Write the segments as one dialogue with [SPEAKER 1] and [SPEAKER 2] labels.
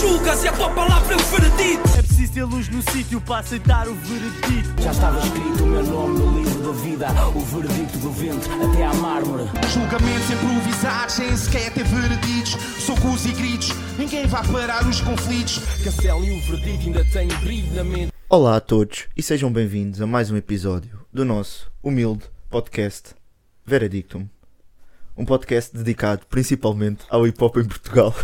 [SPEAKER 1] julgas e a tua palavra é o veredito.
[SPEAKER 2] É preciso ter luz no sítio para aceitar o veredito.
[SPEAKER 3] Já estava escrito o meu nome no livro da vida, o veredito do vento até à mármore.
[SPEAKER 4] Julgamentos improvisados, sem sequer ter vereditos. Socos e gritos, ninguém vai parar os conflitos.
[SPEAKER 5] Castelo e o veredito ainda têm brilho na mente.
[SPEAKER 6] Olá a todos e sejam bem-vindos a mais um episódio do nosso humilde podcast Veredictum. Um podcast dedicado principalmente ao hip hop em Portugal.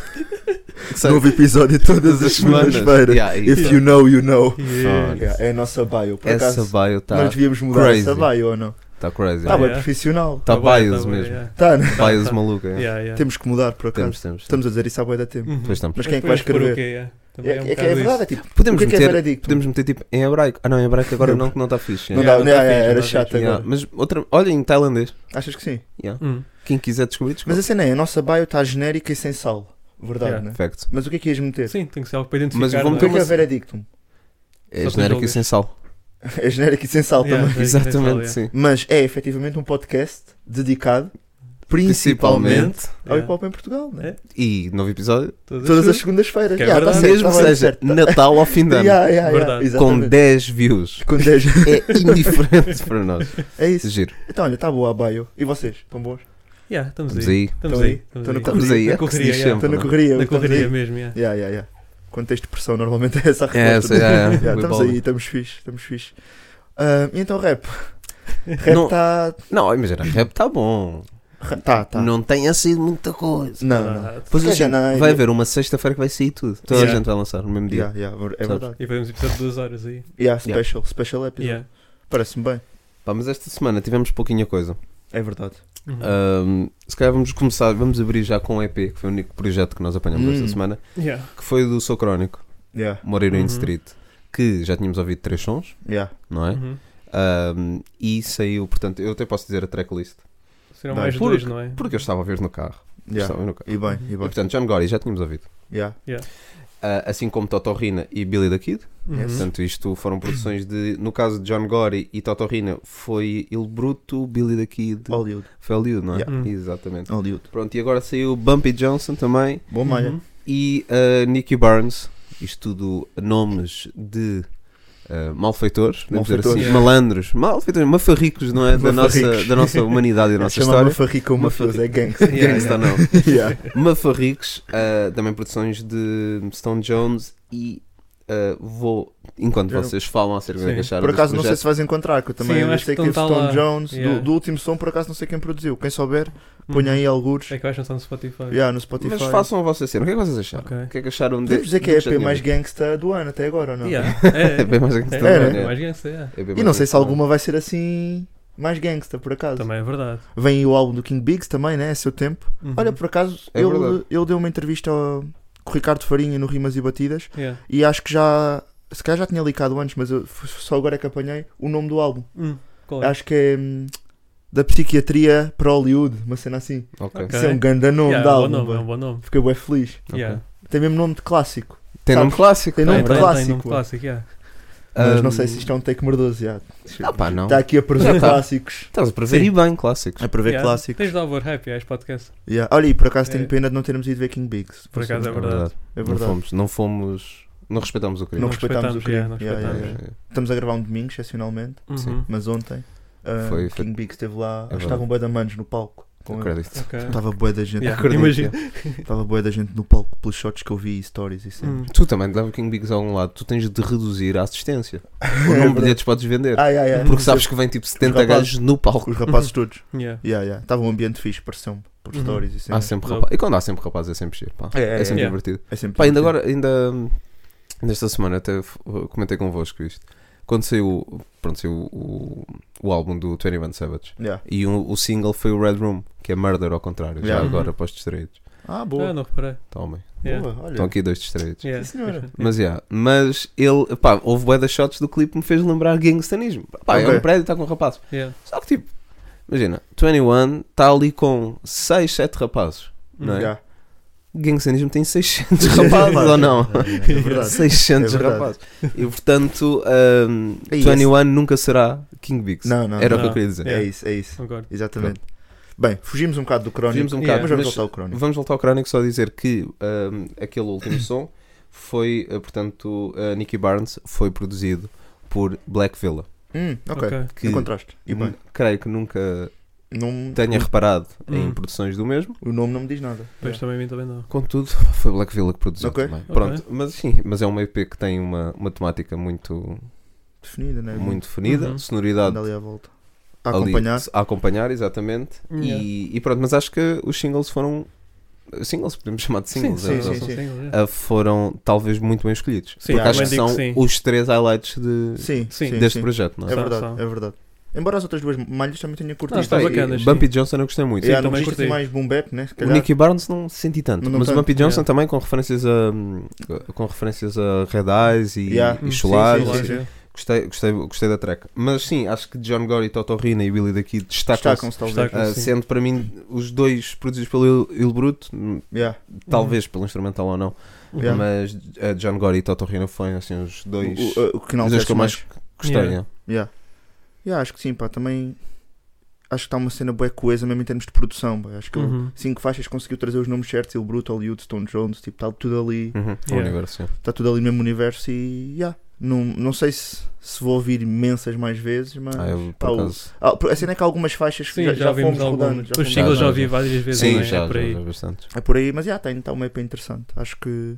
[SPEAKER 6] Novo episódio todas as
[SPEAKER 7] semanas.
[SPEAKER 6] segundas-feiras.
[SPEAKER 7] Yeah,
[SPEAKER 6] If
[SPEAKER 7] isso.
[SPEAKER 6] you know, you know.
[SPEAKER 7] Yeah.
[SPEAKER 6] Yeah, é a nossa bio. Por
[SPEAKER 7] Essa
[SPEAKER 6] acaso,
[SPEAKER 7] bio
[SPEAKER 6] nós
[SPEAKER 7] está
[SPEAKER 6] devíamos mudar
[SPEAKER 7] crazy.
[SPEAKER 6] essa bio ou não?
[SPEAKER 7] tá crazy.
[SPEAKER 6] Está
[SPEAKER 7] Está
[SPEAKER 6] bem
[SPEAKER 2] yeah.
[SPEAKER 6] profissional.
[SPEAKER 7] tá
[SPEAKER 2] Tá bem,
[SPEAKER 7] bias
[SPEAKER 2] tá bem,
[SPEAKER 7] mesmo.
[SPEAKER 2] yeah.
[SPEAKER 6] Tá, né?
[SPEAKER 2] Tá,
[SPEAKER 7] Bias
[SPEAKER 2] tá.
[SPEAKER 7] maluca. é.
[SPEAKER 2] Yeah, yeah.
[SPEAKER 6] Temos que mudar por acaso.
[SPEAKER 7] Temos, temos.
[SPEAKER 6] Estamos a dizer isso há boa da tempo.
[SPEAKER 2] Uhum.
[SPEAKER 7] Pois estamos.
[SPEAKER 6] Mas quem é que vai
[SPEAKER 2] Depois pôr o
[SPEAKER 6] escrever?
[SPEAKER 2] quê, yeah.
[SPEAKER 6] É,
[SPEAKER 2] Também um
[SPEAKER 6] é que é
[SPEAKER 2] bocado
[SPEAKER 6] verdade,
[SPEAKER 2] isso.
[SPEAKER 6] é tipo,
[SPEAKER 7] Podemos,
[SPEAKER 6] o que é que é
[SPEAKER 7] meter,
[SPEAKER 6] veredicto?
[SPEAKER 7] podemos meter tipo em hebraico. Ah não, em hebraico agora não, que não está fixe.
[SPEAKER 6] não
[SPEAKER 7] yeah.
[SPEAKER 6] dá,
[SPEAKER 2] Yeah,
[SPEAKER 6] né?
[SPEAKER 2] não tá fixe,
[SPEAKER 6] era
[SPEAKER 2] não tá
[SPEAKER 6] chato
[SPEAKER 2] fixe.
[SPEAKER 6] agora.
[SPEAKER 7] Yeah, Mas outra, olha em tailandês.
[SPEAKER 6] Achas que sim?
[SPEAKER 7] Yeah.
[SPEAKER 2] Hum.
[SPEAKER 7] Quem quiser descobrir, descobre.
[SPEAKER 6] Mas a cena é, a nossa bio está genérica e sem sal. Verdade,
[SPEAKER 2] Yeah.
[SPEAKER 6] né?
[SPEAKER 7] Facto.
[SPEAKER 6] Mas o que é que ias meter?
[SPEAKER 2] Sim, tem que ser algo para identificar.
[SPEAKER 7] Mas vou
[SPEAKER 2] não
[SPEAKER 6] O que é que é
[SPEAKER 7] Mas-
[SPEAKER 6] veredictum?
[SPEAKER 7] É
[SPEAKER 2] Só
[SPEAKER 7] genérico e
[SPEAKER 2] tens
[SPEAKER 7] sem sal.
[SPEAKER 6] É genérico e sem sal
[SPEAKER 2] Yeah.
[SPEAKER 6] também.
[SPEAKER 2] Tem- tem sal, yeah.
[SPEAKER 7] Exatamente, sim.
[SPEAKER 6] Mas é efetivamente um podcast dedicado principalmente ao hip hop em Portugal, né?
[SPEAKER 2] É.
[SPEAKER 7] E novo episódio.
[SPEAKER 6] Todas as segundas-feiras.
[SPEAKER 2] Que é
[SPEAKER 6] Yeah, tá
[SPEAKER 2] verdade.
[SPEAKER 6] certo,
[SPEAKER 7] Mesmo
[SPEAKER 6] tá
[SPEAKER 7] que
[SPEAKER 6] bem,
[SPEAKER 7] seja
[SPEAKER 6] certo.
[SPEAKER 7] Natal ao fim de ano.
[SPEAKER 6] Yeah, yeah, yeah,
[SPEAKER 2] Verdade.
[SPEAKER 7] Com
[SPEAKER 6] exatamente.
[SPEAKER 7] 10 views.
[SPEAKER 6] Com 10.
[SPEAKER 7] É indiferente para nós.
[SPEAKER 6] É isso.
[SPEAKER 7] Giro.
[SPEAKER 6] Então, olha, está boa a bio. E vocês? Estão bons?
[SPEAKER 2] Yeah, estamos,
[SPEAKER 7] Estamos
[SPEAKER 2] aí.
[SPEAKER 7] aí.
[SPEAKER 2] Estamos
[SPEAKER 6] Estão
[SPEAKER 2] aí.
[SPEAKER 6] aí.
[SPEAKER 2] Estamos
[SPEAKER 6] Estão
[SPEAKER 2] aí.
[SPEAKER 6] na
[SPEAKER 7] Estamos aí. É
[SPEAKER 2] Na
[SPEAKER 7] o que se
[SPEAKER 2] correria,
[SPEAKER 7] diz
[SPEAKER 2] yeah.
[SPEAKER 6] Estão
[SPEAKER 7] sempre.
[SPEAKER 6] na
[SPEAKER 7] não é?
[SPEAKER 6] correria.
[SPEAKER 2] Na
[SPEAKER 6] estamos
[SPEAKER 2] correria
[SPEAKER 6] aí.
[SPEAKER 2] mesmo, yeah.
[SPEAKER 6] Yeah, yeah, yeah. Contexto de pressão normalmente é essa a
[SPEAKER 7] É,
[SPEAKER 6] resposta.
[SPEAKER 7] sei, é, é.
[SPEAKER 6] Yeah,
[SPEAKER 7] We
[SPEAKER 6] estamos
[SPEAKER 7] ball.
[SPEAKER 6] aí, estamos fixe, estamos fixe. Ah, e então rap. Rap
[SPEAKER 7] Não-
[SPEAKER 6] está.
[SPEAKER 7] Não, imagina, rap está bom.
[SPEAKER 6] Tá, tá.
[SPEAKER 7] Não tenha sido muita coisa.
[SPEAKER 6] Não, não.
[SPEAKER 2] Ah,
[SPEAKER 7] Pois
[SPEAKER 6] É,
[SPEAKER 7] assim,
[SPEAKER 6] já não-
[SPEAKER 7] vai haver uma sexta-feira que vai sair tudo. Toda
[SPEAKER 2] Yeah.
[SPEAKER 7] a gente vai lançar no mesmo dia.
[SPEAKER 6] Yeah, yeah, é
[SPEAKER 7] Sabes?
[SPEAKER 6] verdade.
[SPEAKER 2] E fazemos episódio de duas horas aí.
[SPEAKER 6] Yeah,
[SPEAKER 7] Yeah.
[SPEAKER 6] special, special episode.
[SPEAKER 2] Yeah.
[SPEAKER 6] Parece-me bem.
[SPEAKER 7] Pá, mas esta semana tivemos pouquinha coisa.
[SPEAKER 6] É verdade.
[SPEAKER 2] Uhum.
[SPEAKER 7] Ahm, se calhar vamos começar, vamos abrir já com o EP, que foi o único projeto que nós apanhamos
[SPEAKER 6] Hum.
[SPEAKER 7] esta semana,
[SPEAKER 2] Yeah.
[SPEAKER 7] que foi do Sou Crónico,
[SPEAKER 6] Yeah,
[SPEAKER 7] Moreira in
[SPEAKER 2] Uhum.
[SPEAKER 7] Street, que já tínhamos ouvido três sons,
[SPEAKER 6] yeah.
[SPEAKER 7] não é?
[SPEAKER 2] Uhum.
[SPEAKER 7] Ahm, e saiu, portanto, eu até posso dizer a tracklist,
[SPEAKER 2] Serão
[SPEAKER 6] Não,
[SPEAKER 2] mais
[SPEAKER 7] porque-
[SPEAKER 2] dois, não é?
[SPEAKER 7] porque eu estava a ver no carro.
[SPEAKER 6] yeah.
[SPEAKER 7] Estava a ver no carro.
[SPEAKER 6] E bem, e
[SPEAKER 7] E
[SPEAKER 6] bem.
[SPEAKER 7] portanto, John Gory já tínhamos ouvido.
[SPEAKER 6] Yeah.
[SPEAKER 7] Ah, assim como Totorrina e Billy the Kid.
[SPEAKER 2] Uhum.
[SPEAKER 7] Portanto, isto foram produções de. No caso de John Gory e Totorrina, foi Il Bruto, Billy the Kid,
[SPEAKER 6] Hollywood.
[SPEAKER 7] Foi ali, não é?
[SPEAKER 6] Oh. Yeah. Uhum.
[SPEAKER 2] Hum.
[SPEAKER 7] Exatamente.
[SPEAKER 6] Hollywood.
[SPEAKER 7] Pronto, e agora saiu Bumpy Johnson também
[SPEAKER 6] Bom Maia.
[SPEAKER 2] Uhum.
[SPEAKER 7] e uh, Nicky Barnes. Isto tudo nomes de uh, malfeitores, podemos dizer
[SPEAKER 6] Malfeitores.
[SPEAKER 7] assim,
[SPEAKER 2] Yeah.
[SPEAKER 7] malandros, malfeitores, mafarricos, não é? Da nossa,
[SPEAKER 6] Mafarricos.
[SPEAKER 7] da nossa humanidade e da
[SPEAKER 6] É
[SPEAKER 7] nossa
[SPEAKER 6] chamar
[SPEAKER 7] história.
[SPEAKER 6] Mafarrica o mafioso, é gangster.
[SPEAKER 2] Yeah,
[SPEAKER 7] Gangsta não.
[SPEAKER 6] yeah.
[SPEAKER 7] Mafarricos, uh, também produções de Stone Jones e uh, vou, enquanto
[SPEAKER 6] Já não-
[SPEAKER 7] vocês falam acerca
[SPEAKER 2] Sim.
[SPEAKER 7] da Cachara,
[SPEAKER 6] Por acaso não sei se vais encontrar, que eu também
[SPEAKER 2] Sim, eu acho
[SPEAKER 6] sei
[SPEAKER 2] que
[SPEAKER 6] que teve
[SPEAKER 2] estão
[SPEAKER 6] Stone
[SPEAKER 2] lá-
[SPEAKER 6] Jones, do-
[SPEAKER 2] Yeah.
[SPEAKER 6] do, último som, por acaso não sei quem produziu. Quem souber,
[SPEAKER 2] Uhum.
[SPEAKER 6] ponha aí alguns.
[SPEAKER 2] É que vais lançar no Spotify.
[SPEAKER 6] Yeah, no Spotify.
[SPEAKER 7] Mas façam a vossa cena, o que é que vocês acharam?
[SPEAKER 2] Ok.
[SPEAKER 7] O que é que acharam de-
[SPEAKER 6] Podemos dizer que
[SPEAKER 7] do
[SPEAKER 6] é a
[SPEAKER 7] já
[SPEAKER 6] EP
[SPEAKER 7] tinha
[SPEAKER 6] mais
[SPEAKER 7] visto?
[SPEAKER 6] gangsta do ano até agora, ou não?
[SPEAKER 2] Yeah. É,
[SPEAKER 7] É bem mais gangsta
[SPEAKER 6] do ano,
[SPEAKER 2] É,
[SPEAKER 6] é.
[SPEAKER 2] mais gangsta, yeah.
[SPEAKER 7] É bem
[SPEAKER 6] E
[SPEAKER 7] mais
[SPEAKER 6] não sei se
[SPEAKER 7] gangsta.
[SPEAKER 6] alguma vai ser assim mais gangsta, por acaso.
[SPEAKER 2] Também é verdade.
[SPEAKER 6] Vem aí o álbum do King Biggs também, né? É seu tempo.
[SPEAKER 2] Uhum.
[SPEAKER 6] Olha, por acaso,
[SPEAKER 7] É
[SPEAKER 6] ele,
[SPEAKER 7] verdade.
[SPEAKER 6] ele deu uma entrevista ao, com o Ricardo Farinha no Rimas e Batidas
[SPEAKER 2] Yeah.
[SPEAKER 6] e acho que já. Se calhar já tinha licado antes, mas eu f- só agora é que apanhei o nome do álbum.
[SPEAKER 2] Hum, Qual é?
[SPEAKER 6] Acho que é hum, da psiquiatria para Hollywood, uma cena assim.
[SPEAKER 7] Ok.
[SPEAKER 2] Ok.
[SPEAKER 6] Isso é um ganda nome
[SPEAKER 2] Yeah,
[SPEAKER 6] de
[SPEAKER 2] é um bom
[SPEAKER 6] álbum.
[SPEAKER 2] nome,
[SPEAKER 6] bué.
[SPEAKER 2] é um bom nome.
[SPEAKER 6] Fiquei bem feliz.
[SPEAKER 2] Yeah.
[SPEAKER 6] Tem mesmo nome de clássico.
[SPEAKER 7] Tem
[SPEAKER 6] Sabe?
[SPEAKER 7] nome clássico.
[SPEAKER 6] Tem nome
[SPEAKER 7] né?
[SPEAKER 2] Tem- tem
[SPEAKER 6] clássico,
[SPEAKER 2] nome
[SPEAKER 6] é.
[SPEAKER 2] clássico, yeah.
[SPEAKER 6] Mas
[SPEAKER 7] Hum,
[SPEAKER 6] não sei se isto é um take merdoso. já.
[SPEAKER 7] Ah pá, não.
[SPEAKER 6] Está aqui É, a prever
[SPEAKER 7] Já tá.
[SPEAKER 6] clássicos.
[SPEAKER 7] Estás a prever
[SPEAKER 2] Sim.
[SPEAKER 7] e bem clássicos.
[SPEAKER 6] A prever
[SPEAKER 2] Yeah.
[SPEAKER 6] clássicos.
[SPEAKER 2] Tens de dar o word happy a este podcast.
[SPEAKER 6] Yeah. Olha, e por acaso
[SPEAKER 2] É.
[SPEAKER 6] tenho pena de não termos ido ver King Biggs.
[SPEAKER 2] Por acaso é
[SPEAKER 7] É
[SPEAKER 2] verdade.
[SPEAKER 6] É
[SPEAKER 7] Não
[SPEAKER 6] verdade.
[SPEAKER 7] fomos, não fomos, não respeitamos o crime.
[SPEAKER 6] Não
[SPEAKER 2] Não
[SPEAKER 6] respeitámos o
[SPEAKER 2] respeitámos,
[SPEAKER 6] crime.
[SPEAKER 2] yeah, não
[SPEAKER 6] Yeah, yeah,
[SPEAKER 7] É,
[SPEAKER 6] yeah. Estamos a gravar um domingo, excepcionalmente,
[SPEAKER 2] Uhum.
[SPEAKER 7] Sim.
[SPEAKER 6] mas ontem ah,
[SPEAKER 7] Foi- foi- É
[SPEAKER 6] King Biggs esteve lá. acho que
[SPEAKER 7] verdade.
[SPEAKER 6] estavam bué da manos no palco. com ele.
[SPEAKER 7] Acredito.
[SPEAKER 2] Ok.
[SPEAKER 6] Estava bué da gente.
[SPEAKER 2] Yeah,
[SPEAKER 7] Acredito,
[SPEAKER 2] Imagina.
[SPEAKER 6] Estava bué da gente no palco pelos shots que eu vi e stories e cenas.
[SPEAKER 2] Hum.
[SPEAKER 7] Tu também, leva o King Bigs a algum lado, tu tens de reduzir a assistência. O número de bilhetes podes vender.
[SPEAKER 6] É Ah, yeah, yeah.
[SPEAKER 7] Porque sabes que vem tipo 70
[SPEAKER 6] rapazes-
[SPEAKER 7] gajos no palco.
[SPEAKER 6] Os rapazes todos.
[SPEAKER 2] Yeah.
[SPEAKER 6] Yeah, yeah. Estava um ambiente fixe, pareceu-me. Por
[SPEAKER 2] Uhum.
[SPEAKER 6] stories e
[SPEAKER 7] Há
[SPEAKER 6] cenas.
[SPEAKER 7] sempre
[SPEAKER 2] Não.
[SPEAKER 7] rapaz. E quando há sempre rapaz é sempre cheio.
[SPEAKER 6] É, é,
[SPEAKER 7] É sempre
[SPEAKER 2] é.
[SPEAKER 7] divertido.
[SPEAKER 6] É sempre
[SPEAKER 7] Pá, ainda
[SPEAKER 6] divertido.
[SPEAKER 7] agora, ainda hum, nesta semana até f- comentei convosco isto. Quando saiu, pronto, saiu o, o álbum do 21 Savage
[SPEAKER 6] Yeah.
[SPEAKER 7] e o, o single foi o Red Room, que é Murder ao contrário, já
[SPEAKER 6] Yeah.
[SPEAKER 7] agora para os distraídos.
[SPEAKER 6] Ah,
[SPEAKER 2] Ah,
[SPEAKER 6] boa.
[SPEAKER 2] não reparei.
[SPEAKER 7] Tomem,
[SPEAKER 2] Yeah.
[SPEAKER 6] Boa, olha.
[SPEAKER 7] estão aqui dois distraídos.
[SPEAKER 2] Yeah.
[SPEAKER 6] Sim, senhora.
[SPEAKER 7] Mas, yeah, mas ele, pá, houve bué de shots do clipe que me fez lembrar gangstanismo. Pá, é
[SPEAKER 6] Ok.
[SPEAKER 7] um prédio, está com rapazes.
[SPEAKER 2] Yeah.
[SPEAKER 7] Só que tipo, imagina, 21 está tá ali com 6, 7 rapazes, não é?
[SPEAKER 6] Yeah.
[SPEAKER 7] Gangstanismo tem 600 rapazes ou não?
[SPEAKER 6] É verdade.
[SPEAKER 7] 600
[SPEAKER 6] É verdade.
[SPEAKER 7] rapazes. E portanto, um,
[SPEAKER 6] É isso.
[SPEAKER 7] 21 nunca será King Biggs.
[SPEAKER 6] Não, não.
[SPEAKER 7] Era o
[SPEAKER 6] não.
[SPEAKER 7] que eu queria dizer.
[SPEAKER 6] É isso, é isso.
[SPEAKER 2] Concordo.
[SPEAKER 6] Exatamente. Bem, fugimos um bocado do crónico.
[SPEAKER 7] Fugimos um
[SPEAKER 2] Yeah.
[SPEAKER 7] bocado,
[SPEAKER 6] Mas vamos
[SPEAKER 7] mas
[SPEAKER 6] voltar ao crónico.
[SPEAKER 7] vamos voltar ao crónico só dizer que um, aquele último som foi, eh, portanto, a Nicky Barnes foi produzido por Black Villa.
[SPEAKER 6] Hum, ok.
[SPEAKER 8] Ok.
[SPEAKER 7] Que
[SPEAKER 6] Encontraste. E bem.
[SPEAKER 7] n- creio que nunca
[SPEAKER 6] Não,
[SPEAKER 7] tenha reparado em
[SPEAKER 8] Hum.
[SPEAKER 7] produções do mesmo.
[SPEAKER 6] O nome não me diz nada.
[SPEAKER 8] Pois também a mim também não.
[SPEAKER 7] Contudo, foi Black Villa que produziu
[SPEAKER 6] Ok.
[SPEAKER 7] também.
[SPEAKER 8] Ok.
[SPEAKER 7] Pronto, mas sim, mas é um EP que tem uma, uma temática muito,
[SPEAKER 6] Definida, né?
[SPEAKER 7] muito definida,
[SPEAKER 8] Uhum.
[SPEAKER 7] sonoridade
[SPEAKER 6] Anda ali à volta. Tá A
[SPEAKER 7] ali,
[SPEAKER 6] acompanhar.
[SPEAKER 7] a acompanhar, exatamente. E, e pronto, mas acho que os singles foram. Singles, podemos chamar de singles.
[SPEAKER 6] sim,
[SPEAKER 7] é,
[SPEAKER 6] sim,
[SPEAKER 7] não
[SPEAKER 6] sim.
[SPEAKER 7] sei.
[SPEAKER 8] Sim,
[SPEAKER 7] Ah, foram talvez muito bem escolhidos.
[SPEAKER 8] Sim,
[SPEAKER 7] porque acho que
[SPEAKER 8] também digo
[SPEAKER 7] são
[SPEAKER 8] que sim.
[SPEAKER 7] os três highlights de,
[SPEAKER 6] Sim,
[SPEAKER 8] Sim.
[SPEAKER 6] sim,
[SPEAKER 7] deste
[SPEAKER 6] sim.
[SPEAKER 7] projeto, não
[SPEAKER 6] É
[SPEAKER 7] é?
[SPEAKER 8] São,
[SPEAKER 6] verdade,
[SPEAKER 8] são.
[SPEAKER 6] é verdade. Embora as outras duas malhas também tenham curtido.
[SPEAKER 8] Ah, estão
[SPEAKER 7] Pá, e
[SPEAKER 8] bacanas,
[SPEAKER 7] Bumpy
[SPEAKER 8] sim.
[SPEAKER 7] Johnson eu gostei muito. Então,
[SPEAKER 6] Yeah,
[SPEAKER 8] Sim,
[SPEAKER 6] não
[SPEAKER 8] também
[SPEAKER 6] curti
[SPEAKER 8] curti.
[SPEAKER 6] mais boom bap, né? Se
[SPEAKER 7] O
[SPEAKER 6] calhar.
[SPEAKER 7] Nicky Barnes não senti tanto,
[SPEAKER 6] Não
[SPEAKER 7] mas o
[SPEAKER 6] tanto,
[SPEAKER 7] Bumpy Johnson
[SPEAKER 8] yeah.
[SPEAKER 7] também com referências a com referências a Red Eyes e,
[SPEAKER 6] Yeah.
[SPEAKER 7] e
[SPEAKER 8] Hum,
[SPEAKER 7] Cholares.
[SPEAKER 6] sim, sim,
[SPEAKER 7] e-
[SPEAKER 6] sim.
[SPEAKER 7] Gostei, gostei, gostei da track. Mas sim, acho que John Gory, Toto Rina e Willy daqui destacam-se.
[SPEAKER 6] Destacam-se, talvez.
[SPEAKER 8] Destacam.
[SPEAKER 7] Ah,
[SPEAKER 8] Sim.
[SPEAKER 7] sendo para mim os dois produzidos pelo Il Il Bruto, hum,
[SPEAKER 6] Yeah.
[SPEAKER 7] talvez pelo instrumental ou não,
[SPEAKER 6] Yeah.
[SPEAKER 7] mas ah, John Gory e Toto Rina foram assim os dois,
[SPEAKER 6] O, o- o que não
[SPEAKER 7] os dois que eu mais
[SPEAKER 6] acontece mais.
[SPEAKER 7] gostei.
[SPEAKER 8] Yeah.
[SPEAKER 7] é.
[SPEAKER 6] Yeah. Yeah, acho que sim, pá. Também acho que está uma cena boa coesa, mesmo em termos de produção. pá. Acho que ele-
[SPEAKER 8] Uhum.
[SPEAKER 6] cinco faixas conseguiu trazer os nomes certos: Il Bruto, Hollywood, Stone Jones, tipo, está tudo ali.
[SPEAKER 7] Uhum, o
[SPEAKER 8] Yeah.
[SPEAKER 7] universo, sim.
[SPEAKER 6] Está tudo ali no mesmo universo. E yeah. não, não sei se, se vou ouvir imensas mais vezes, mas.
[SPEAKER 7] Ah, eu,
[SPEAKER 6] pá,
[SPEAKER 7] por
[SPEAKER 6] o-
[SPEAKER 7] acaso,
[SPEAKER 6] Ah, a cena é que há algumas faixas que
[SPEAKER 8] Sim,
[SPEAKER 6] já,
[SPEAKER 8] já,
[SPEAKER 6] já
[SPEAKER 8] vimos
[SPEAKER 6] fomos
[SPEAKER 8] algum.
[SPEAKER 6] rodando. já fomos
[SPEAKER 8] Os
[SPEAKER 7] Já,
[SPEAKER 8] singles já
[SPEAKER 7] já,
[SPEAKER 8] ouvi várias vezes,
[SPEAKER 7] sim,
[SPEAKER 8] não é?
[SPEAKER 7] já,
[SPEAKER 8] é por
[SPEAKER 7] já,
[SPEAKER 8] aí.
[SPEAKER 7] já bastante.
[SPEAKER 6] É por aí, mas já tem, está uma EP interessante. Acho que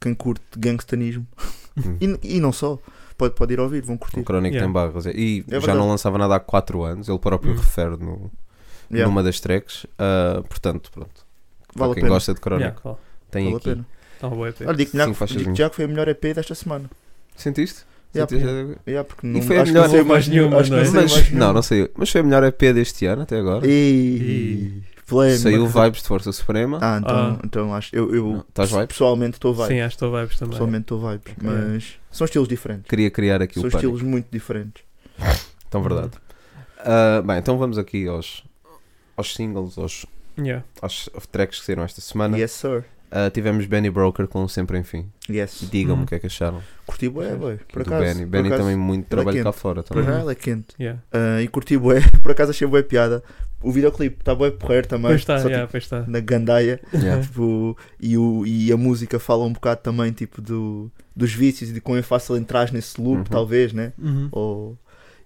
[SPEAKER 6] quem curte gangstanismo e, e não só, pode, pode ir ouvir, vão
[SPEAKER 7] Uhum. O
[SPEAKER 6] curtir.
[SPEAKER 7] Crónico
[SPEAKER 8] Yeah.
[SPEAKER 7] tem barras. é. E
[SPEAKER 6] É
[SPEAKER 7] já
[SPEAKER 6] verdade.
[SPEAKER 7] não lançava nada há 4 anos, ele próprio
[SPEAKER 8] Hum.
[SPEAKER 7] refere no,
[SPEAKER 6] Yeah,
[SPEAKER 7] numa das tracks. Ah, portanto, pronto.
[SPEAKER 6] vale
[SPEAKER 7] para
[SPEAKER 6] a
[SPEAKER 7] quem
[SPEAKER 6] pena.
[SPEAKER 7] gosta de Crónico,
[SPEAKER 8] Yeah, claro.
[SPEAKER 7] tem
[SPEAKER 6] Vale a
[SPEAKER 7] aqui.
[SPEAKER 6] pena.
[SPEAKER 8] Tá uma boa EP.
[SPEAKER 6] Olha, digo-te
[SPEAKER 7] Sim,
[SPEAKER 6] já que-
[SPEAKER 7] faixas
[SPEAKER 6] digo-te já que foi a melhor EP desta semana.
[SPEAKER 7] Sentiste?
[SPEAKER 6] Yeah,
[SPEAKER 7] Sentiste?
[SPEAKER 6] Yeah, porque
[SPEAKER 7] E
[SPEAKER 6] não,
[SPEAKER 7] foi a
[SPEAKER 6] acho
[SPEAKER 7] melhor-
[SPEAKER 6] que não saiu
[SPEAKER 8] não houve
[SPEAKER 6] mais
[SPEAKER 8] mais
[SPEAKER 6] nenhuma.
[SPEAKER 8] nenhuma,
[SPEAKER 6] Acho que É,
[SPEAKER 8] não
[SPEAKER 6] não
[SPEAKER 8] é?
[SPEAKER 6] saiu
[SPEAKER 7] Mas,
[SPEAKER 6] mais
[SPEAKER 7] não, não saiu. Mas foi a melhor EP deste ano até agora.
[SPEAKER 6] E... Play,
[SPEAKER 7] Saiu Vibes de Força Suprema.
[SPEAKER 6] é Ah, então,
[SPEAKER 8] Ah.
[SPEAKER 6] então acho. Eu, eu
[SPEAKER 7] Não, estás vibes?
[SPEAKER 6] pessoalmente estou vibes.
[SPEAKER 8] Sim, é acho que estou vibes também.
[SPEAKER 6] Pessoalmente estou vibes. Mas são estilos diferentes.
[SPEAKER 7] Queria criar aqui
[SPEAKER 6] São
[SPEAKER 7] o pânico.
[SPEAKER 6] estilos muito diferentes.
[SPEAKER 7] Então, verdade. Ah, bem, então vamos aqui aos, aos singles, aos,
[SPEAKER 8] Yeah.
[SPEAKER 7] aos tracks que saíram esta semana.
[SPEAKER 6] Yes, sir.
[SPEAKER 7] Ah, tivemos Benny Broker com Sempre Enfim.
[SPEAKER 6] Yes.
[SPEAKER 7] Digam-me
[SPEAKER 8] Hum.
[SPEAKER 7] o que é que acharam
[SPEAKER 6] Curti bué, boy. Uhum. Por
[SPEAKER 7] do
[SPEAKER 6] acaso.
[SPEAKER 7] Benny.
[SPEAKER 6] por
[SPEAKER 7] Benny
[SPEAKER 6] acaso.
[SPEAKER 7] também tá muito
[SPEAKER 6] Ele é
[SPEAKER 7] trabalho cá
[SPEAKER 6] quente.
[SPEAKER 7] fora
[SPEAKER 6] Para
[SPEAKER 7] também.
[SPEAKER 6] já ela é quente.
[SPEAKER 8] Yeah.
[SPEAKER 6] Ah, e curti bué, por acaso achei bué piada. O videoclipe está bué porreiro também.
[SPEAKER 8] Pois está,
[SPEAKER 6] só,
[SPEAKER 8] yeah, pois está.
[SPEAKER 6] tipo, na gandaia.
[SPEAKER 7] Yeah.
[SPEAKER 6] tipo, e, o, e a música fala um bocado também tipo do, dos vícios e de quão é fácil entrar nesse loop,
[SPEAKER 7] Uhum.
[SPEAKER 6] talvez, né?
[SPEAKER 8] Uhum.
[SPEAKER 6] Ou...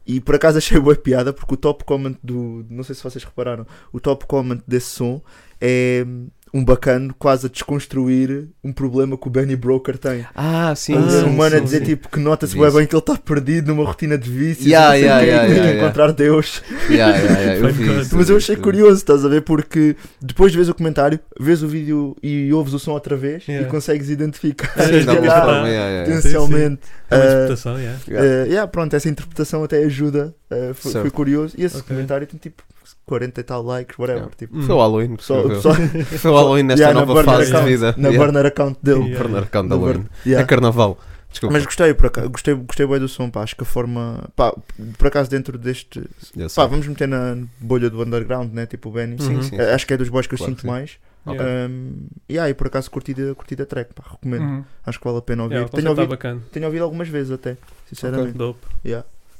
[SPEAKER 6] E por acaso achei boa piada porque o top comment do. Não sei se vocês repararam, o top comment desse som é um bacano quase a desconstruir um problema que o Benny Broker tem.
[SPEAKER 7] Ah, sim.
[SPEAKER 6] um
[SPEAKER 7] sim,
[SPEAKER 6] ser humano a
[SPEAKER 7] sim,
[SPEAKER 6] dizer
[SPEAKER 7] sim.
[SPEAKER 6] tipo que nota-se
[SPEAKER 7] Vi
[SPEAKER 6] bué
[SPEAKER 7] isso.
[SPEAKER 6] bem que ele está perdido numa rotina de vícios,
[SPEAKER 7] Yeah,
[SPEAKER 6] não sei o
[SPEAKER 7] yeah,
[SPEAKER 6] quê,
[SPEAKER 7] yeah,
[SPEAKER 6] e tem
[SPEAKER 7] yeah,
[SPEAKER 6] que
[SPEAKER 7] yeah.
[SPEAKER 6] encontrar Deus.
[SPEAKER 7] Yeah, yeah, yeah, eu
[SPEAKER 8] Foi
[SPEAKER 7] vi
[SPEAKER 8] muito-
[SPEAKER 7] isso,
[SPEAKER 6] Mas eu
[SPEAKER 7] vi
[SPEAKER 6] achei
[SPEAKER 7] isso.
[SPEAKER 6] curioso, estás a ver? Porque depois de vês o comentário, vês o vídeo e ouves o som outra vez
[SPEAKER 8] Yeah.
[SPEAKER 6] e consegues identificar.
[SPEAKER 8] Sim,
[SPEAKER 7] Sim,
[SPEAKER 8] de
[SPEAKER 7] dá uma
[SPEAKER 8] lá,
[SPEAKER 7] forma, yeah, yeah, yeah.
[SPEAKER 6] potencialmente.
[SPEAKER 8] É uma
[SPEAKER 6] ah,
[SPEAKER 8] interpretação, yeah.
[SPEAKER 7] Yeah.
[SPEAKER 6] eh, yeah, pronto, essa interpretação até ajuda. eh, foi,
[SPEAKER 7] Certo.
[SPEAKER 6] foi curioso. E esse
[SPEAKER 8] Ok.
[SPEAKER 6] comentário tem tipo 40 e tal likes, whatever.
[SPEAKER 7] Yeah.
[SPEAKER 6] Tipo,
[SPEAKER 8] Hum.
[SPEAKER 7] Foi o Halloween.
[SPEAKER 6] só,
[SPEAKER 7] pessoal.
[SPEAKER 6] só
[SPEAKER 7] Foi o Halloween nesta
[SPEAKER 6] Yeah, na
[SPEAKER 7] nova
[SPEAKER 6] burner
[SPEAKER 7] fase de
[SPEAKER 6] account,
[SPEAKER 7] vida.
[SPEAKER 6] na
[SPEAKER 7] Yeah.
[SPEAKER 6] burner account dele.
[SPEAKER 8] Yeah.
[SPEAKER 7] Burner account
[SPEAKER 6] Na
[SPEAKER 7] Halloween.
[SPEAKER 6] burner- Yeah.
[SPEAKER 7] É carnaval. Desculpa.
[SPEAKER 6] Mas gostei, por acaso, gostei, gostei bem do som, pá. Acho que a forma. Pá, por acaso, dentro deste.
[SPEAKER 7] Eu sei.
[SPEAKER 6] Pá, vamos meter na bolha do underground, né? Tipo o Benny.
[SPEAKER 8] Sim,
[SPEAKER 7] sim.
[SPEAKER 6] Eh, Acho que é dos boys que eu
[SPEAKER 7] Claro que
[SPEAKER 6] sinto
[SPEAKER 7] sim.
[SPEAKER 6] mais.
[SPEAKER 7] Ok.
[SPEAKER 8] Yeah.
[SPEAKER 6] Um, yeah, e por acaso curti da, curti da track, pá. Recomendo.
[SPEAKER 8] Uhum.
[SPEAKER 6] Acho que vale a pena ouvir.
[SPEAKER 8] Yeah, o
[SPEAKER 6] tenho,
[SPEAKER 8] conceito tá
[SPEAKER 6] ouvido
[SPEAKER 8] bacana.
[SPEAKER 6] tenho ouvido algumas vezes até, sinceramente.
[SPEAKER 8] Dope.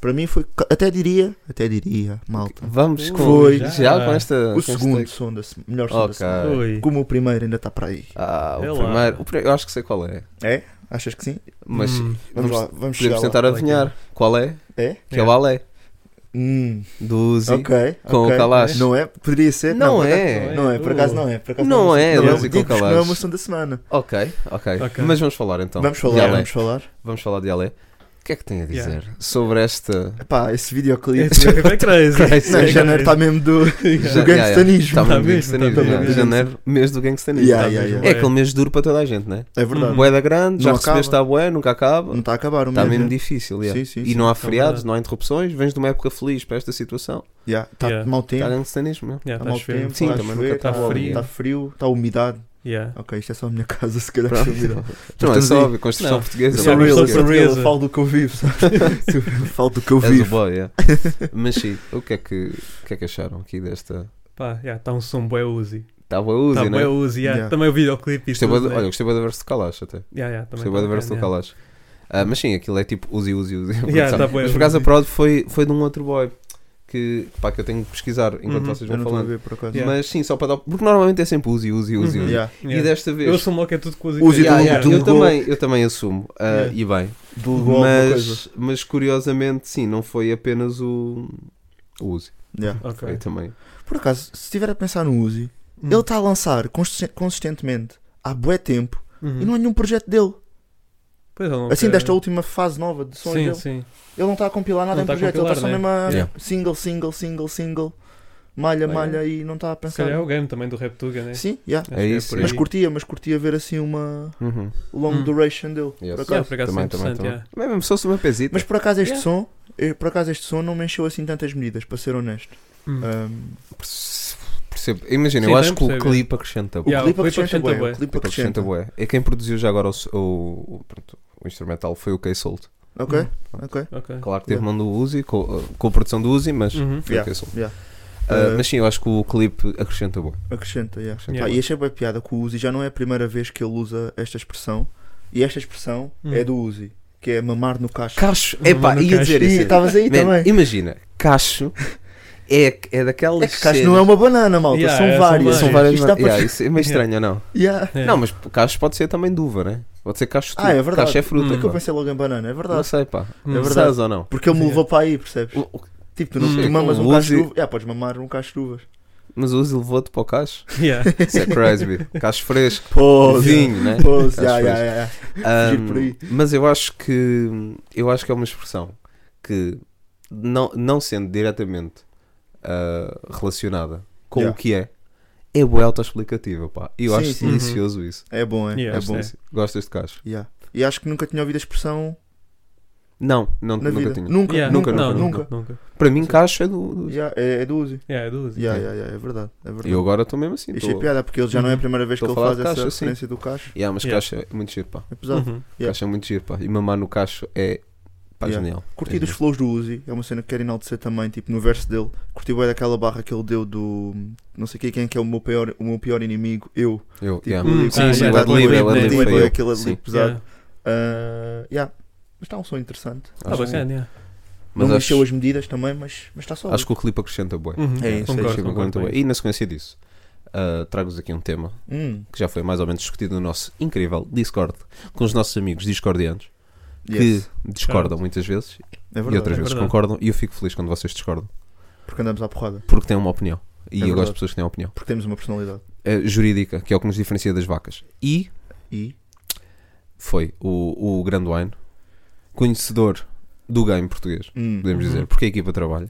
[SPEAKER 6] Para mim foi. Até diria. Até diria, malta.
[SPEAKER 7] Vamos com,
[SPEAKER 6] Foi.
[SPEAKER 7] já,
[SPEAKER 8] Já.
[SPEAKER 7] com esta. com
[SPEAKER 6] O
[SPEAKER 7] este-
[SPEAKER 6] segundo som da se- melhor som da
[SPEAKER 7] Ok.
[SPEAKER 6] semana. Como o primeiro ainda está para aí.
[SPEAKER 7] Ah,
[SPEAKER 8] É
[SPEAKER 7] o
[SPEAKER 8] lá.
[SPEAKER 7] primeiro. o pri- Eu acho que sei qual é.
[SPEAKER 6] Achas que sim?
[SPEAKER 7] Mas
[SPEAKER 8] Hum.
[SPEAKER 7] vamos,
[SPEAKER 6] Vamos, lá, vamos chegar
[SPEAKER 7] podemos
[SPEAKER 6] lá.
[SPEAKER 7] tentar
[SPEAKER 8] Qual é que
[SPEAKER 7] adivinhar qual é.
[SPEAKER 6] É?
[SPEAKER 7] Que é o Alé.
[SPEAKER 6] Hum,
[SPEAKER 7] Do Uzi.
[SPEAKER 6] ok.
[SPEAKER 7] Com
[SPEAKER 6] ok.
[SPEAKER 7] o Kalash.
[SPEAKER 6] Não é? Poderia ser?
[SPEAKER 7] Não
[SPEAKER 6] por
[SPEAKER 7] é.
[SPEAKER 6] acaso- Não é, por
[SPEAKER 8] Uh.
[SPEAKER 6] acaso não é. Por acaso
[SPEAKER 7] Não
[SPEAKER 6] não
[SPEAKER 7] é,
[SPEAKER 6] Não,
[SPEAKER 7] Lázaro com
[SPEAKER 6] digo-vos que não é
[SPEAKER 7] Kalash.
[SPEAKER 6] uma som da semana.
[SPEAKER 7] Ok, ok,
[SPEAKER 8] Ok.
[SPEAKER 7] Mas vamos falar então.
[SPEAKER 6] vamos
[SPEAKER 7] de
[SPEAKER 6] falar,
[SPEAKER 7] Alé.
[SPEAKER 6] vamos falar.
[SPEAKER 7] Vamos falar de Alé. O que é que tem a dizer
[SPEAKER 8] Yeah.
[SPEAKER 7] sobre esta.
[SPEAKER 6] Pá, esse videoclipe.
[SPEAKER 8] É crazy.
[SPEAKER 6] Não, janeiro
[SPEAKER 7] tá
[SPEAKER 6] está mesmo do, do gangstanismo.
[SPEAKER 7] Está
[SPEAKER 8] Tá mesmo,
[SPEAKER 7] gangstanismo.
[SPEAKER 8] tá mesmo.
[SPEAKER 7] yeah. Janeiro, mês é do gangstanismo.
[SPEAKER 6] Yeah,
[SPEAKER 8] Tá
[SPEAKER 6] yeah,
[SPEAKER 8] mesmo.
[SPEAKER 6] yeah.
[SPEAKER 7] É aquele mês duro para toda a gente, né?
[SPEAKER 6] É verdade.
[SPEAKER 7] Boé da grande, já
[SPEAKER 6] Não
[SPEAKER 7] recebeste a boé, nunca acaba.
[SPEAKER 6] Não está a acabar o
[SPEAKER 7] Está
[SPEAKER 6] mês,
[SPEAKER 7] Tá mesmo
[SPEAKER 6] né?
[SPEAKER 7] difícil, yeah.
[SPEAKER 6] Sim, sim,
[SPEAKER 7] E
[SPEAKER 6] sim.
[SPEAKER 7] não há
[SPEAKER 8] Então,
[SPEAKER 7] feriados,
[SPEAKER 8] verdade.
[SPEAKER 7] não há interrupções, vens de uma época feliz para esta situação.
[SPEAKER 6] Yeah, Está
[SPEAKER 8] Yeah.
[SPEAKER 6] tá mau tempo.
[SPEAKER 7] Está gangstanismo, meu.
[SPEAKER 8] Yeah,
[SPEAKER 6] Está
[SPEAKER 8] tá
[SPEAKER 6] mau
[SPEAKER 8] cheio.
[SPEAKER 6] tempo,
[SPEAKER 7] Sim,
[SPEAKER 6] está a
[SPEAKER 7] também
[SPEAKER 6] chover,
[SPEAKER 7] nunca
[SPEAKER 6] está
[SPEAKER 8] tá
[SPEAKER 6] frio,
[SPEAKER 8] frio.
[SPEAKER 6] está umidade.
[SPEAKER 8] Yeah.
[SPEAKER 6] Ok, isto é só a minha casa, se calhar
[SPEAKER 7] Pronto.
[SPEAKER 6] tem umidade.
[SPEAKER 7] Não, é
[SPEAKER 6] Estamos
[SPEAKER 7] só
[SPEAKER 6] aí.
[SPEAKER 7] óbvio, construção
[SPEAKER 8] Então Não.
[SPEAKER 7] portuguesa. é
[SPEAKER 6] Eu
[SPEAKER 7] mano.
[SPEAKER 8] sou real,
[SPEAKER 6] sou real,
[SPEAKER 8] eu sou real.
[SPEAKER 6] eu falo do que eu vivo, sabes? Eu falo do que eu
[SPEAKER 7] És o
[SPEAKER 6] vivo.
[SPEAKER 7] boy, yeah. Mas sim, o que é que, o que é que acharam aqui desta.
[SPEAKER 8] Pá, yeah, tá um som bué Uzi.
[SPEAKER 7] Estava a Uzi,
[SPEAKER 8] Tá
[SPEAKER 7] né?
[SPEAKER 8] bué Uzi, yeah.
[SPEAKER 6] Yeah.
[SPEAKER 8] Também o videoclipe e
[SPEAKER 7] Gostei é bué
[SPEAKER 8] tudo.
[SPEAKER 7] do-
[SPEAKER 8] né?
[SPEAKER 7] Olha, gostei bué do verso do Kalash até.
[SPEAKER 8] Yeah, yeah, também
[SPEAKER 7] Gostei bué
[SPEAKER 8] tá
[SPEAKER 7] do verso do
[SPEAKER 8] bacana, yeah.
[SPEAKER 7] Kalash. Ah, mas sim, aquilo é tipo Uzi, Uzi, Uzi.
[SPEAKER 8] Yeah, tá bué
[SPEAKER 7] mas
[SPEAKER 8] Uzi.
[SPEAKER 7] por acaso a prod foi, foi de um outro boy. que, pá, que eu tenho que pesquisar enquanto
[SPEAKER 8] Uhum,
[SPEAKER 7] vocês vão
[SPEAKER 6] Eu não estou a
[SPEAKER 7] falando.
[SPEAKER 6] ver por acaso.
[SPEAKER 8] Yeah.
[SPEAKER 7] Mas sim, só para dar. Porque normalmente é sempre use, use, use,
[SPEAKER 8] Uhum.
[SPEAKER 7] use.
[SPEAKER 6] Yeah.
[SPEAKER 7] E
[SPEAKER 8] Yeah.
[SPEAKER 7] desta vez.
[SPEAKER 8] Eu assumo logo que é tudo coisa.
[SPEAKER 6] Usa e
[SPEAKER 7] Yeah,
[SPEAKER 6] do-
[SPEAKER 7] yeah,
[SPEAKER 6] do-
[SPEAKER 7] eu,
[SPEAKER 6] do-
[SPEAKER 7] também, eu também assumo. ah,
[SPEAKER 6] Yeah.
[SPEAKER 7] E bem.
[SPEAKER 6] Delegou alguma coisa.
[SPEAKER 7] Mas, mas curiosamente, sim, não foi apenas o. O Uzi.
[SPEAKER 6] Yeah.
[SPEAKER 8] Ok.
[SPEAKER 7] Foi também.
[SPEAKER 6] Por acaso, se estiver a pensar no Uzi,
[SPEAKER 8] Hum.
[SPEAKER 6] ele tá- está a lançar consis- consistentemente há bué tempo
[SPEAKER 8] Uhum.
[SPEAKER 6] e não há nenhum projeto dele.
[SPEAKER 8] Pois eu não
[SPEAKER 6] Assim,
[SPEAKER 8] quero-
[SPEAKER 6] desta última fase nova de sons
[SPEAKER 8] Sim,
[SPEAKER 6] dele,
[SPEAKER 8] sim.
[SPEAKER 6] ele não está a compilar nada
[SPEAKER 8] Não
[SPEAKER 6] em
[SPEAKER 8] tá a
[SPEAKER 6] projeto, ele está só
[SPEAKER 8] compilar,
[SPEAKER 6] mesmo a
[SPEAKER 7] Yeah.
[SPEAKER 6] single, single, single, single, malha,
[SPEAKER 7] Olha.
[SPEAKER 6] malha e não está a
[SPEAKER 8] Se calhar é
[SPEAKER 6] pensar.
[SPEAKER 8] o game também do Reptuga, né?
[SPEAKER 6] Sim, yeah.
[SPEAKER 8] Acho
[SPEAKER 7] É
[SPEAKER 8] que
[SPEAKER 7] isso,
[SPEAKER 8] por
[SPEAKER 7] é.
[SPEAKER 6] mas
[SPEAKER 8] aí.
[SPEAKER 6] curtia, mas curtia ver assim uma
[SPEAKER 7] Uhum.
[SPEAKER 6] long
[SPEAKER 8] Hum.
[SPEAKER 6] duration dele.
[SPEAKER 7] Yes.
[SPEAKER 6] Por acaso.
[SPEAKER 8] Yeah, por acaso é interessante, yeah.
[SPEAKER 7] Mas mesmo se fosse uma pezita.
[SPEAKER 6] Mas por acaso este
[SPEAKER 8] Yeah.
[SPEAKER 6] som, eh, por acaso este som não me encheu assim tantas medidas, para ser honesto.
[SPEAKER 8] Hum.
[SPEAKER 6] Um,
[SPEAKER 7] Percebo. Imagina,
[SPEAKER 8] Sim,
[SPEAKER 7] eu
[SPEAKER 8] também
[SPEAKER 7] acho que o
[SPEAKER 8] percebo,
[SPEAKER 7] clipe acrescenta.
[SPEAKER 6] o
[SPEAKER 7] bué.
[SPEAKER 8] Yeah,
[SPEAKER 6] clipe
[SPEAKER 8] o clipe
[SPEAKER 6] acrescenta
[SPEAKER 8] acrescenta
[SPEAKER 6] bué,
[SPEAKER 8] bué.
[SPEAKER 6] o clipe
[SPEAKER 7] acrescenta
[SPEAKER 6] acrescenta.
[SPEAKER 7] bué. É quem produziu já agora o, s- o, o- pronto, o instrumental foi o K-Sold.
[SPEAKER 6] Ok,
[SPEAKER 8] Hum.
[SPEAKER 6] ok.
[SPEAKER 8] Ok.
[SPEAKER 7] Claro que teve mão do Uzi, com, com a produção do Uzi, mas
[SPEAKER 8] Uhum.
[SPEAKER 7] foi
[SPEAKER 6] Yeah,
[SPEAKER 7] o K-Sold.
[SPEAKER 6] yeah.
[SPEAKER 7] Ah,
[SPEAKER 6] Uh,
[SPEAKER 7] mas sim, eu acho que o clipe acrescenta bué.
[SPEAKER 6] Acrescenta, yeah.
[SPEAKER 7] Acrescenta
[SPEAKER 8] Yeah.
[SPEAKER 6] Pá, e achei bem piada que o Uzi já não é a primeira vez que ele usa esta expressão. E esta expressão
[SPEAKER 8] Hum.
[SPEAKER 6] é do Uzi, que é mamar no cacho.
[SPEAKER 7] Cacho,
[SPEAKER 8] Não,
[SPEAKER 7] epá,
[SPEAKER 8] não
[SPEAKER 7] ia
[SPEAKER 8] Uhum, cacho. tá
[SPEAKER 7] dizer
[SPEAKER 6] E
[SPEAKER 7] isso.
[SPEAKER 6] estavas aí
[SPEAKER 7] Man,
[SPEAKER 6] também.
[SPEAKER 7] imagina, cacho é, é daquelas.
[SPEAKER 6] É que cacho não é uma banana, malta.
[SPEAKER 8] Yeah,
[SPEAKER 6] são
[SPEAKER 8] é, são
[SPEAKER 6] várias.
[SPEAKER 8] várias.
[SPEAKER 7] São várias.
[SPEAKER 6] Isto dá para-
[SPEAKER 7] Yeah, isso é meio estranho, ou não?
[SPEAKER 6] Yeah.
[SPEAKER 8] É.
[SPEAKER 7] Não, mas cacho pode ser também de uva, né? Pode ser cacho de
[SPEAKER 6] Ah, é verdade.
[SPEAKER 7] Cacho é fruta.
[SPEAKER 8] Hum.
[SPEAKER 6] Por que eu
[SPEAKER 7] pá.
[SPEAKER 6] pensei logo em banana? É
[SPEAKER 7] não
[SPEAKER 6] verdade.
[SPEAKER 7] sei, pá.
[SPEAKER 8] Hum.
[SPEAKER 6] É verdade.
[SPEAKER 7] Sabes ou não?
[SPEAKER 6] Porque ele me
[SPEAKER 8] Sim.
[SPEAKER 6] levou para aí, percebes?
[SPEAKER 7] O- o-
[SPEAKER 6] Tipo, tu, não,
[SPEAKER 8] Sim,
[SPEAKER 6] tu mamas
[SPEAKER 7] com
[SPEAKER 6] um
[SPEAKER 7] Hum. o
[SPEAKER 6] cacho de
[SPEAKER 7] Uzi-
[SPEAKER 6] uva. Yeah, podes mamar um cacho de uvas.
[SPEAKER 7] Mas o Uzi levou-te para o cacho.
[SPEAKER 8] Yeah.
[SPEAKER 7] Isso é crazy, bi. Cacho fresco,
[SPEAKER 6] Pose.
[SPEAKER 7] vinho, né?
[SPEAKER 6] Pose.
[SPEAKER 7] Cacho
[SPEAKER 6] Yeah,
[SPEAKER 7] fresco.
[SPEAKER 6] yeah, yeah. Fugir por aí.
[SPEAKER 7] Mas eu acho que eu acho que é uma expressão que não, não sendo diretamente ah, relacionada com
[SPEAKER 6] Yeah.
[SPEAKER 7] o que é, é boa autoexplicativa, pá. E eu
[SPEAKER 6] Sim,
[SPEAKER 7] acho
[SPEAKER 6] sim.
[SPEAKER 7] delicioso isso.
[SPEAKER 6] É bom, é?
[SPEAKER 8] Yeah.
[SPEAKER 7] É
[SPEAKER 8] Acho
[SPEAKER 7] bom.
[SPEAKER 8] que
[SPEAKER 7] isso. Gostas de cacho?
[SPEAKER 6] Yeah. E acho que nunca tinha ouvido a expressão
[SPEAKER 7] Não, não
[SPEAKER 6] na
[SPEAKER 7] nunca
[SPEAKER 6] vida.
[SPEAKER 7] tinha.
[SPEAKER 6] Nunca,
[SPEAKER 8] Yeah.
[SPEAKER 6] nunca,
[SPEAKER 8] Não,
[SPEAKER 6] nunca, nunca.
[SPEAKER 8] nunca.
[SPEAKER 7] Para mim, cacho é do. do-
[SPEAKER 6] Yeah, é, é do Uzi.
[SPEAKER 8] Yeah, é duas.
[SPEAKER 6] Yeah, yeah, yeah, é verdade. É verdade.
[SPEAKER 7] Eu agora estou mesmo assim.
[SPEAKER 6] Achei
[SPEAKER 7] estou-
[SPEAKER 6] piada porque ele já não é a primeira vez que
[SPEAKER 7] Tô
[SPEAKER 6] ele
[SPEAKER 7] a falar
[SPEAKER 6] faz
[SPEAKER 7] de
[SPEAKER 6] essa
[SPEAKER 7] caixa, sim.
[SPEAKER 6] referência do caixa.
[SPEAKER 7] Yeah, mas
[SPEAKER 8] Yeah.
[SPEAKER 7] cacho é muito giro, pá.
[SPEAKER 6] Apesar de
[SPEAKER 8] Uhum.
[SPEAKER 6] Yeah.
[SPEAKER 7] Cacho é muito giro, pá. E mamar no cacho é. pá,
[SPEAKER 6] Yeah.
[SPEAKER 7] genial.
[SPEAKER 6] curti
[SPEAKER 7] É
[SPEAKER 6] dos
[SPEAKER 7] genial.
[SPEAKER 6] flows do Uzi, é uma cena que quero enaltecer também, tipo no verso dele. Curti bem daquela barra que ele deu do não sei quem, quem é que é o meu pior, o meu pior inimigo, eu.
[SPEAKER 7] Eu,
[SPEAKER 6] Tipo,
[SPEAKER 7] yeah.
[SPEAKER 8] Hum,
[SPEAKER 6] eu-
[SPEAKER 8] sim,
[SPEAKER 6] eu-
[SPEAKER 8] sim,
[SPEAKER 6] eu-
[SPEAKER 8] o adlib,
[SPEAKER 6] eu-
[SPEAKER 8] o adlib
[SPEAKER 6] eu-
[SPEAKER 8] foi
[SPEAKER 6] eu-
[SPEAKER 7] ele.
[SPEAKER 6] aquele
[SPEAKER 7] Sim.
[SPEAKER 6] adlib pesado.
[SPEAKER 8] Yeah.
[SPEAKER 6] Ah, yeah. Mas está um som interessante.
[SPEAKER 8] Tá
[SPEAKER 7] Acho que-
[SPEAKER 8] bacana, yeah.
[SPEAKER 7] Mas
[SPEAKER 6] não
[SPEAKER 7] acho,
[SPEAKER 6] mexeu as medidas também, mas mas tá está só.
[SPEAKER 7] acho que o clipe acrescenta bué.
[SPEAKER 8] Uhum.
[SPEAKER 6] É
[SPEAKER 7] Sim,
[SPEAKER 6] isso, Concordo,
[SPEAKER 7] sim,
[SPEAKER 8] concordo,
[SPEAKER 7] concordo
[SPEAKER 8] concordo.
[SPEAKER 7] bem. E na sequência disso, ah, trago-vos aqui um tema
[SPEAKER 6] Hum,
[SPEAKER 7] que já foi mais ou menos discutido no nosso incrível Discord com os nossos amigos discordianos
[SPEAKER 6] yes,
[SPEAKER 7] que discordam muitas vezes
[SPEAKER 6] é
[SPEAKER 7] e outras
[SPEAKER 6] verdade.
[SPEAKER 8] é
[SPEAKER 7] vezes
[SPEAKER 8] verdade.
[SPEAKER 7] concordam. E eu fico feliz quando vocês discordam
[SPEAKER 6] Porque andamos à porrada,
[SPEAKER 7] porque têm uma opinião. E eu gosto
[SPEAKER 6] É verdade.
[SPEAKER 7] de pessoas que têm opinião
[SPEAKER 6] porque temos uma personalidade.
[SPEAKER 7] Ah, jurídica, que é o que nos diferencia das vacas. E
[SPEAKER 6] E
[SPEAKER 7] foi o, o Grand Wine, conhecedor do game português,
[SPEAKER 6] hum,
[SPEAKER 7] podemos
[SPEAKER 8] Uhum.
[SPEAKER 7] dizer, porque a equipa trabalha.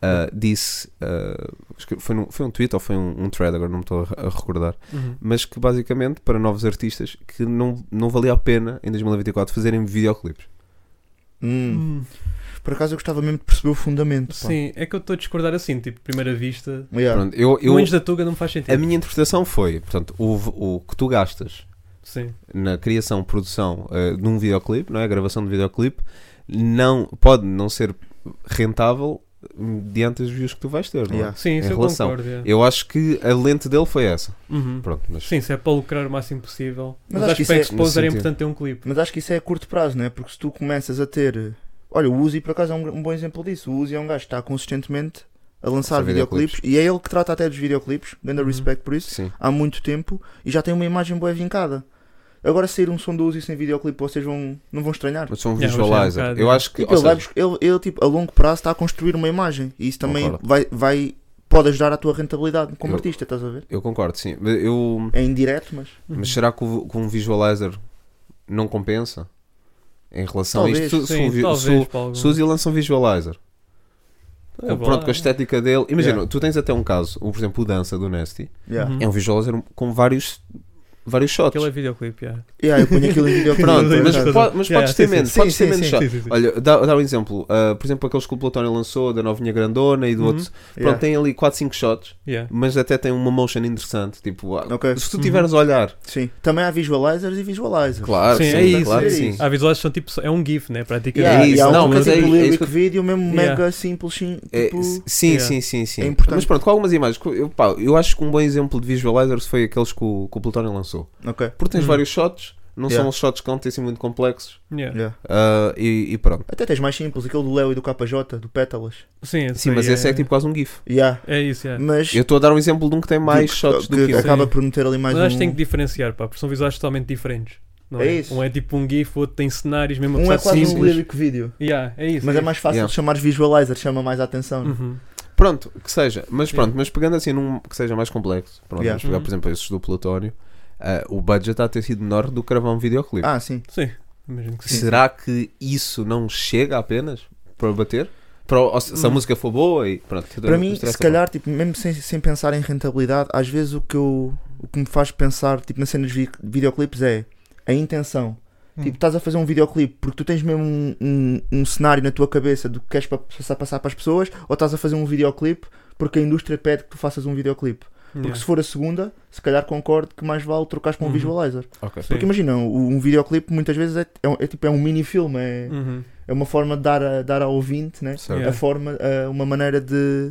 [SPEAKER 7] ah, disse, ah, acho que foi, num, foi um tweet ou foi um, um thread, agora não me estou a- a recordar.
[SPEAKER 8] Uhum.
[SPEAKER 7] mas que basicamente para novos artistas que não, não valia a pena em 2024 fazerem videoclipes.
[SPEAKER 6] hum.
[SPEAKER 8] Hum.
[SPEAKER 6] Por acaso eu gostava mesmo de perceber o fundamento. pá.
[SPEAKER 8] Sim, é que eu estou a discordar assim, tipo, primeira vista.
[SPEAKER 6] Yeah.
[SPEAKER 7] Pronto, eu,
[SPEAKER 8] Eu...
[SPEAKER 7] eu,
[SPEAKER 8] Mães da Tuga não me faz sentido.
[SPEAKER 7] a minha interpretação foi, portanto, o, v- o que tu gastas
[SPEAKER 8] Sim.
[SPEAKER 7] na criação, produção eh, de um videoclipe, não é? A gravação de um videoclipe, não, pode não ser rentável hum, diante das views que tu vais ter, não é?
[SPEAKER 6] Yeah.
[SPEAKER 8] Sim, isso eu
[SPEAKER 7] relação.
[SPEAKER 8] concordo. yeah.
[SPEAKER 7] Eu acho que a lente dele foi essa.
[SPEAKER 8] Uhum.
[SPEAKER 7] Pronto, mas
[SPEAKER 8] Sim, se é para lucrar o máximo possível.
[SPEAKER 6] Mas
[SPEAKER 8] Mas,
[SPEAKER 6] acho
[SPEAKER 8] acho
[SPEAKER 6] que isso
[SPEAKER 8] aspectos
[SPEAKER 6] é-
[SPEAKER 8] de pose era
[SPEAKER 7] nesse
[SPEAKER 8] importante ter um clipe.
[SPEAKER 6] Mas acho que isso é a curto prazo, não é? Porque se tu começas a ter. eh, Olha, o Uzi por acaso é um, um bom exemplo disso. O Uzi é um gajo que está consistentemente a lançar
[SPEAKER 7] Lançar
[SPEAKER 6] videoclipes e é ele que trata até dos videoclipes, dando
[SPEAKER 8] Uhum.
[SPEAKER 6] respeito por isso,
[SPEAKER 7] sim.
[SPEAKER 6] há muito tempo e já tem uma imagem boa vincada. Agora sair um som do Uzi sem videoclipe, vocês vão, não vão estranhar.
[SPEAKER 7] Mas são um
[SPEAKER 8] Yeah, mas é um
[SPEAKER 7] visualizer.
[SPEAKER 8] bocado,
[SPEAKER 7] eu
[SPEAKER 8] yeah.
[SPEAKER 7] acho que.
[SPEAKER 6] Tipo,
[SPEAKER 7] ou
[SPEAKER 6] ele, vai,
[SPEAKER 7] seja,
[SPEAKER 6] buscar- ele, ele, tipo, a longo prazo está a construir uma imagem e isso também
[SPEAKER 7] Concordo.
[SPEAKER 6] vai, vai podajudar a tua rentabilidade como
[SPEAKER 7] Eu-
[SPEAKER 6] artista, estás a ver?
[SPEAKER 7] eu concordo, sim. Eu,
[SPEAKER 6] É indireto, mas.
[SPEAKER 7] Mas será que o- que um visualizer não compensa? Em relação a
[SPEAKER 6] Talvez,
[SPEAKER 7] isto, se, se,
[SPEAKER 8] Sim,
[SPEAKER 7] um vi-
[SPEAKER 8] talvez,
[SPEAKER 7] se o-
[SPEAKER 8] para algum-
[SPEAKER 7] se o Uzi lança um visualizer,
[SPEAKER 8] Ah,
[SPEAKER 7] ah,
[SPEAKER 8] vá
[SPEAKER 7] pronto,
[SPEAKER 8] lá.
[SPEAKER 7] com a estética dele. Imagina,
[SPEAKER 6] Yeah.
[SPEAKER 7] tu tens até um caso, o, por exemplo, o Dança do Nasty,
[SPEAKER 6] Yeah.
[SPEAKER 8] Uhum.
[SPEAKER 7] é um visualizer com vários, vários shots.
[SPEAKER 8] Aquele é videoclipe, yeah.
[SPEAKER 6] Yeah, eu ponho aquilo em videoclipe.
[SPEAKER 7] Pronto,
[SPEAKER 8] Sim,
[SPEAKER 7] mas, po-
[SPEAKER 8] sim, sim.
[SPEAKER 7] mas
[SPEAKER 8] Yeah,
[SPEAKER 7] podes ter
[SPEAKER 8] sim, sim.
[SPEAKER 7] menos,
[SPEAKER 6] Sim,
[SPEAKER 7] podes ter
[SPEAKER 6] sim,
[SPEAKER 7] menos
[SPEAKER 6] sim,
[SPEAKER 7] shots.
[SPEAKER 8] sim, sim.
[SPEAKER 7] Olha, dá, dá um exemplo, ah, por exemplo, aqueles que o Plutónio lançou, da Novinha Grandona
[SPEAKER 8] Uhum.
[SPEAKER 7] e do outro. Pronto,
[SPEAKER 6] Yeah.
[SPEAKER 7] tem ali 4, 5 shots,
[SPEAKER 8] Yeah.
[SPEAKER 7] mas até tem uma motion interessante. Tipo, ah,
[SPEAKER 6] Ok.
[SPEAKER 7] se tu tiveres a olhar,
[SPEAKER 6] Sim. Também há visualizers e visualizers.
[SPEAKER 7] claro,
[SPEAKER 8] Uhum. Sim,
[SPEAKER 7] sim,
[SPEAKER 8] é isso,
[SPEAKER 7] claro
[SPEAKER 6] é
[SPEAKER 7] que sim.
[SPEAKER 6] isso.
[SPEAKER 8] Há visuais que são tipo. É um GIF, né? Praticamente.
[SPEAKER 7] Yeah,
[SPEAKER 6] e
[SPEAKER 7] isso,
[SPEAKER 6] há um
[SPEAKER 7] não,
[SPEAKER 6] que é
[SPEAKER 7] mas
[SPEAKER 6] tipo
[SPEAKER 7] é- é isso
[SPEAKER 6] lyric
[SPEAKER 7] que eu-
[SPEAKER 6] vídeo mesmo
[SPEAKER 8] Yeah.
[SPEAKER 6] mega simples, sim,
[SPEAKER 7] É,
[SPEAKER 6] tipo...
[SPEAKER 7] s- sim,
[SPEAKER 8] yeah.
[SPEAKER 7] sim, sim, sim.
[SPEAKER 6] É importante.
[SPEAKER 7] Mas pronto, com algumas imagens. co- Eu, pá, eu acho que um bom exemplo de visualizers foi aqueles que o, que o Plutónio lançou.
[SPEAKER 6] Ok.
[SPEAKER 7] Porque tens
[SPEAKER 8] Hum.
[SPEAKER 7] vários shots, Não
[SPEAKER 6] Yeah.
[SPEAKER 7] são os shots que ontem assim muito complexos.
[SPEAKER 8] Yeah.
[SPEAKER 6] Yeah.
[SPEAKER 7] Ah, e, e pronto.
[SPEAKER 6] Até tens mais simples, aquele do Leo e do KJ, do Pétalas.
[SPEAKER 8] Sim, esse
[SPEAKER 7] Sim, mas
[SPEAKER 8] aí
[SPEAKER 7] esse é tipo quase um GIF.
[SPEAKER 6] Yeah.
[SPEAKER 8] É isso, é.
[SPEAKER 6] Mas
[SPEAKER 7] Eu estou a dar um exemplo de um que tem mais
[SPEAKER 6] que-
[SPEAKER 7] shots do
[SPEAKER 6] que
[SPEAKER 7] que um. o outro.
[SPEAKER 6] acaba
[SPEAKER 8] Sim.
[SPEAKER 6] por meter ali mais
[SPEAKER 8] Mas acho
[SPEAKER 6] um.
[SPEAKER 8] que tem que diferenciar, pá, porque são visuais totalmente diferentes. não
[SPEAKER 6] É
[SPEAKER 8] é?
[SPEAKER 6] isso.
[SPEAKER 8] Um é tipo um GIF, o outro tem cenários, mesmo
[SPEAKER 6] um é
[SPEAKER 8] apesar de
[SPEAKER 6] quase
[SPEAKER 8] simples.
[SPEAKER 6] um lyric video.
[SPEAKER 8] Yeah, é isso.
[SPEAKER 6] Mas é
[SPEAKER 8] isso.
[SPEAKER 6] mais fácil
[SPEAKER 7] Yeah.
[SPEAKER 6] de chamar visualizer, chama mais a atenção.
[SPEAKER 8] Uhum.
[SPEAKER 7] Pronto, que seja. Mas
[SPEAKER 8] Sim.
[SPEAKER 7] pronto, mas pegando assim num que seja mais complexo. Pronto,
[SPEAKER 6] Yeah.
[SPEAKER 7] vamos pegar, por
[SPEAKER 8] Uhum.
[SPEAKER 7] exemplo, esses do Plutónio. ah, o budget está a ter sido menor do que gravar um videoclipe.
[SPEAKER 6] Ah, sim.
[SPEAKER 8] Sim, imagino que sim.
[SPEAKER 7] Será que isso não chega apenas para bater? Para, o- ou se se a
[SPEAKER 8] Hum.
[SPEAKER 7] música for boa e pronto. tudo-
[SPEAKER 6] Para mim,
[SPEAKER 7] tudo
[SPEAKER 6] se
[SPEAKER 7] interessa,
[SPEAKER 6] calhar, tipo, mesmo sem, sem pensar em rentabilidade, às vezes o que, eu, o que me faz pensar tipo, na cena dos vi- videoclipes é a intenção.
[SPEAKER 8] Hum.
[SPEAKER 6] Tipo, estás a fazer um videoclipe porque tu tens mesmo um, um, um cenário na tua cabeça do que queres pa- passar, passar para as pessoas ou estás a fazer um videoclipe porque a indústria pede que tu faças um videoclipe. Porque
[SPEAKER 8] Yeah.
[SPEAKER 6] se for a segunda, se calhar concordo que mais vale trocares para um
[SPEAKER 8] Uhum.
[SPEAKER 6] visualizer.
[SPEAKER 7] pá. Ok.
[SPEAKER 8] Sim.
[SPEAKER 6] Porque imagina, o- um videoclipe muitas vezes é, é, um- é tipo é um mini-filme, é,
[SPEAKER 8] Uhum.
[SPEAKER 6] é uma forma de dar, a, dar ao ouvinte né?
[SPEAKER 7] Certo.
[SPEAKER 8] Yeah.
[SPEAKER 6] a forma, a- uma maneira de.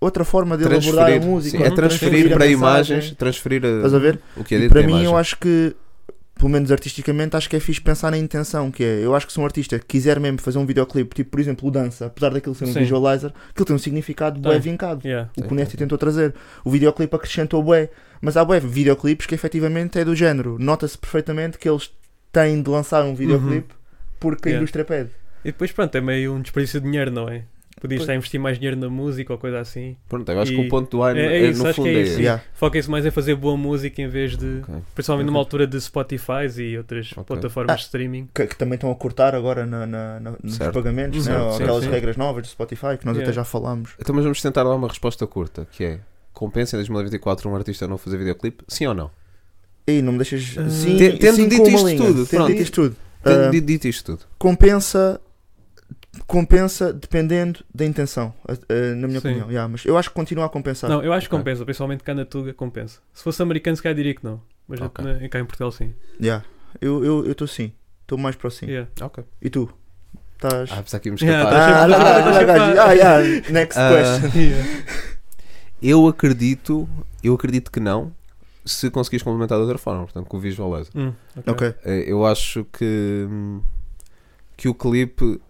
[SPEAKER 6] outra forma de ele abordar a
[SPEAKER 7] Transferir,
[SPEAKER 6] música.
[SPEAKER 7] sim, é
[SPEAKER 8] Uhum.
[SPEAKER 7] transferir
[SPEAKER 6] transferir a
[SPEAKER 7] para
[SPEAKER 6] mensagem.
[SPEAKER 7] imagens, transferir a-
[SPEAKER 6] Estás a ver?
[SPEAKER 7] o que é
[SPEAKER 6] E
[SPEAKER 7] dito
[SPEAKER 6] para
[SPEAKER 7] na
[SPEAKER 6] mim, eu
[SPEAKER 7] imagem.
[SPEAKER 6] acho que, pelo menos artisticamente, acho que é fixe pensar na intenção. que é, Eu acho que se um artista quiser mesmo fazer um videoclipe, tipo, por exemplo, o Dança, apesar daquilo ser um
[SPEAKER 8] Sim.
[SPEAKER 6] visualizer, aquilo tem um significado
[SPEAKER 8] Tem.
[SPEAKER 6] bem vincado.
[SPEAKER 8] Yeah.
[SPEAKER 6] O
[SPEAKER 7] Sim,
[SPEAKER 6] que o Nesti tentou trazer. O videoclipe acrescentou bué. Mas há bué videoclipes que efetivamente é do género. Nota-se perfeitamente que eles têm de lançar um videoclipe porque a
[SPEAKER 8] Uhum. Yeah.
[SPEAKER 6] indústria pede.
[SPEAKER 8] E depois, pronto, é meio um desperdício de dinheiro, não é? Podias
[SPEAKER 6] Pois.
[SPEAKER 8] estar a investir mais dinheiro na música ou coisa assim.
[SPEAKER 7] Pronto, eu acho que
[SPEAKER 8] E-
[SPEAKER 7] o ponto do Iron
[SPEAKER 8] é- é
[SPEAKER 7] é,
[SPEAKER 8] isso,
[SPEAKER 7] no
[SPEAKER 8] acho que
[SPEAKER 7] fundo é
[SPEAKER 8] é isso.
[SPEAKER 7] esse.
[SPEAKER 6] Yeah.
[SPEAKER 8] Foca-se mais em fazer boa música em vez de.
[SPEAKER 7] Ok.
[SPEAKER 8] Principalmente numa altura de Spotify e outras
[SPEAKER 7] Ok.
[SPEAKER 8] plataformas
[SPEAKER 6] Ah.
[SPEAKER 8] de streaming.
[SPEAKER 6] Que, que também estão a cortar agora na, na- na- nos
[SPEAKER 7] Certo.
[SPEAKER 6] pagamentos,
[SPEAKER 8] Certo,
[SPEAKER 6] né?
[SPEAKER 8] sim,
[SPEAKER 6] aquelas
[SPEAKER 8] sim.
[SPEAKER 6] regras novas do Spotify que nós até
[SPEAKER 8] Yeah.
[SPEAKER 6] já falámos.
[SPEAKER 7] Então, mas vamos tentar dar uma resposta curta, que é compensa em 2024 um artista não fazer videoclipe? Sim ou não?
[SPEAKER 6] E não me deixas.
[SPEAKER 8] Ah.
[SPEAKER 6] sim,
[SPEAKER 7] Te- tendo
[SPEAKER 6] sim,
[SPEAKER 7] dito
[SPEAKER 6] com uma
[SPEAKER 7] isto
[SPEAKER 6] linha.
[SPEAKER 7] tudo,
[SPEAKER 6] tendo
[SPEAKER 7] pronto.
[SPEAKER 6] dito isto tudo.
[SPEAKER 7] Tendo
[SPEAKER 6] Ah,
[SPEAKER 7] di- dito isto tudo.
[SPEAKER 6] compensa compensa dependendo da intenção, ah, ah, na minha
[SPEAKER 8] Sim.
[SPEAKER 6] opinião. Yeah, mas eu acho que continua a compensar.
[SPEAKER 8] Não, eu acho que
[SPEAKER 7] Ok.
[SPEAKER 8] compensa, principalmente cá na Tuga, compensa. Se fosse americano, se calhar diria que não. Mas na-
[SPEAKER 7] Ok.
[SPEAKER 8] na- cá em Portugal, sim.
[SPEAKER 6] Yeah. Eu estou eu, tô sim, estou mais para o sim.
[SPEAKER 8] Yeah.
[SPEAKER 7] Ok.
[SPEAKER 6] E tu? Estás.
[SPEAKER 7] Ah, apesar que íamos
[SPEAKER 8] Yeah,
[SPEAKER 7] escapar.
[SPEAKER 6] Ah,
[SPEAKER 8] tá
[SPEAKER 6] lá, lá,
[SPEAKER 8] chapado,
[SPEAKER 6] lá,
[SPEAKER 8] tá
[SPEAKER 6] gajo.
[SPEAKER 8] chapado.
[SPEAKER 6] Ah, yeah, Next
[SPEAKER 7] Ah.
[SPEAKER 6] question.
[SPEAKER 8] Yeah.
[SPEAKER 7] Eu acredito, eu acredito que não, se conseguires complementar de outra forma, portanto, com o visualizer.
[SPEAKER 8] Hum,
[SPEAKER 6] Ok.
[SPEAKER 7] Eh, Eu acho que hum, que o clipe,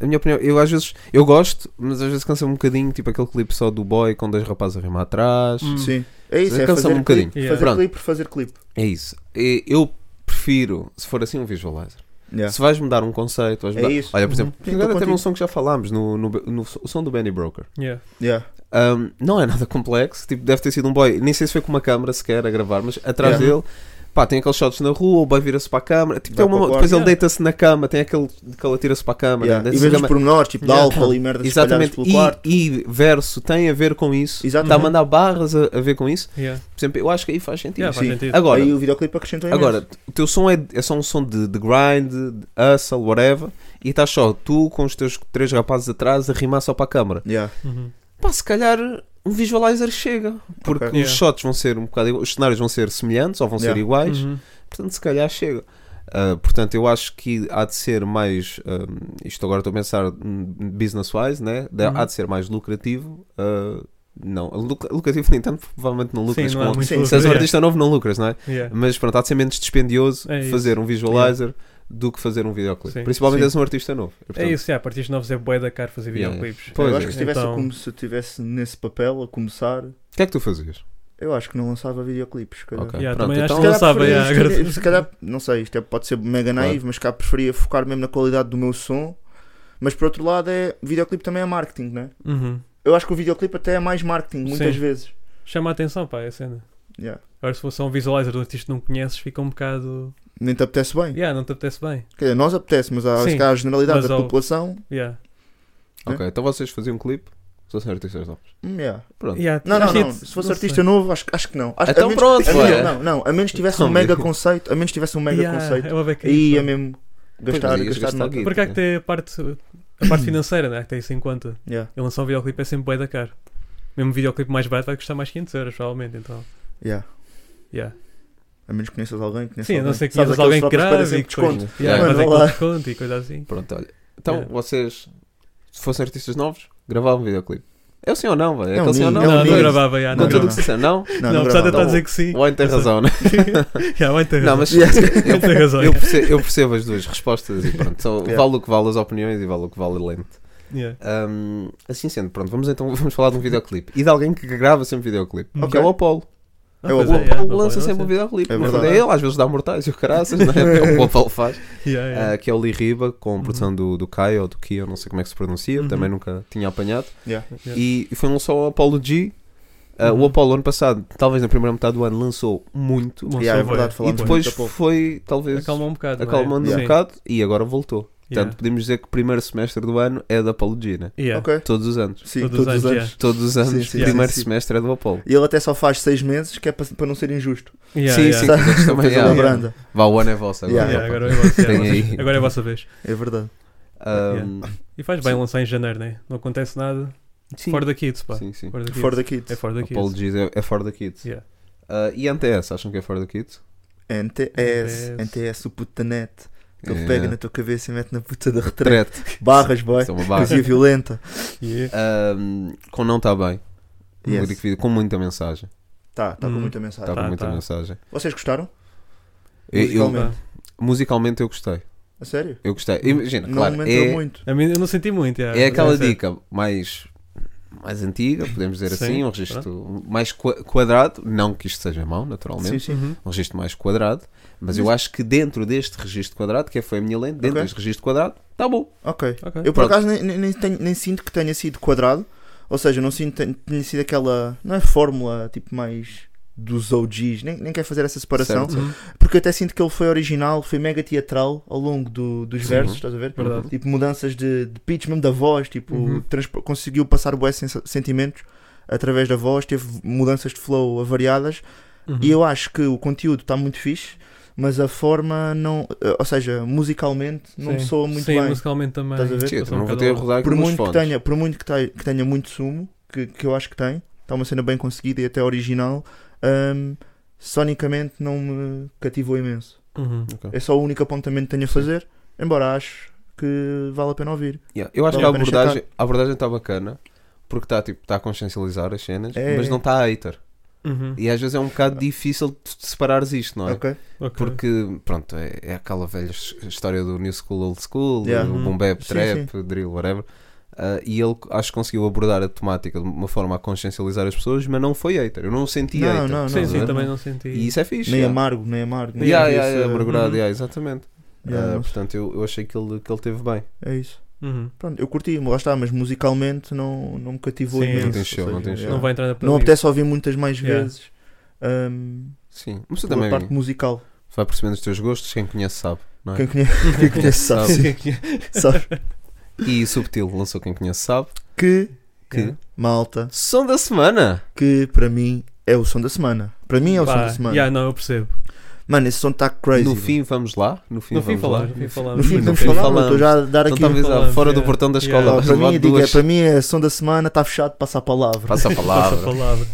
[SPEAKER 7] a minha opinião, eu às vezes eu gosto, mas às vezes cansa um bocadinho, tipo aquele clipe só do boy com dois rapazes a rimar atrás.
[SPEAKER 8] Hum.
[SPEAKER 6] Sim. É isso, é
[SPEAKER 7] Cansa-me
[SPEAKER 6] fazer
[SPEAKER 7] um bocadinho.
[SPEAKER 6] clipe,
[SPEAKER 8] Yeah.
[SPEAKER 6] fazer
[SPEAKER 7] Pronto.
[SPEAKER 6] clipe por fazer clipe.
[SPEAKER 7] É isso. Eh, Eu prefiro, se for assim, um visualizer.
[SPEAKER 6] Yeah.
[SPEAKER 7] Se vais mudar um conceito, vais
[SPEAKER 6] É
[SPEAKER 7] mudar-
[SPEAKER 6] isso.
[SPEAKER 7] Olha, por
[SPEAKER 8] Uhum.
[SPEAKER 7] exemplo,
[SPEAKER 6] Sim, tô
[SPEAKER 7] agora até
[SPEAKER 6] contigo.
[SPEAKER 7] num som que já falámos, no, no, no- o som do Benny Broker.
[SPEAKER 8] Yeah.
[SPEAKER 6] Yeah.
[SPEAKER 7] Um, não é nada complexo, tipo, deve ter sido um boy, nem sei se foi com uma câmera sequer a gravar, mas atrás
[SPEAKER 6] Yeah.
[SPEAKER 7] dele, pá, tem aqueles shots na rua, o boy vira-se para a câmera, tipo,
[SPEAKER 6] Vai
[SPEAKER 7] tem uma-
[SPEAKER 6] para o quarto.
[SPEAKER 7] depois ele
[SPEAKER 8] Yeah.
[SPEAKER 7] deita-se na cama, tem aquele que ele atira-se para a câmera,
[SPEAKER 6] Yeah. E
[SPEAKER 7] deita-se na
[SPEAKER 6] vês os
[SPEAKER 7] cama.
[SPEAKER 6] pormenores, tipo de
[SPEAKER 7] Yeah.
[SPEAKER 6] álcool e merda espalhadas
[SPEAKER 7] tá. Exatamente, tá
[SPEAKER 6] pelo
[SPEAKER 7] e,
[SPEAKER 6] quarto.
[SPEAKER 7] e verso tem a ver com isso, está
[SPEAKER 6] Exatamente.
[SPEAKER 7] a mandar barras a, a ver com isso,
[SPEAKER 8] Yeah.
[SPEAKER 7] por exemplo, eu acho que aí faz sentido.
[SPEAKER 8] Yeah, faz
[SPEAKER 6] Sim.
[SPEAKER 8] sentido.
[SPEAKER 7] Agora,
[SPEAKER 6] Aí o videoclipe acrescentou imenso.
[SPEAKER 7] Agora, o teu som é, é só um som de, de grind, de hustle, whatever, e estás só tu com os teus três rapazes atrás a rimar só para a câmara.
[SPEAKER 6] Yeah.
[SPEAKER 8] Uhum.
[SPEAKER 7] Pá, se calhar um visualizer chega, porque
[SPEAKER 6] Ok.
[SPEAKER 7] os
[SPEAKER 8] Yeah.
[SPEAKER 7] shots vão ser um bocado iguais, os cenários vão ser semelhantes ou vão
[SPEAKER 6] Yeah.
[SPEAKER 7] ser iguais,
[SPEAKER 8] Uhum.
[SPEAKER 7] portanto, se calhar chega. Ah, portanto, eu acho que há de ser mais, ah, isto agora estou a pensar hum, business-wise, né? De-
[SPEAKER 8] Uhum.
[SPEAKER 7] há de ser mais lucrativo. ah, não, luc- lucrativo nem tanto, provavelmente não lucras
[SPEAKER 8] Sim,
[SPEAKER 7] com
[SPEAKER 8] não há muito
[SPEAKER 6] Sim,
[SPEAKER 8] lucro,
[SPEAKER 7] se és um
[SPEAKER 8] yeah.
[SPEAKER 7] artista novo, não lucras, não é?
[SPEAKER 8] Yeah.
[SPEAKER 7] Mas pronto, há de ser menos dispendioso
[SPEAKER 8] É isso.
[SPEAKER 7] fazer um visualizer do que fazer um videoclipe.
[SPEAKER 8] Sim.
[SPEAKER 7] Principalmente
[SPEAKER 6] Sim.
[SPEAKER 7] se és um artista novo. E, portanto,
[SPEAKER 8] É isso, yeah, partidos novos é bué da caro fazer
[SPEAKER 7] Yeah,
[SPEAKER 8] videoclipes.
[SPEAKER 7] Pois
[SPEAKER 6] eu
[SPEAKER 7] é.
[SPEAKER 6] acho que se tivesse
[SPEAKER 8] Então-
[SPEAKER 6] como se eu estivesse nesse papel a começar,
[SPEAKER 7] O que é que tu fazias?
[SPEAKER 6] eu acho que não lançava videoclipes. se calhar.
[SPEAKER 7] Ok.
[SPEAKER 8] Yeah,
[SPEAKER 7] Pronto,
[SPEAKER 8] também acho
[SPEAKER 7] então-
[SPEAKER 8] que não sabe.
[SPEAKER 6] preferia-
[SPEAKER 8] yeah, agora-
[SPEAKER 6] se calhar, não sei, isto é- pode ser mega naive, mas cá preferia focar mesmo na qualidade do meu som. Mas por outro lado, é videoclipe também é marketing, né?
[SPEAKER 8] Uhum.
[SPEAKER 6] Eu acho que o videoclipe até é mais marketing, muitas
[SPEAKER 8] Sim.
[SPEAKER 6] vezes.
[SPEAKER 8] Chama a atenção, pá, é a cena.
[SPEAKER 6] Yeah.
[SPEAKER 8] Agora, se fosse só um visualizer de um artista que não conheces, fica um bocado.
[SPEAKER 6] Nem te apetece bem.
[SPEAKER 8] Yeah, não te apetece bem.
[SPEAKER 6] Quer dizer, nós apetece, mas há,
[SPEAKER 8] Sim.
[SPEAKER 6] se calhar, a generalidade
[SPEAKER 8] Mas
[SPEAKER 6] da
[SPEAKER 8] ao-
[SPEAKER 6] população.
[SPEAKER 8] Yeah.
[SPEAKER 6] Hã?
[SPEAKER 7] Ok, então vocês faziam um clipe, se fossem artistas novos.
[SPEAKER 6] hum, yeah.
[SPEAKER 7] Pronto.
[SPEAKER 8] Yeah,
[SPEAKER 6] Não, não,
[SPEAKER 8] acho que-
[SPEAKER 6] não. Se fosse
[SPEAKER 8] não
[SPEAKER 6] artista
[SPEAKER 8] sei.
[SPEAKER 6] novo, acho, acho que não. Acho,
[SPEAKER 7] Então
[SPEAKER 6] a menos,
[SPEAKER 7] pronto,
[SPEAKER 6] a
[SPEAKER 7] ué.
[SPEAKER 6] menos, não, não, a menos que tivesse um
[SPEAKER 7] Então,
[SPEAKER 6] mega
[SPEAKER 7] meu.
[SPEAKER 6] conceito, a menos que tivesse um mega
[SPEAKER 8] Yeah,
[SPEAKER 6] conceito,
[SPEAKER 8] é uma beca
[SPEAKER 6] aí
[SPEAKER 8] isso,
[SPEAKER 6] ia
[SPEAKER 8] pá.
[SPEAKER 6] mesmo
[SPEAKER 7] Pois,
[SPEAKER 6] gastar,
[SPEAKER 7] mas ias
[SPEAKER 6] gastar,
[SPEAKER 7] gastar
[SPEAKER 6] nota.
[SPEAKER 7] guita.
[SPEAKER 8] Porque há que ter a parte, a parte financeira, né? Que tem isso em conta.
[SPEAKER 6] Yeah,
[SPEAKER 8] E lançar um videoclipe é sempre bué da caro. Mesmo um videoclipe mais barato vai custar mais 500 euros, provavelmente, então.
[SPEAKER 6] yeah.
[SPEAKER 8] Yeah.
[SPEAKER 6] A menos que conheças alguém, conheças
[SPEAKER 8] Sim, a
[SPEAKER 6] alguém.
[SPEAKER 8] não ser que
[SPEAKER 6] Sabes
[SPEAKER 8] conheças alguém que
[SPEAKER 6] aqueles só para
[SPEAKER 8] grave
[SPEAKER 6] esperar
[SPEAKER 8] e
[SPEAKER 6] sempre desconto.
[SPEAKER 8] depois- Yeah,
[SPEAKER 7] Mano,
[SPEAKER 8] faz
[SPEAKER 6] olá.
[SPEAKER 8] aquele desconto e coisa assim.
[SPEAKER 7] Pronto, olha. Então
[SPEAKER 8] Yeah.
[SPEAKER 7] vocês, se fossem artistas novos, gravavam um videoclipe. É o sim ou não, velho. É
[SPEAKER 6] É um
[SPEAKER 7] aquele sim ou
[SPEAKER 6] nin,
[SPEAKER 7] não.
[SPEAKER 6] é um
[SPEAKER 8] não,
[SPEAKER 7] não,
[SPEAKER 8] não,
[SPEAKER 6] nin.
[SPEAKER 8] gravava, já, não,
[SPEAKER 7] Conta
[SPEAKER 8] não,
[SPEAKER 7] do que se disser, não?
[SPEAKER 6] Não,
[SPEAKER 8] Não, apesar de
[SPEAKER 6] não
[SPEAKER 8] eu estar a
[SPEAKER 6] gravava.
[SPEAKER 8] dizer que sim.
[SPEAKER 7] O Wayne tem razão, né?
[SPEAKER 8] Já, vai ter
[SPEAKER 7] Não,
[SPEAKER 8] razão.
[SPEAKER 7] mas
[SPEAKER 8] Ele tem razão. é.
[SPEAKER 7] eu percebo, eu percebo as duas respostas e pronto. Só
[SPEAKER 6] Yeah.
[SPEAKER 7] Vale o que vale as opiniões e vale o que vale a lente.
[SPEAKER 8] Yeah.
[SPEAKER 7] Ahm, assim sendo, pronto, vamos então vamos falar de um videoclipe. E de alguém que grava sempre videoclipe, que
[SPEAKER 6] Ok.
[SPEAKER 7] é o Apollo.
[SPEAKER 8] Ah,
[SPEAKER 6] Eu-
[SPEAKER 8] pois
[SPEAKER 7] O
[SPEAKER 8] é,
[SPEAKER 7] Apollo
[SPEAKER 8] yeah, não pode
[SPEAKER 7] lança
[SPEAKER 8] não
[SPEAKER 7] sempre um
[SPEAKER 8] ser.
[SPEAKER 7] videoclipe.
[SPEAKER 6] É
[SPEAKER 7] no fundo, É
[SPEAKER 6] verdade.
[SPEAKER 7] ele às vezes dá mortais e o caraças, né? é o que o Apollo faz.
[SPEAKER 8] Yeah, yeah.
[SPEAKER 7] Ah, que é o Lee Riba, com a produção do, do Kai ou do Kia, não sei como é que se pronuncia,
[SPEAKER 8] Uhum.
[SPEAKER 7] também nunca tinha apanhado.
[SPEAKER 6] Yeah.
[SPEAKER 8] Yeah. Uhum.
[SPEAKER 7] E, e foi um só o Apollo G. Ah, O Apollo, ano passado, talvez na primeira metade do ano, lançou muito.
[SPEAKER 8] Lançou,
[SPEAKER 6] Yeah, é
[SPEAKER 8] bué.
[SPEAKER 6] verdade,
[SPEAKER 7] e
[SPEAKER 6] falámos
[SPEAKER 7] depois
[SPEAKER 6] muito a pouco.
[SPEAKER 7] foi, talvez,
[SPEAKER 8] Acalmou um bocado. não é?
[SPEAKER 7] acalmando um
[SPEAKER 8] Sim.
[SPEAKER 7] bocado e agora voltou.
[SPEAKER 8] Yeah.
[SPEAKER 7] Portanto, podemos dizer que o primeiro semestre do ano é da Apollo G, né?
[SPEAKER 8] Yeah.
[SPEAKER 6] Ok.
[SPEAKER 7] Todos os anos.
[SPEAKER 6] Sim,
[SPEAKER 8] Todos
[SPEAKER 6] todos,
[SPEAKER 8] os anos,
[SPEAKER 6] os anos.
[SPEAKER 8] yeah.
[SPEAKER 7] Todos os anos,
[SPEAKER 6] Sim, sim,
[SPEAKER 7] o
[SPEAKER 8] sim,
[SPEAKER 7] primeiro
[SPEAKER 6] sim.
[SPEAKER 7] semestre é do Apollo.
[SPEAKER 6] E ele até só faz seis meses, que é para, para não ser injusto.
[SPEAKER 8] Yeah,
[SPEAKER 7] sim,
[SPEAKER 8] yeah.
[SPEAKER 7] sim, que os outros também.
[SPEAKER 6] Fez
[SPEAKER 7] yeah.
[SPEAKER 6] a branda.
[SPEAKER 7] Vá, o ano é vosso agora.
[SPEAKER 6] Yeah,
[SPEAKER 8] Yeah,
[SPEAKER 7] pá.
[SPEAKER 8] agora, é a vossa, yeah,
[SPEAKER 7] Tem
[SPEAKER 8] vocês-
[SPEAKER 7] aí.
[SPEAKER 8] agora é a vossa vez.
[SPEAKER 6] É verdade.
[SPEAKER 7] Ah,
[SPEAKER 8] Yeah. E faz bem lançar em janeiro, né? Não acontece nada.
[SPEAKER 7] Sim,
[SPEAKER 8] Fora da Kids, pá.
[SPEAKER 7] sim, sim.
[SPEAKER 8] Fora da Kids.
[SPEAKER 6] Fora da Kids.
[SPEAKER 8] É fora da Kids.
[SPEAKER 7] Apologies é, é fora da Kids.
[SPEAKER 8] Yeah.
[SPEAKER 7] Ah, e NTS, acham que é fora da Kids?
[SPEAKER 6] NTS.
[SPEAKER 8] NTS.
[SPEAKER 6] NTS, o puta net. Que ele
[SPEAKER 7] É.
[SPEAKER 6] pega na tua cabeça e mete na puta da retrete.
[SPEAKER 7] Trete.
[SPEAKER 6] Barras, boy.
[SPEAKER 7] Isso é uma barra.
[SPEAKER 6] Coisinha violenta.
[SPEAKER 8] Yeah.
[SPEAKER 7] Ahm, com não está bem. Um
[SPEAKER 6] Yes.
[SPEAKER 7] único vídeo com muita mensagem.
[SPEAKER 6] Tá, tá
[SPEAKER 8] Hum.
[SPEAKER 6] com muita
[SPEAKER 7] Está
[SPEAKER 6] mensagem.
[SPEAKER 7] com
[SPEAKER 8] Tá,
[SPEAKER 7] muita
[SPEAKER 8] tá.
[SPEAKER 7] mensagem.
[SPEAKER 6] Vocês gostaram?
[SPEAKER 7] Eu- eu-
[SPEAKER 6] Musicalmente.
[SPEAKER 7] musicalmente eu gostei.
[SPEAKER 6] A sério?
[SPEAKER 7] Eu gostei. Imagina,
[SPEAKER 6] Não
[SPEAKER 7] claro,
[SPEAKER 6] aumentou
[SPEAKER 7] é,
[SPEAKER 6] muito.
[SPEAKER 8] A mim, eu não senti muito. Yeah,
[SPEAKER 7] é
[SPEAKER 8] mas
[SPEAKER 7] aquela
[SPEAKER 8] essa-
[SPEAKER 7] dica mais, mais antiga, podemos dizer
[SPEAKER 8] Sim,
[SPEAKER 7] assim, um registro mais qua- quadrado. Não que isto seja mau, naturalmente.
[SPEAKER 6] Sim, sim.
[SPEAKER 8] Uhum.
[SPEAKER 7] um registro mais quadrado, mas eu acho que dentro deste registro quadrado, que é, foi a minha lente, dentro
[SPEAKER 6] Ok.
[SPEAKER 7] deste registro quadrado, está bom.
[SPEAKER 6] Ok.
[SPEAKER 8] Ok.
[SPEAKER 6] Eu por
[SPEAKER 7] Pronto.
[SPEAKER 6] acaso nem, nem- nem tenho- nem sinto que tenha sido quadrado, ou seja, não sinto que tenha- tenha sido aquela. Não é fórmula tipo mais dos OGs, nem, nem quero fazer essa separação,
[SPEAKER 7] Certo,
[SPEAKER 6] porque eu até sinto que ele foi original, foi mega teatral ao longo do- dos
[SPEAKER 7] Sim.
[SPEAKER 6] versos, estás a ver?
[SPEAKER 8] Verdade.
[SPEAKER 6] Tipo mudanças de, de pitch mesmo da voz, tipo,
[SPEAKER 8] Uhum.
[SPEAKER 6] transpo- conseguiu passar bué sen- sentimentos através da voz, teve mudanças de flow variadas
[SPEAKER 8] Uhum.
[SPEAKER 6] e eu acho que o conteúdo está muito fixe. Mas a forma não. eh, Ou seja, musicalmente não
[SPEAKER 8] Sim.
[SPEAKER 6] soa muito
[SPEAKER 8] Sim,
[SPEAKER 6] bem.
[SPEAKER 8] musicalmente também.
[SPEAKER 6] Estás a ver?
[SPEAKER 7] Sim, também
[SPEAKER 8] Passou um
[SPEAKER 7] vou
[SPEAKER 8] bocado
[SPEAKER 7] ter a
[SPEAKER 8] ao-
[SPEAKER 7] rodar aqui
[SPEAKER 6] por
[SPEAKER 7] nos
[SPEAKER 6] muito, que
[SPEAKER 7] fones.
[SPEAKER 6] tenha, por muito que, tenha, que tenha muito sumo, que, que eu acho que tem, está uma cena bem conseguida e até original, hum, sonicamente não me cativou imenso.
[SPEAKER 8] Uhum.
[SPEAKER 6] É só o único apontamento que tenho a fazer, embora acho que vale a pena ouvir.
[SPEAKER 7] Yeah, Eu acho
[SPEAKER 6] Vale
[SPEAKER 7] que a
[SPEAKER 6] a pena
[SPEAKER 7] abordagem está bacana, porque está tipo, tá a consciencializar as cenas,
[SPEAKER 6] É,
[SPEAKER 7] mas
[SPEAKER 6] é.
[SPEAKER 7] não está a hater.
[SPEAKER 8] Uhum.
[SPEAKER 7] E às vezes é um bocado difícil de separares isto, não é?
[SPEAKER 6] Ok?
[SPEAKER 8] Ok.
[SPEAKER 7] Porque, pronto, é, é aquela velha s- história do new school, old school,
[SPEAKER 6] Yeah.
[SPEAKER 7] do
[SPEAKER 8] Uhum.
[SPEAKER 7] boom bap,
[SPEAKER 6] Sim,
[SPEAKER 7] trap, drill, whatever. Ah, e ele acho que conseguiu abordar a temática de uma forma a consciencializar as pessoas, mas não foi hater. Eu não senti
[SPEAKER 6] Não,
[SPEAKER 7] hater.
[SPEAKER 6] não, não.
[SPEAKER 8] Sim, sim,
[SPEAKER 7] Não.
[SPEAKER 8] também não senti.
[SPEAKER 7] E isso é fixe.
[SPEAKER 6] Nem
[SPEAKER 7] yeah.
[SPEAKER 6] amargo, nem amargo. nem
[SPEAKER 7] Yeah,
[SPEAKER 6] nada
[SPEAKER 7] yeah,
[SPEAKER 6] disso,
[SPEAKER 7] yeah, amargurado,
[SPEAKER 8] Uhum.
[SPEAKER 7] yeah, exatamente.
[SPEAKER 6] yeah,
[SPEAKER 7] Ah,
[SPEAKER 6] não sei.
[SPEAKER 7] portanto, eu, eu achei que ele, que ele teve bem.
[SPEAKER 6] É isso.
[SPEAKER 8] Uhum.
[SPEAKER 6] Pronto, eu curti, lá está, mas musicalmente não, não me cativou
[SPEAKER 8] Sim,
[SPEAKER 6] imenso.
[SPEAKER 8] não
[SPEAKER 7] tem show,
[SPEAKER 6] ou é.
[SPEAKER 7] não tem
[SPEAKER 6] yeah.
[SPEAKER 7] show.
[SPEAKER 8] Não vai entrar na
[SPEAKER 6] Não
[SPEAKER 8] playlist.
[SPEAKER 6] apetece ouvir muitas mais
[SPEAKER 8] Yeah.
[SPEAKER 6] vezes. hum,
[SPEAKER 7] Sim. Mas tu
[SPEAKER 6] pela
[SPEAKER 7] também
[SPEAKER 6] parte musical.
[SPEAKER 7] vai percebendo os teus gostos, quem conhece sabe. Não é?
[SPEAKER 6] Quem conhece, quem conhece sabe.
[SPEAKER 7] Sabe.
[SPEAKER 6] sabe
[SPEAKER 7] E Subtil lançou quem conhece sabe.
[SPEAKER 6] que
[SPEAKER 7] Que
[SPEAKER 8] Yeah.
[SPEAKER 6] malta
[SPEAKER 7] som da semana!
[SPEAKER 6] que para mim é o som da semana. Para mim é o som
[SPEAKER 8] Pá,
[SPEAKER 6] da semana.
[SPEAKER 8] yeah, não, eu percebo.
[SPEAKER 6] Mano, esse som está crazy. né?
[SPEAKER 7] no
[SPEAKER 6] velho.
[SPEAKER 7] fim vamos lá. No fim,
[SPEAKER 8] No fim
[SPEAKER 7] vamos lá.
[SPEAKER 8] falamos, no fim falamos.
[SPEAKER 6] no fim
[SPEAKER 8] mas
[SPEAKER 6] vamos
[SPEAKER 7] fim
[SPEAKER 8] ok.
[SPEAKER 6] falar,
[SPEAKER 7] falamos.
[SPEAKER 6] mano, estou já a dar
[SPEAKER 7] Então
[SPEAKER 6] aqui.
[SPEAKER 7] talvez ah,
[SPEAKER 8] falamos,
[SPEAKER 7] fora do
[SPEAKER 8] yeah.
[SPEAKER 7] portão da
[SPEAKER 8] Yeah.
[SPEAKER 7] escola.
[SPEAKER 6] Ó,
[SPEAKER 7] vais
[SPEAKER 6] para
[SPEAKER 7] levar
[SPEAKER 6] mim, eu digo, é,
[SPEAKER 7] duas.
[SPEAKER 6] para mim é som da semana, está fechado, passa a palavra.
[SPEAKER 7] Passa a palavra.
[SPEAKER 8] Passa a palavra.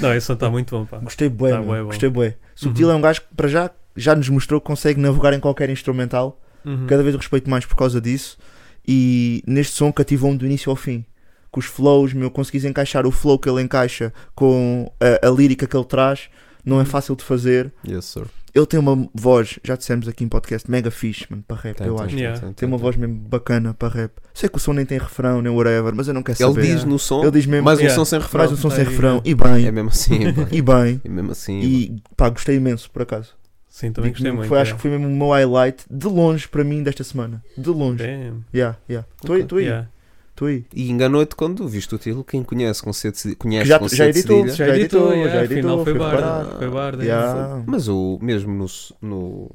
[SPEAKER 8] Não, esse não está muito bom, pá.
[SPEAKER 6] Gostei bué,
[SPEAKER 8] Tá
[SPEAKER 6] mano,
[SPEAKER 8] bué bom.
[SPEAKER 6] gostei bué. Subtil é um gajo que para já já nos mostrou que consegue navegar em qualquer instrumental.
[SPEAKER 8] Uhum.
[SPEAKER 6] Hum. Cada vez o respeito mais por causa disso. E neste som cativou-me do início ao fim. Com os flows, meu, conseguis encaixar o flow que ele encaixa com a, a lírica que ele traz. Não
[SPEAKER 7] Hum.
[SPEAKER 6] é fácil de fazer.
[SPEAKER 7] Yes, sir.
[SPEAKER 6] Ele tem uma voz, já dissemos aqui em podcast, mega fixe, mano, para rap,
[SPEAKER 7] Tem,
[SPEAKER 6] eu
[SPEAKER 7] tem,
[SPEAKER 6] acho.
[SPEAKER 7] tem,
[SPEAKER 8] Yeah.
[SPEAKER 7] tem,
[SPEAKER 6] Tem uma
[SPEAKER 7] tem.
[SPEAKER 6] voz mesmo bacana para rap. Sei que o som nem tem refrão, nem whatever, mas eu não quero
[SPEAKER 7] Ele
[SPEAKER 6] saber. né?
[SPEAKER 7] diz no som,
[SPEAKER 6] Ele diz mesmo,
[SPEAKER 7] mais um
[SPEAKER 8] Yeah.
[SPEAKER 7] som sem
[SPEAKER 6] faz
[SPEAKER 7] refrão.
[SPEAKER 6] um som
[SPEAKER 8] Tá
[SPEAKER 6] sem
[SPEAKER 8] aí,
[SPEAKER 6] refrão,
[SPEAKER 8] né?
[SPEAKER 6] e bem,
[SPEAKER 7] É mesmo assim. pá.
[SPEAKER 6] e bem.
[SPEAKER 7] É mesmo assim.
[SPEAKER 6] E pá, gostei imenso, por acaso.
[SPEAKER 8] Sim, também
[SPEAKER 6] Digo
[SPEAKER 8] gostei
[SPEAKER 6] mesmo,
[SPEAKER 8] muito.
[SPEAKER 6] foi,
[SPEAKER 7] é.
[SPEAKER 6] acho que foi mesmo o meu highlight, de longe, para mim, desta semana. De longe.
[SPEAKER 8] Damn.
[SPEAKER 6] Yeah, yeah. Estou aí, estou aí,
[SPEAKER 8] Yeah.
[SPEAKER 6] estou aí.
[SPEAKER 7] E enganou-te quando viste o título. Quem conhece com C de cedi-
[SPEAKER 6] Que
[SPEAKER 7] conhece
[SPEAKER 6] já,
[SPEAKER 7] com C
[SPEAKER 6] já
[SPEAKER 7] de
[SPEAKER 6] editou,
[SPEAKER 7] cedilha.
[SPEAKER 6] já editou,
[SPEAKER 8] yeah,
[SPEAKER 6] já editou.
[SPEAKER 8] afinal foi barda,
[SPEAKER 6] preparado.
[SPEAKER 8] foi barda,
[SPEAKER 6] Yeah.
[SPEAKER 7] Mas o mesmo no. s- no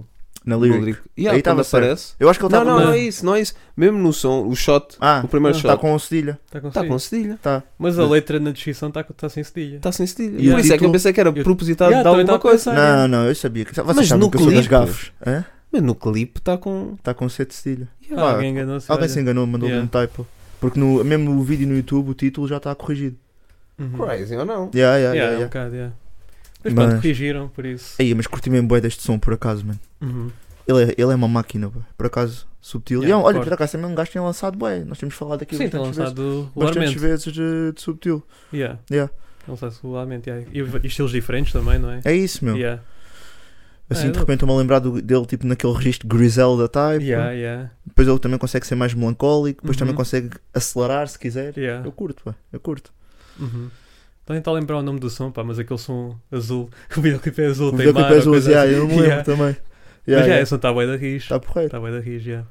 [SPEAKER 6] Na
[SPEAKER 7] no
[SPEAKER 6] lyric.
[SPEAKER 7] lyric- Yeah,
[SPEAKER 6] Aí
[SPEAKER 7] quando
[SPEAKER 6] tava certo.
[SPEAKER 7] aparece.
[SPEAKER 6] Eu acho que ele
[SPEAKER 7] Não,
[SPEAKER 6] estava...
[SPEAKER 7] não,
[SPEAKER 8] com-
[SPEAKER 7] não é isso, não é isso. Mesmo no som, o shot,
[SPEAKER 6] Ah,
[SPEAKER 7] o primeiro
[SPEAKER 6] está
[SPEAKER 7] shot,
[SPEAKER 6] com a cedilha.
[SPEAKER 8] Tá com
[SPEAKER 7] está
[SPEAKER 8] sentido.
[SPEAKER 7] com cedilha.
[SPEAKER 6] Tá.
[SPEAKER 8] Mas a letra na descrição está tá sem cedilha.
[SPEAKER 7] Está sem cedilha.
[SPEAKER 8] Yeah.
[SPEAKER 7] Por isso é que eu
[SPEAKER 6] Título.
[SPEAKER 7] pensei que era
[SPEAKER 8] Eu-
[SPEAKER 7] propositado de
[SPEAKER 8] Yeah, também
[SPEAKER 7] alguma
[SPEAKER 8] tava a
[SPEAKER 7] coisa.
[SPEAKER 8] pensar.
[SPEAKER 6] Não, não, eu sabia. que- Vocês
[SPEAKER 7] Mas
[SPEAKER 6] sabem
[SPEAKER 7] no
[SPEAKER 6] que eu sou das
[SPEAKER 7] clipe.
[SPEAKER 6] gafes. hã?
[SPEAKER 7] Mas no clipe está com.
[SPEAKER 6] Está com C de cedilha.
[SPEAKER 8] Ah,
[SPEAKER 6] Pá,
[SPEAKER 8] alguém enganou-se.
[SPEAKER 6] Alguém
[SPEAKER 8] olha.
[SPEAKER 6] se enganou, mandou-lhe
[SPEAKER 8] Yeah.
[SPEAKER 6] um typo. Porque no, mesmo o vídeo no YouTube, o título já está corrigido. Hum.
[SPEAKER 8] Uhum.
[SPEAKER 7] Crazy ou não?
[SPEAKER 6] Yeah, yeah,
[SPEAKER 8] Yeah,
[SPEAKER 6] yeah,
[SPEAKER 8] é um
[SPEAKER 6] yeah.
[SPEAKER 8] bocado, yeah. Mas
[SPEAKER 6] Mas-
[SPEAKER 8] pronto, corrigiram, por isso.
[SPEAKER 6] Aí, mas curti mesmo bué deste som, por acaso, mano.
[SPEAKER 8] Uhum.
[SPEAKER 6] Ele é, ele é uma máquina, bué. por acaso. Subtil.
[SPEAKER 8] Yeah,
[SPEAKER 6] e, olha,
[SPEAKER 8] concordo.
[SPEAKER 6] por acaso também um gajo que tem lançado bem. Nós temos falado aqui
[SPEAKER 8] Sim, tem
[SPEAKER 6] bastantes vezes-
[SPEAKER 8] lançado
[SPEAKER 6] bastantes
[SPEAKER 8] regularmente.
[SPEAKER 6] vezes de, de subtil.
[SPEAKER 8] Yeah.
[SPEAKER 6] Yeah.
[SPEAKER 8] Tem lançado regularmente. yeah. E, e estilos diferentes também, não é?
[SPEAKER 6] É isso, meu.
[SPEAKER 8] Yeah.
[SPEAKER 6] Assim,
[SPEAKER 8] É,
[SPEAKER 6] de
[SPEAKER 8] eu-
[SPEAKER 6] repente, eu-me a lembrar do- dele, tipo, naquele registro Griselda type. né?
[SPEAKER 8] Yeah, yeah,
[SPEAKER 6] Depois ele também consegue ser mais melancólico. Depois também
[SPEAKER 8] Uhum. Ah.
[SPEAKER 6] consegue acelerar, se quiser.
[SPEAKER 8] yeah.
[SPEAKER 6] Eu curto, pá. Eu curto.
[SPEAKER 8] Uhum. Estou a tentar lembrar o nome do som, pá, mas aquele som azul. O videoclipe é azul,
[SPEAKER 6] O
[SPEAKER 8] tem mar,
[SPEAKER 6] videoclipe é
[SPEAKER 8] ou
[SPEAKER 6] azul,
[SPEAKER 8] coisa
[SPEAKER 6] yeah,
[SPEAKER 8] assim.
[SPEAKER 6] eu não me lembro
[SPEAKER 8] Yeah. Mas já,
[SPEAKER 6] também.
[SPEAKER 8] é,
[SPEAKER 6] Yeah, Tá yeah.
[SPEAKER 8] esse som está bem da rixe.
[SPEAKER 6] Está porreiro.
[SPEAKER 8] Está bem da rixe, já.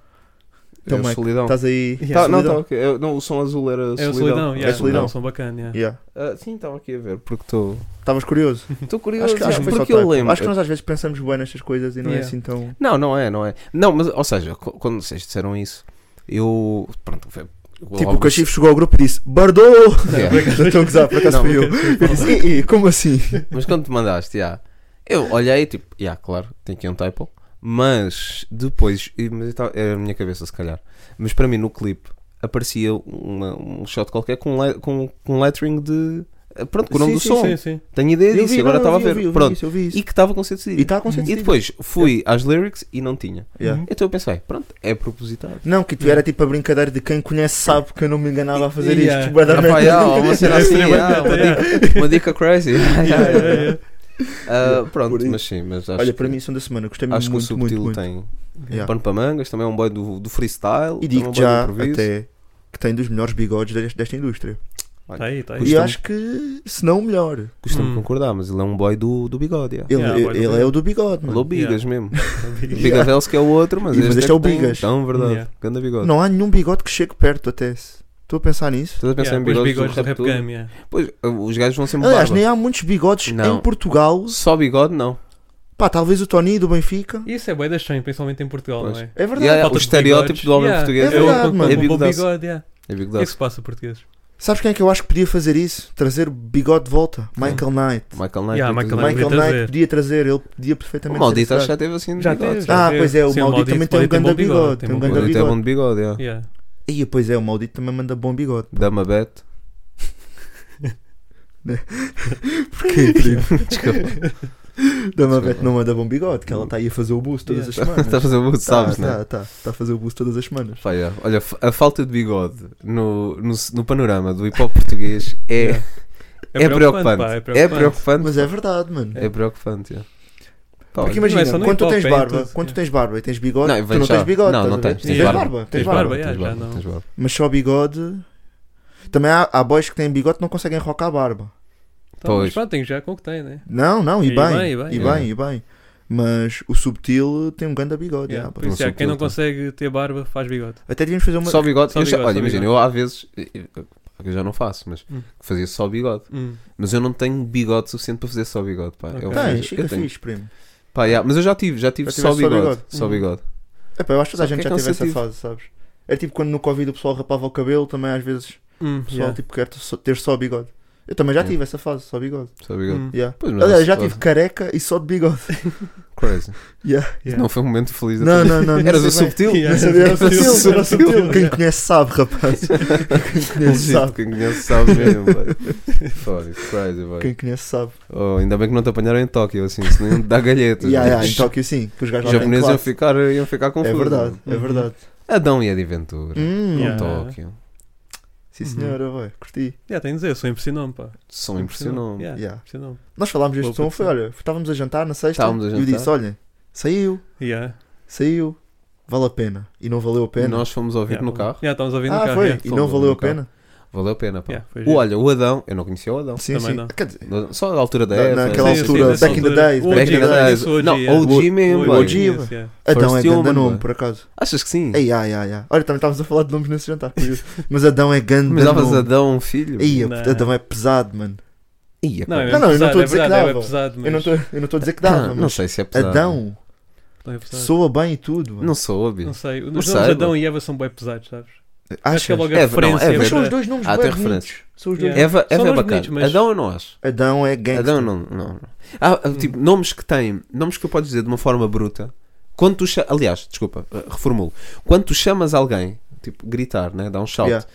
[SPEAKER 6] Então,
[SPEAKER 7] É
[SPEAKER 6] Mike,
[SPEAKER 7] solidão.
[SPEAKER 6] Estás aí.
[SPEAKER 8] Yeah.
[SPEAKER 7] Tá- não,
[SPEAKER 6] é solidão.
[SPEAKER 7] tá ok. Eu- não, o som azul era
[SPEAKER 8] É o
[SPEAKER 7] solidão.
[SPEAKER 8] Solidão, yeah.
[SPEAKER 6] Solidão.
[SPEAKER 8] É um som bacana, yeah.
[SPEAKER 6] Yeah.
[SPEAKER 7] Ah, sim, estava aqui a ver, porque estou.
[SPEAKER 6] Estavas curioso?
[SPEAKER 7] Estou curioso.
[SPEAKER 6] Acho que, acho que
[SPEAKER 7] já,
[SPEAKER 6] foi só
[SPEAKER 7] porque eu
[SPEAKER 6] type.
[SPEAKER 7] lembro.
[SPEAKER 6] Acho que nós às vezes pensamos bem nestas coisas e não é
[SPEAKER 8] Yeah.
[SPEAKER 6] assim tão.
[SPEAKER 7] Não, não é, não é. Não, mas, ou seja, co- quando vocês disseram isso, eu. Pronto, foi. eu
[SPEAKER 6] Tipo,
[SPEAKER 7] logo-
[SPEAKER 6] o né? Cachifo chegou ao grupo e disse: Bardô!
[SPEAKER 7] Yeah.
[SPEAKER 6] Não estou a gozar, por acaso
[SPEAKER 7] Não,
[SPEAKER 6] fui eu. Eu disse: "Ih, ih, como assim?
[SPEAKER 7] Mas quando te mandaste, já. Eu olhei tipo, já, claro, tem aqui um typo. Mas depois, e- mas eu tava- era a minha cabeça se calhar. Mas para mim no clipe aparecia uma- um shot qualquer com, le- com, com lettering de. eh, Pronto, com o nome do
[SPEAKER 8] sim,
[SPEAKER 7] som.
[SPEAKER 8] Sim, sim,
[SPEAKER 7] Tenho ideia disso, e agora
[SPEAKER 6] não,
[SPEAKER 7] estava a
[SPEAKER 6] eu
[SPEAKER 7] ver.
[SPEAKER 6] vi, eu vi
[SPEAKER 7] Pronto.
[SPEAKER 6] isso, eu vi isso.
[SPEAKER 7] E que estava com sentido.
[SPEAKER 6] E está com
[SPEAKER 7] E
[SPEAKER 6] sentido.
[SPEAKER 7] depois fui às lyrics e não tinha.
[SPEAKER 6] Yeah.
[SPEAKER 7] Então eu pensei, pronto, é propositado.
[SPEAKER 6] Não, que tu era tipo a brincadeira de quem conhece sabe que eu não me enganava a fazer
[SPEAKER 8] Yeah.
[SPEAKER 6] isto. bué da
[SPEAKER 7] Ah,
[SPEAKER 6] merda.
[SPEAKER 7] pá, Hum. yeah, uma cena assim,
[SPEAKER 8] Extremamente,
[SPEAKER 7] yeah,
[SPEAKER 6] tá
[SPEAKER 7] uma,
[SPEAKER 8] yeah. tá
[SPEAKER 7] dica, uma dica crazy. Yeah, yeah, yeah. Ah, pronto,
[SPEAKER 6] Por isso.
[SPEAKER 7] mas sim, mas acho
[SPEAKER 6] Olha,
[SPEAKER 7] que-
[SPEAKER 6] para mim, som da semana, gostei
[SPEAKER 7] Acho
[SPEAKER 6] muito,
[SPEAKER 7] que o
[SPEAKER 6] muito,
[SPEAKER 7] Subtil
[SPEAKER 6] muito.
[SPEAKER 7] tem
[SPEAKER 6] Yeah.
[SPEAKER 7] pano para mangas, também é um boy do, do freestyle.
[SPEAKER 6] E
[SPEAKER 7] também é
[SPEAKER 6] digo
[SPEAKER 7] um boy
[SPEAKER 6] já
[SPEAKER 7] do improviso.
[SPEAKER 6] até que tem dos melhores bigodes deste- desta indústria.
[SPEAKER 8] Está tá aí, está aí.
[SPEAKER 6] E
[SPEAKER 7] Costumo-
[SPEAKER 6] acho que, se não o melhor,
[SPEAKER 7] Costumo
[SPEAKER 8] Hum.
[SPEAKER 7] concordar, mas ele é um boy do, do bigode. Yeah.
[SPEAKER 6] ele,
[SPEAKER 8] Yeah, pode
[SPEAKER 6] ele
[SPEAKER 8] ser.
[SPEAKER 6] é o do bigode. mano.
[SPEAKER 7] Ele é o Bigas mesmo. O
[SPEAKER 8] Yeah.
[SPEAKER 7] Bigas Hells que é o outro, mas,
[SPEAKER 6] E- mas este é o
[SPEAKER 7] que tem-
[SPEAKER 6] Bigas.
[SPEAKER 7] Então, verdade.
[SPEAKER 8] Yeah.
[SPEAKER 7] Ganda bigode.
[SPEAKER 6] Não há nenhum bigode que chegue perto até. se- Estou a pensar nisso.
[SPEAKER 7] Estás a pensar
[SPEAKER 8] Yeah,
[SPEAKER 7] em
[SPEAKER 8] com os
[SPEAKER 7] bigodes,
[SPEAKER 8] bigodes do rap
[SPEAKER 7] tudo?
[SPEAKER 8] game, yeah.
[SPEAKER 7] Pois, eh, os gajos vão sempre
[SPEAKER 6] Aliás,
[SPEAKER 7] um barba.
[SPEAKER 6] nem há muitos bigodes
[SPEAKER 7] Não.
[SPEAKER 6] em Portugal.
[SPEAKER 7] Só bigode, não.
[SPEAKER 6] Pá, talvez o Tony do Benfica.
[SPEAKER 8] Isso é bué da estranho, principalmente em Portugal,
[SPEAKER 7] Pois.
[SPEAKER 8] não é?
[SPEAKER 6] É verdade.
[SPEAKER 7] Yeah,
[SPEAKER 8] Falta
[SPEAKER 7] o
[SPEAKER 8] de
[SPEAKER 7] estereótipo
[SPEAKER 8] bigodes.
[SPEAKER 7] do homem
[SPEAKER 8] Yeah,
[SPEAKER 7] português
[SPEAKER 6] É
[SPEAKER 8] o-
[SPEAKER 6] verdade,
[SPEAKER 8] o-
[SPEAKER 6] mano.
[SPEAKER 8] o-
[SPEAKER 7] É
[SPEAKER 8] o
[SPEAKER 7] bigodaço.
[SPEAKER 8] bigode, yeah.
[SPEAKER 7] é
[SPEAKER 8] O que é que
[SPEAKER 7] bigodaço.
[SPEAKER 8] se passa, portugueses?
[SPEAKER 6] Sabes quem é que eu acho que podia fazer isso? Trazer o bigode de volta. Michael Knight.
[SPEAKER 7] Michael Knight.
[SPEAKER 8] Yeah,
[SPEAKER 7] eu tô
[SPEAKER 8] Michael
[SPEAKER 7] a dizer.
[SPEAKER 8] Knight.
[SPEAKER 6] Michael
[SPEAKER 8] podia trazer.
[SPEAKER 6] Knight é podia trazer, ele podia
[SPEAKER 7] O
[SPEAKER 6] perfeitamente.
[SPEAKER 7] maldito
[SPEAKER 6] ser
[SPEAKER 7] acho que já
[SPEAKER 6] trazido.
[SPEAKER 7] teve assim de
[SPEAKER 8] Já
[SPEAKER 7] bigode.
[SPEAKER 8] teve,
[SPEAKER 7] já.
[SPEAKER 6] Ah,
[SPEAKER 8] teve.
[SPEAKER 6] pois é, o
[SPEAKER 8] Sim,
[SPEAKER 6] maldito também tem um
[SPEAKER 8] bom
[SPEAKER 6] ganda bigode, tem um
[SPEAKER 8] bom
[SPEAKER 7] O
[SPEAKER 6] ganda
[SPEAKER 7] maldito é
[SPEAKER 6] bigode.
[SPEAKER 7] bom de bigode, yeah.
[SPEAKER 8] Yeah.
[SPEAKER 6] E pois é, o maldito também manda bom bigode.
[SPEAKER 7] Dama Bet.
[SPEAKER 6] Porquê, primo?
[SPEAKER 7] Desculpa.
[SPEAKER 6] Dama Beth não manda bom bigode, que ela está aí a fazer o boost todas as semanas. Tá,
[SPEAKER 7] Estás a fazer muito, sabes, né?
[SPEAKER 6] Está tá a fazer o boost todas as semanas.
[SPEAKER 7] Pá, yeah. Olha, f- a falta de bigode no, no, no panorama do hip hop português é,
[SPEAKER 8] Yeah.
[SPEAKER 7] é, preocupante.
[SPEAKER 8] pá,
[SPEAKER 7] É preocupante.
[SPEAKER 6] Mas é verdade, mano.
[SPEAKER 7] É preocupante, yeah. Pá,
[SPEAKER 6] Porque
[SPEAKER 7] olha,
[SPEAKER 8] Não é
[SPEAKER 6] imagina,
[SPEAKER 8] só no
[SPEAKER 6] quando tu
[SPEAKER 8] hip-hop,
[SPEAKER 6] tens
[SPEAKER 8] é em
[SPEAKER 6] barba,
[SPEAKER 8] tudo,
[SPEAKER 6] quando tu
[SPEAKER 8] é.
[SPEAKER 6] tens barba e tens bigode,
[SPEAKER 7] Não,
[SPEAKER 6] tu não
[SPEAKER 7] já.
[SPEAKER 6] tens bigode,
[SPEAKER 7] Não,
[SPEAKER 6] estás
[SPEAKER 7] não
[SPEAKER 6] a ver?
[SPEAKER 7] tens,
[SPEAKER 8] tens
[SPEAKER 6] Tens
[SPEAKER 8] barba.
[SPEAKER 6] barba, tens
[SPEAKER 8] Tens
[SPEAKER 6] barba.
[SPEAKER 8] barba. é. yeah,
[SPEAKER 7] tens
[SPEAKER 8] já
[SPEAKER 7] barba,
[SPEAKER 8] não.
[SPEAKER 7] tens barba.
[SPEAKER 6] Mas só bigode. Também há, há boys que têm bigode que não conseguem rocar a barba.
[SPEAKER 8] Então, mas
[SPEAKER 7] Pois.
[SPEAKER 8] pronto, tem já com o que tem, né?
[SPEAKER 6] Não, não, e,
[SPEAKER 8] E
[SPEAKER 6] bem,
[SPEAKER 8] bem,
[SPEAKER 6] e
[SPEAKER 8] e
[SPEAKER 6] bem,
[SPEAKER 8] bem. é.
[SPEAKER 6] e
[SPEAKER 7] Yeah.
[SPEAKER 6] bem, Mas o subtil tem um grande bigode.
[SPEAKER 8] Yeah,
[SPEAKER 6] ah, pá.
[SPEAKER 8] Por isso,
[SPEAKER 7] Não
[SPEAKER 8] é, quem não
[SPEAKER 7] sou
[SPEAKER 8] consegue ter barba, faz bigode.
[SPEAKER 6] Até devíamos fazer uma.
[SPEAKER 7] Só bigode.
[SPEAKER 8] só
[SPEAKER 7] eu já-
[SPEAKER 8] bigode,
[SPEAKER 7] olha,
[SPEAKER 8] só
[SPEAKER 7] imagina,
[SPEAKER 8] bigode.
[SPEAKER 7] eu às vezes. eu- eu- pá, Eu já não faço, mas
[SPEAKER 8] Hum.
[SPEAKER 7] fazia só bigode.
[SPEAKER 8] Hum.
[SPEAKER 7] Mas eu não tenho bigode suficiente para fazer só bigode. Pá. Eu,
[SPEAKER 8] Ok.
[SPEAKER 6] Tens,
[SPEAKER 7] fiz-
[SPEAKER 6] fica
[SPEAKER 7] eu tenho.
[SPEAKER 6] fixe, primo.
[SPEAKER 7] Pá, yeah, Mas eu já tive, já tive
[SPEAKER 6] Já
[SPEAKER 7] só
[SPEAKER 6] tiveste só
[SPEAKER 7] bigode.
[SPEAKER 6] bigode. Uhum.
[SPEAKER 7] Só
[SPEAKER 8] Hum.
[SPEAKER 7] bigode.
[SPEAKER 6] Epá, eu acho que toda a
[SPEAKER 7] Só
[SPEAKER 6] gente
[SPEAKER 7] que é
[SPEAKER 6] já teve essa
[SPEAKER 7] cansativo.
[SPEAKER 6] fase, sabes? Era tipo quando no Covid o pessoal rapava o cabelo, também às vezes
[SPEAKER 8] Hum,
[SPEAKER 6] o pessoal
[SPEAKER 8] yeah.
[SPEAKER 6] tipo, quer só- ter só bigode. Eu também já
[SPEAKER 7] Yeah.
[SPEAKER 6] tive essa fase, só bigode.
[SPEAKER 7] Só bigode.
[SPEAKER 8] Hum.
[SPEAKER 6] Yeah.
[SPEAKER 7] Pois, mas
[SPEAKER 6] Aliás,
[SPEAKER 7] essa
[SPEAKER 6] já
[SPEAKER 7] fase-
[SPEAKER 6] tive careca e só de bigode.
[SPEAKER 7] Crazy.
[SPEAKER 6] Yeah.
[SPEAKER 8] Yeah.
[SPEAKER 7] Não foi um momento feliz.
[SPEAKER 6] Não, não, não. não
[SPEAKER 7] Eras
[SPEAKER 6] sei
[SPEAKER 7] o
[SPEAKER 6] bem.
[SPEAKER 7] subtil?
[SPEAKER 8] Yeah.
[SPEAKER 6] Não sabia, era o subtil, era o subtil.
[SPEAKER 8] Yeah.
[SPEAKER 6] Quem conhece sabe, rapaz. Quem conhece
[SPEAKER 7] Legítimo,
[SPEAKER 6] sabe.
[SPEAKER 7] Quem conhece sabe mesmo, velho. Foda-se, crazy, velho.
[SPEAKER 6] Quem conhece sabe.
[SPEAKER 7] Oh, ainda bem que não te apanharam em Tóquio, assim, senão dá galhetas.
[SPEAKER 6] Yeah,
[SPEAKER 7] né?
[SPEAKER 6] yeah, em Tóquio sim, que
[SPEAKER 7] Os
[SPEAKER 6] os gajos lá têm
[SPEAKER 7] japoneses iam
[SPEAKER 6] classe.
[SPEAKER 7] ficar, iam ficar
[SPEAKER 6] É
[SPEAKER 7] confusos.
[SPEAKER 6] verdade, é
[SPEAKER 8] Uhum.
[SPEAKER 6] verdade.
[SPEAKER 7] Adão e a de Ventura.
[SPEAKER 6] Hum,
[SPEAKER 8] Yeah.
[SPEAKER 7] Tóquio.
[SPEAKER 6] Sim
[SPEAKER 8] Uhum.
[SPEAKER 6] senhora, vai, curti.
[SPEAKER 8] Yeah, tenho de dizer, sou impressionou pá.
[SPEAKER 7] Som impressionante.
[SPEAKER 8] Yeah,
[SPEAKER 6] Yeah.
[SPEAKER 8] impressionou-me.
[SPEAKER 6] Nós falámos deste
[SPEAKER 8] Boa
[SPEAKER 6] som,
[SPEAKER 8] produção.
[SPEAKER 6] foi, olha, estávamos a jantar na sexta
[SPEAKER 7] Estávamos a
[SPEAKER 6] e eu
[SPEAKER 7] jantar.
[SPEAKER 6] disse, olha, saiu,
[SPEAKER 8] Yeah.
[SPEAKER 6] saiu, vale a pena. E não valeu a
[SPEAKER 7] E
[SPEAKER 6] pena.
[SPEAKER 7] Nós fomos ouvir
[SPEAKER 8] Yeah,
[SPEAKER 7] no carro.
[SPEAKER 8] Yeah, estávamos a ouvir no
[SPEAKER 6] ah,
[SPEAKER 8] carro.
[SPEAKER 6] foi,
[SPEAKER 8] yeah.
[SPEAKER 6] e
[SPEAKER 7] Fomos
[SPEAKER 6] não
[SPEAKER 7] no
[SPEAKER 6] valeu a
[SPEAKER 7] carro.
[SPEAKER 6] pena.
[SPEAKER 7] Valeu a pena, pá.
[SPEAKER 8] Yeah, foi
[SPEAKER 7] O-
[SPEAKER 8] giro.
[SPEAKER 7] Olha, o Adão, eu não conhecia o Adão.
[SPEAKER 6] Sim,
[SPEAKER 8] Também
[SPEAKER 6] sim.
[SPEAKER 8] não.
[SPEAKER 6] Quer dizer,
[SPEAKER 7] Só da altura da
[SPEAKER 6] Na-
[SPEAKER 7] época. assim,
[SPEAKER 6] naquela
[SPEAKER 8] Sim, sim,
[SPEAKER 6] altura,
[SPEAKER 8] nessa
[SPEAKER 6] back in the
[SPEAKER 8] altura.
[SPEAKER 6] days,
[SPEAKER 8] O
[SPEAKER 6] back in the
[SPEAKER 8] OG,
[SPEAKER 7] days.
[SPEAKER 8] conheço o OG,
[SPEAKER 7] Não,
[SPEAKER 8] yeah.
[SPEAKER 7] OG mesmo,
[SPEAKER 8] O
[SPEAKER 6] OG,
[SPEAKER 8] conheço, yeah.
[SPEAKER 6] Adão é
[SPEAKER 7] Human,
[SPEAKER 6] ganda nome,
[SPEAKER 7] mano.
[SPEAKER 6] por acaso.
[SPEAKER 7] Achas que sim?
[SPEAKER 6] Ei, ai, ai, ai. Olha, também estávamos a falar de nomes nesse jantar, curioso. Mas Adão é ganda
[SPEAKER 7] Mas davas
[SPEAKER 6] nome.
[SPEAKER 7] Adão um filho?
[SPEAKER 6] Ia,
[SPEAKER 8] Não.
[SPEAKER 6] Adão é pesado, mano.
[SPEAKER 7] Ia,
[SPEAKER 8] Não, é
[SPEAKER 7] pá.
[SPEAKER 6] Não, não, eu não
[SPEAKER 8] pesado,
[SPEAKER 6] estou a
[SPEAKER 8] é
[SPEAKER 6] dizer que
[SPEAKER 8] verdade, é
[SPEAKER 6] dava.
[SPEAKER 8] pesado,
[SPEAKER 6] Eu não
[SPEAKER 8] mas-
[SPEAKER 6] estou- eu não estou a dizer que
[SPEAKER 7] Ah,
[SPEAKER 6] dava,
[SPEAKER 7] não
[SPEAKER 6] mas
[SPEAKER 7] sei se é pesado.
[SPEAKER 6] Adão
[SPEAKER 8] não é pesado.
[SPEAKER 6] soa bem e tudo. mano.
[SPEAKER 7] Não soube.
[SPEAKER 8] Não sei. Os
[SPEAKER 7] Mas
[SPEAKER 8] nomes
[SPEAKER 7] sabe.
[SPEAKER 8] Adão e Eva são bem pesados, sabes? Acho que é
[SPEAKER 6] Achas?
[SPEAKER 8] logo a
[SPEAKER 7] É, não,
[SPEAKER 8] referência.
[SPEAKER 7] é
[SPEAKER 8] para-
[SPEAKER 6] Mas são
[SPEAKER 7] verdade.
[SPEAKER 6] os dois nomes
[SPEAKER 7] Ah,
[SPEAKER 6] bem
[SPEAKER 7] tem
[SPEAKER 6] bonitos.
[SPEAKER 7] referência.
[SPEAKER 6] São os dois.
[SPEAKER 8] Yeah.
[SPEAKER 7] Eva,
[SPEAKER 8] São
[SPEAKER 7] Eva é
[SPEAKER 8] nomes
[SPEAKER 7] bacana.
[SPEAKER 8] bonitos, mas-
[SPEAKER 7] Adão eu não acho.
[SPEAKER 6] Adão é gangster.
[SPEAKER 7] Adão não. não, não. Ah,
[SPEAKER 8] Hum.
[SPEAKER 7] tipo, nomes que têm. Nomes que tu podes dizer de uma forma bruta. Quando tu cha- Aliás, desculpa, eh, reformulo. Quando tu chamas alguém, tipo, gritar, né? Dá um salto.
[SPEAKER 6] Yeah.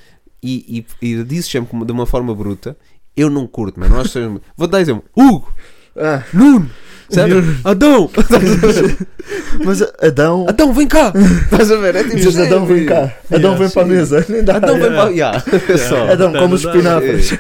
[SPEAKER 7] E, e, e dizes sempre como- de uma forma bruta. Eu não curto, mas não acho que seja. Vou dar um- exemplo. Hugo!
[SPEAKER 6] Ah,
[SPEAKER 7] Nuno! Sabes? Adão!
[SPEAKER 6] mas Adão.
[SPEAKER 7] Adão, Então, vem cá! Estás Tipo, a ver? É tipo
[SPEAKER 6] Dizes
[SPEAKER 7] gêmeo.
[SPEAKER 6] Adão, vem cá. Adão,
[SPEAKER 8] Yeah,
[SPEAKER 6] vem para a
[SPEAKER 8] sim.
[SPEAKER 6] mesa. Nem dá.
[SPEAKER 7] Adão, vem para. Yeah, é só.
[SPEAKER 6] Adão, come os
[SPEAKER 8] Adão.
[SPEAKER 6] espinafres.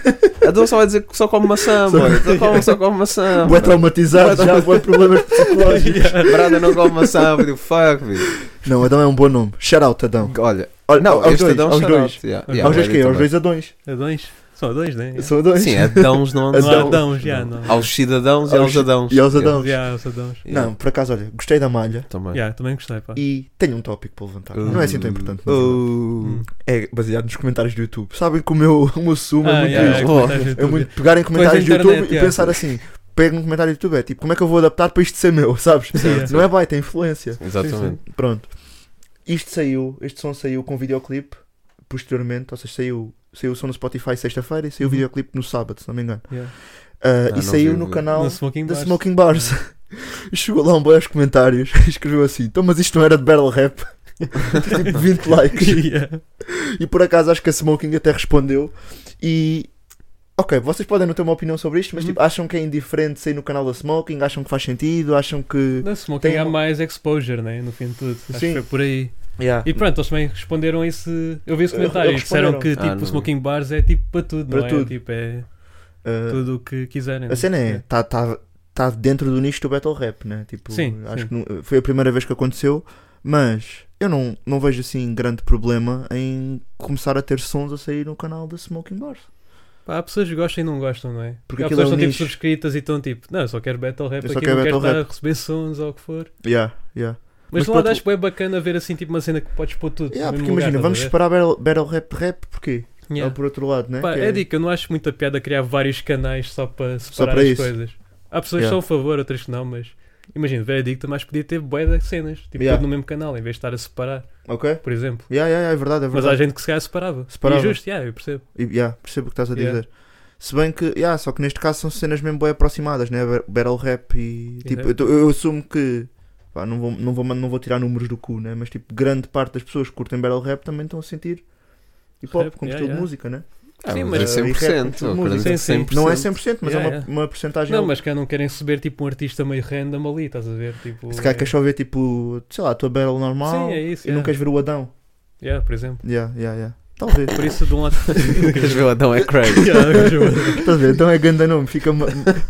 [SPEAKER 7] Adão só vai dizer que só come maçã, mano. Só come, só come maçã.
[SPEAKER 6] Bué traumatizado,
[SPEAKER 7] Bué
[SPEAKER 6] já bué problemas psicológicos.
[SPEAKER 7] Brada não come maçã, filho. Fuck, filho.
[SPEAKER 6] Não, Adão é um bom nome. Shout out, Adão.
[SPEAKER 7] Olha.
[SPEAKER 6] Olha,
[SPEAKER 7] Não,
[SPEAKER 6] aos
[SPEAKER 7] este
[SPEAKER 6] dois,
[SPEAKER 7] Adão
[SPEAKER 6] aos
[SPEAKER 7] shout out.
[SPEAKER 6] dois.
[SPEAKER 7] Yeah,
[SPEAKER 8] Aos
[SPEAKER 7] yeah,
[SPEAKER 6] Aos dois
[SPEAKER 7] Brady
[SPEAKER 6] quê? Aos
[SPEAKER 7] também.
[SPEAKER 6] dois Adões.
[SPEAKER 8] Adões. É São adões, né?
[SPEAKER 6] São Adões.
[SPEAKER 7] Sim, é Adãos não
[SPEAKER 8] Não há
[SPEAKER 6] Adão.
[SPEAKER 8] adãos, já, não.
[SPEAKER 7] Aos cidadãos e
[SPEAKER 6] Aos-
[SPEAKER 7] aos adãos.
[SPEAKER 6] E aos Adãos.
[SPEAKER 8] Já, os adãos.
[SPEAKER 7] é Yeah,
[SPEAKER 6] Não, por acaso, olha, gostei da malha
[SPEAKER 7] yeah, Também.
[SPEAKER 8] Já, também gostei, pá.
[SPEAKER 6] e tenho um tópico para levantar. Não é assim tão importante. na verdade.
[SPEAKER 7] Uh,
[SPEAKER 6] É baseado nos comentários do YouTube. Sabem que o meu, o meu sumo é
[SPEAKER 8] Ah,
[SPEAKER 6] muito
[SPEAKER 8] já,
[SPEAKER 6] isso.
[SPEAKER 8] já,
[SPEAKER 7] isso.
[SPEAKER 8] comentários no
[SPEAKER 6] É
[SPEAKER 8] YouTube.
[SPEAKER 6] muito pegar em comentários do
[SPEAKER 8] da
[SPEAKER 6] YouTube
[SPEAKER 8] internet,
[SPEAKER 6] e
[SPEAKER 8] é.
[SPEAKER 6] pensar assim. Pego um comentário do YouTube, é tipo, como é que eu vou adaptar para isto ser meu, sabes?
[SPEAKER 8] Sim.
[SPEAKER 6] Não é baita, é influência.
[SPEAKER 7] Exatamente.
[SPEAKER 6] Pronto. Isto saiu, este som saiu com videoclipe posteriormente, ou seja, saiu, saiu o som no Spotify sexta-feira e saiu o
[SPEAKER 8] Uhum. videoclipe
[SPEAKER 6] videoclipe no sábado, se não me engano.
[SPEAKER 8] Yeah.
[SPEAKER 6] Ah,
[SPEAKER 7] Ah,
[SPEAKER 6] e
[SPEAKER 7] não
[SPEAKER 6] saiu
[SPEAKER 7] vi,
[SPEAKER 6] no
[SPEAKER 7] vi.
[SPEAKER 6] canal
[SPEAKER 8] No Smoking
[SPEAKER 6] da
[SPEAKER 8] Bars.
[SPEAKER 6] Smoking Bars. Chegou lá um boy aos comentários e escreveu assim: Então, mas isto não era de Battle Rap? tipo 20 likes.
[SPEAKER 8] Yeah.
[SPEAKER 6] e por acaso acho que a Smoking até respondeu. E. Ok, vocês podem não ter uma opinião sobre isto, mas
[SPEAKER 7] Uhum.
[SPEAKER 6] tipo, acham que é indiferente sair no canal da Smoking? Acham que faz sentido? Acham que.
[SPEAKER 8] Na Smoking
[SPEAKER 6] Tem
[SPEAKER 8] há
[SPEAKER 6] um-
[SPEAKER 8] mais exposure, né? No fim de tudo. Acho
[SPEAKER 6] Sim.
[SPEAKER 8] que foi por aí.
[SPEAKER 6] Yeah.
[SPEAKER 8] E pronto, eles também responderam a esse. Eu vi esse comentário e
[SPEAKER 6] Eh, Eles
[SPEAKER 8] disseram que
[SPEAKER 7] responderam.
[SPEAKER 8] tipo,
[SPEAKER 7] Ah, não.
[SPEAKER 8] o Smoking Bars é tipo para tudo, não
[SPEAKER 6] Para
[SPEAKER 8] é?
[SPEAKER 6] tudo.
[SPEAKER 8] Tipo, é
[SPEAKER 6] Ah,
[SPEAKER 8] tudo o que quiserem.
[SPEAKER 6] A cena é,
[SPEAKER 8] né?
[SPEAKER 6] está tá, tá dentro do nicho do battle rap, né? Tipo,
[SPEAKER 8] Sim, sim.
[SPEAKER 6] acho que não- foi a primeira vez que aconteceu, mas eu não, não vejo assim grande problema em começar a ter sons a sair no canal da Smoking Bars.
[SPEAKER 8] Pá, há pessoas que gostam e não gostam, não é?
[SPEAKER 6] Porque
[SPEAKER 8] há
[SPEAKER 6] aquilo
[SPEAKER 8] pessoas que
[SPEAKER 6] é um
[SPEAKER 8] estão tipo
[SPEAKER 6] nicho.
[SPEAKER 8] subscritas e estão tipo, não, eu só quero battle rap
[SPEAKER 6] Eu só
[SPEAKER 8] aqui,
[SPEAKER 6] quero
[SPEAKER 8] não quero
[SPEAKER 6] battle
[SPEAKER 8] estar a
[SPEAKER 6] rap.
[SPEAKER 8] receber sons ou o que for.
[SPEAKER 6] Yeah, yeah.
[SPEAKER 8] Mas,
[SPEAKER 6] Mas
[SPEAKER 8] lá
[SPEAKER 6] pronto-
[SPEAKER 8] acho que é bacana ver assim tipo uma cena que podes pôr tudo.
[SPEAKER 6] Yeah,
[SPEAKER 8] no
[SPEAKER 6] porque
[SPEAKER 8] mesmo lugar,
[SPEAKER 6] imagina, vamos
[SPEAKER 8] estás a
[SPEAKER 6] separar battle, battle rap de rap, porquê?
[SPEAKER 8] ver?
[SPEAKER 6] Ou
[SPEAKER 8] Yeah.
[SPEAKER 6] por outro lado, né?
[SPEAKER 8] Pá,
[SPEAKER 6] Que
[SPEAKER 8] é dica, eu não acho muita piada criar vários canais só para separar
[SPEAKER 6] para
[SPEAKER 8] as
[SPEAKER 6] isso.
[SPEAKER 8] coisas. Há pessoas que
[SPEAKER 6] Yeah.
[SPEAKER 8] são a favor, outras que não, mas imagina, veredicto, mas podia ter bué de cenas, tipo
[SPEAKER 6] Yeah.
[SPEAKER 8] tudo no mesmo canal, em vez de estar a separar,
[SPEAKER 6] Ok?
[SPEAKER 8] por exemplo.
[SPEAKER 6] Yeah, yeah, yeah, é verdade, é
[SPEAKER 8] Mas há
[SPEAKER 6] verdade.
[SPEAKER 8] gente que se calhar separava.
[SPEAKER 6] Separava.
[SPEAKER 8] E justo, yeah, eu percebo.
[SPEAKER 6] E, yeah, percebo o que estás a dizer.
[SPEAKER 8] Yeah.
[SPEAKER 6] Se bem que, yeah, só que neste caso são cenas mesmo bem aproximadas, né? Ba- Battle rap e. Tipo,
[SPEAKER 8] rap.
[SPEAKER 6] eu, tô- eu assumo que. pá, não, vou, não, vou, man- não vou tirar números do cu, né? Mas tipo, grande parte das pessoas que curtem battle rap também estão a sentir hip hop
[SPEAKER 8] Rap,
[SPEAKER 6] como
[SPEAKER 8] yeah,
[SPEAKER 6] estilo de
[SPEAKER 8] yeah.
[SPEAKER 6] música, né?
[SPEAKER 7] Ah,
[SPEAKER 8] Sim,
[SPEAKER 7] mas
[SPEAKER 8] mas-
[SPEAKER 7] é 100%. eu acredito
[SPEAKER 8] Sim,
[SPEAKER 7] que
[SPEAKER 8] sim.
[SPEAKER 7] 100%.
[SPEAKER 6] Não é 100%, mas é
[SPEAKER 8] Yeah,
[SPEAKER 6] uma,
[SPEAKER 8] yeah.
[SPEAKER 6] uma porcentagem.
[SPEAKER 8] Não, mas que não querem receber tipo um artista meio random ali, estás a ver? Tipo,
[SPEAKER 6] Se calhar
[SPEAKER 8] é-
[SPEAKER 6] queres só ver, tipo, sei lá, a tua battle normal
[SPEAKER 8] Sim, é isso.
[SPEAKER 6] e não
[SPEAKER 8] yeah.
[SPEAKER 6] queres ver o Adão.
[SPEAKER 8] Yeah, por exemplo.
[SPEAKER 6] Yeah, yeah, yeah. Talvez.
[SPEAKER 8] Por isso, de um lado.
[SPEAKER 7] Queres ver o Adão é crazy.
[SPEAKER 6] Estás a ver? Então é grande nome, fica ma-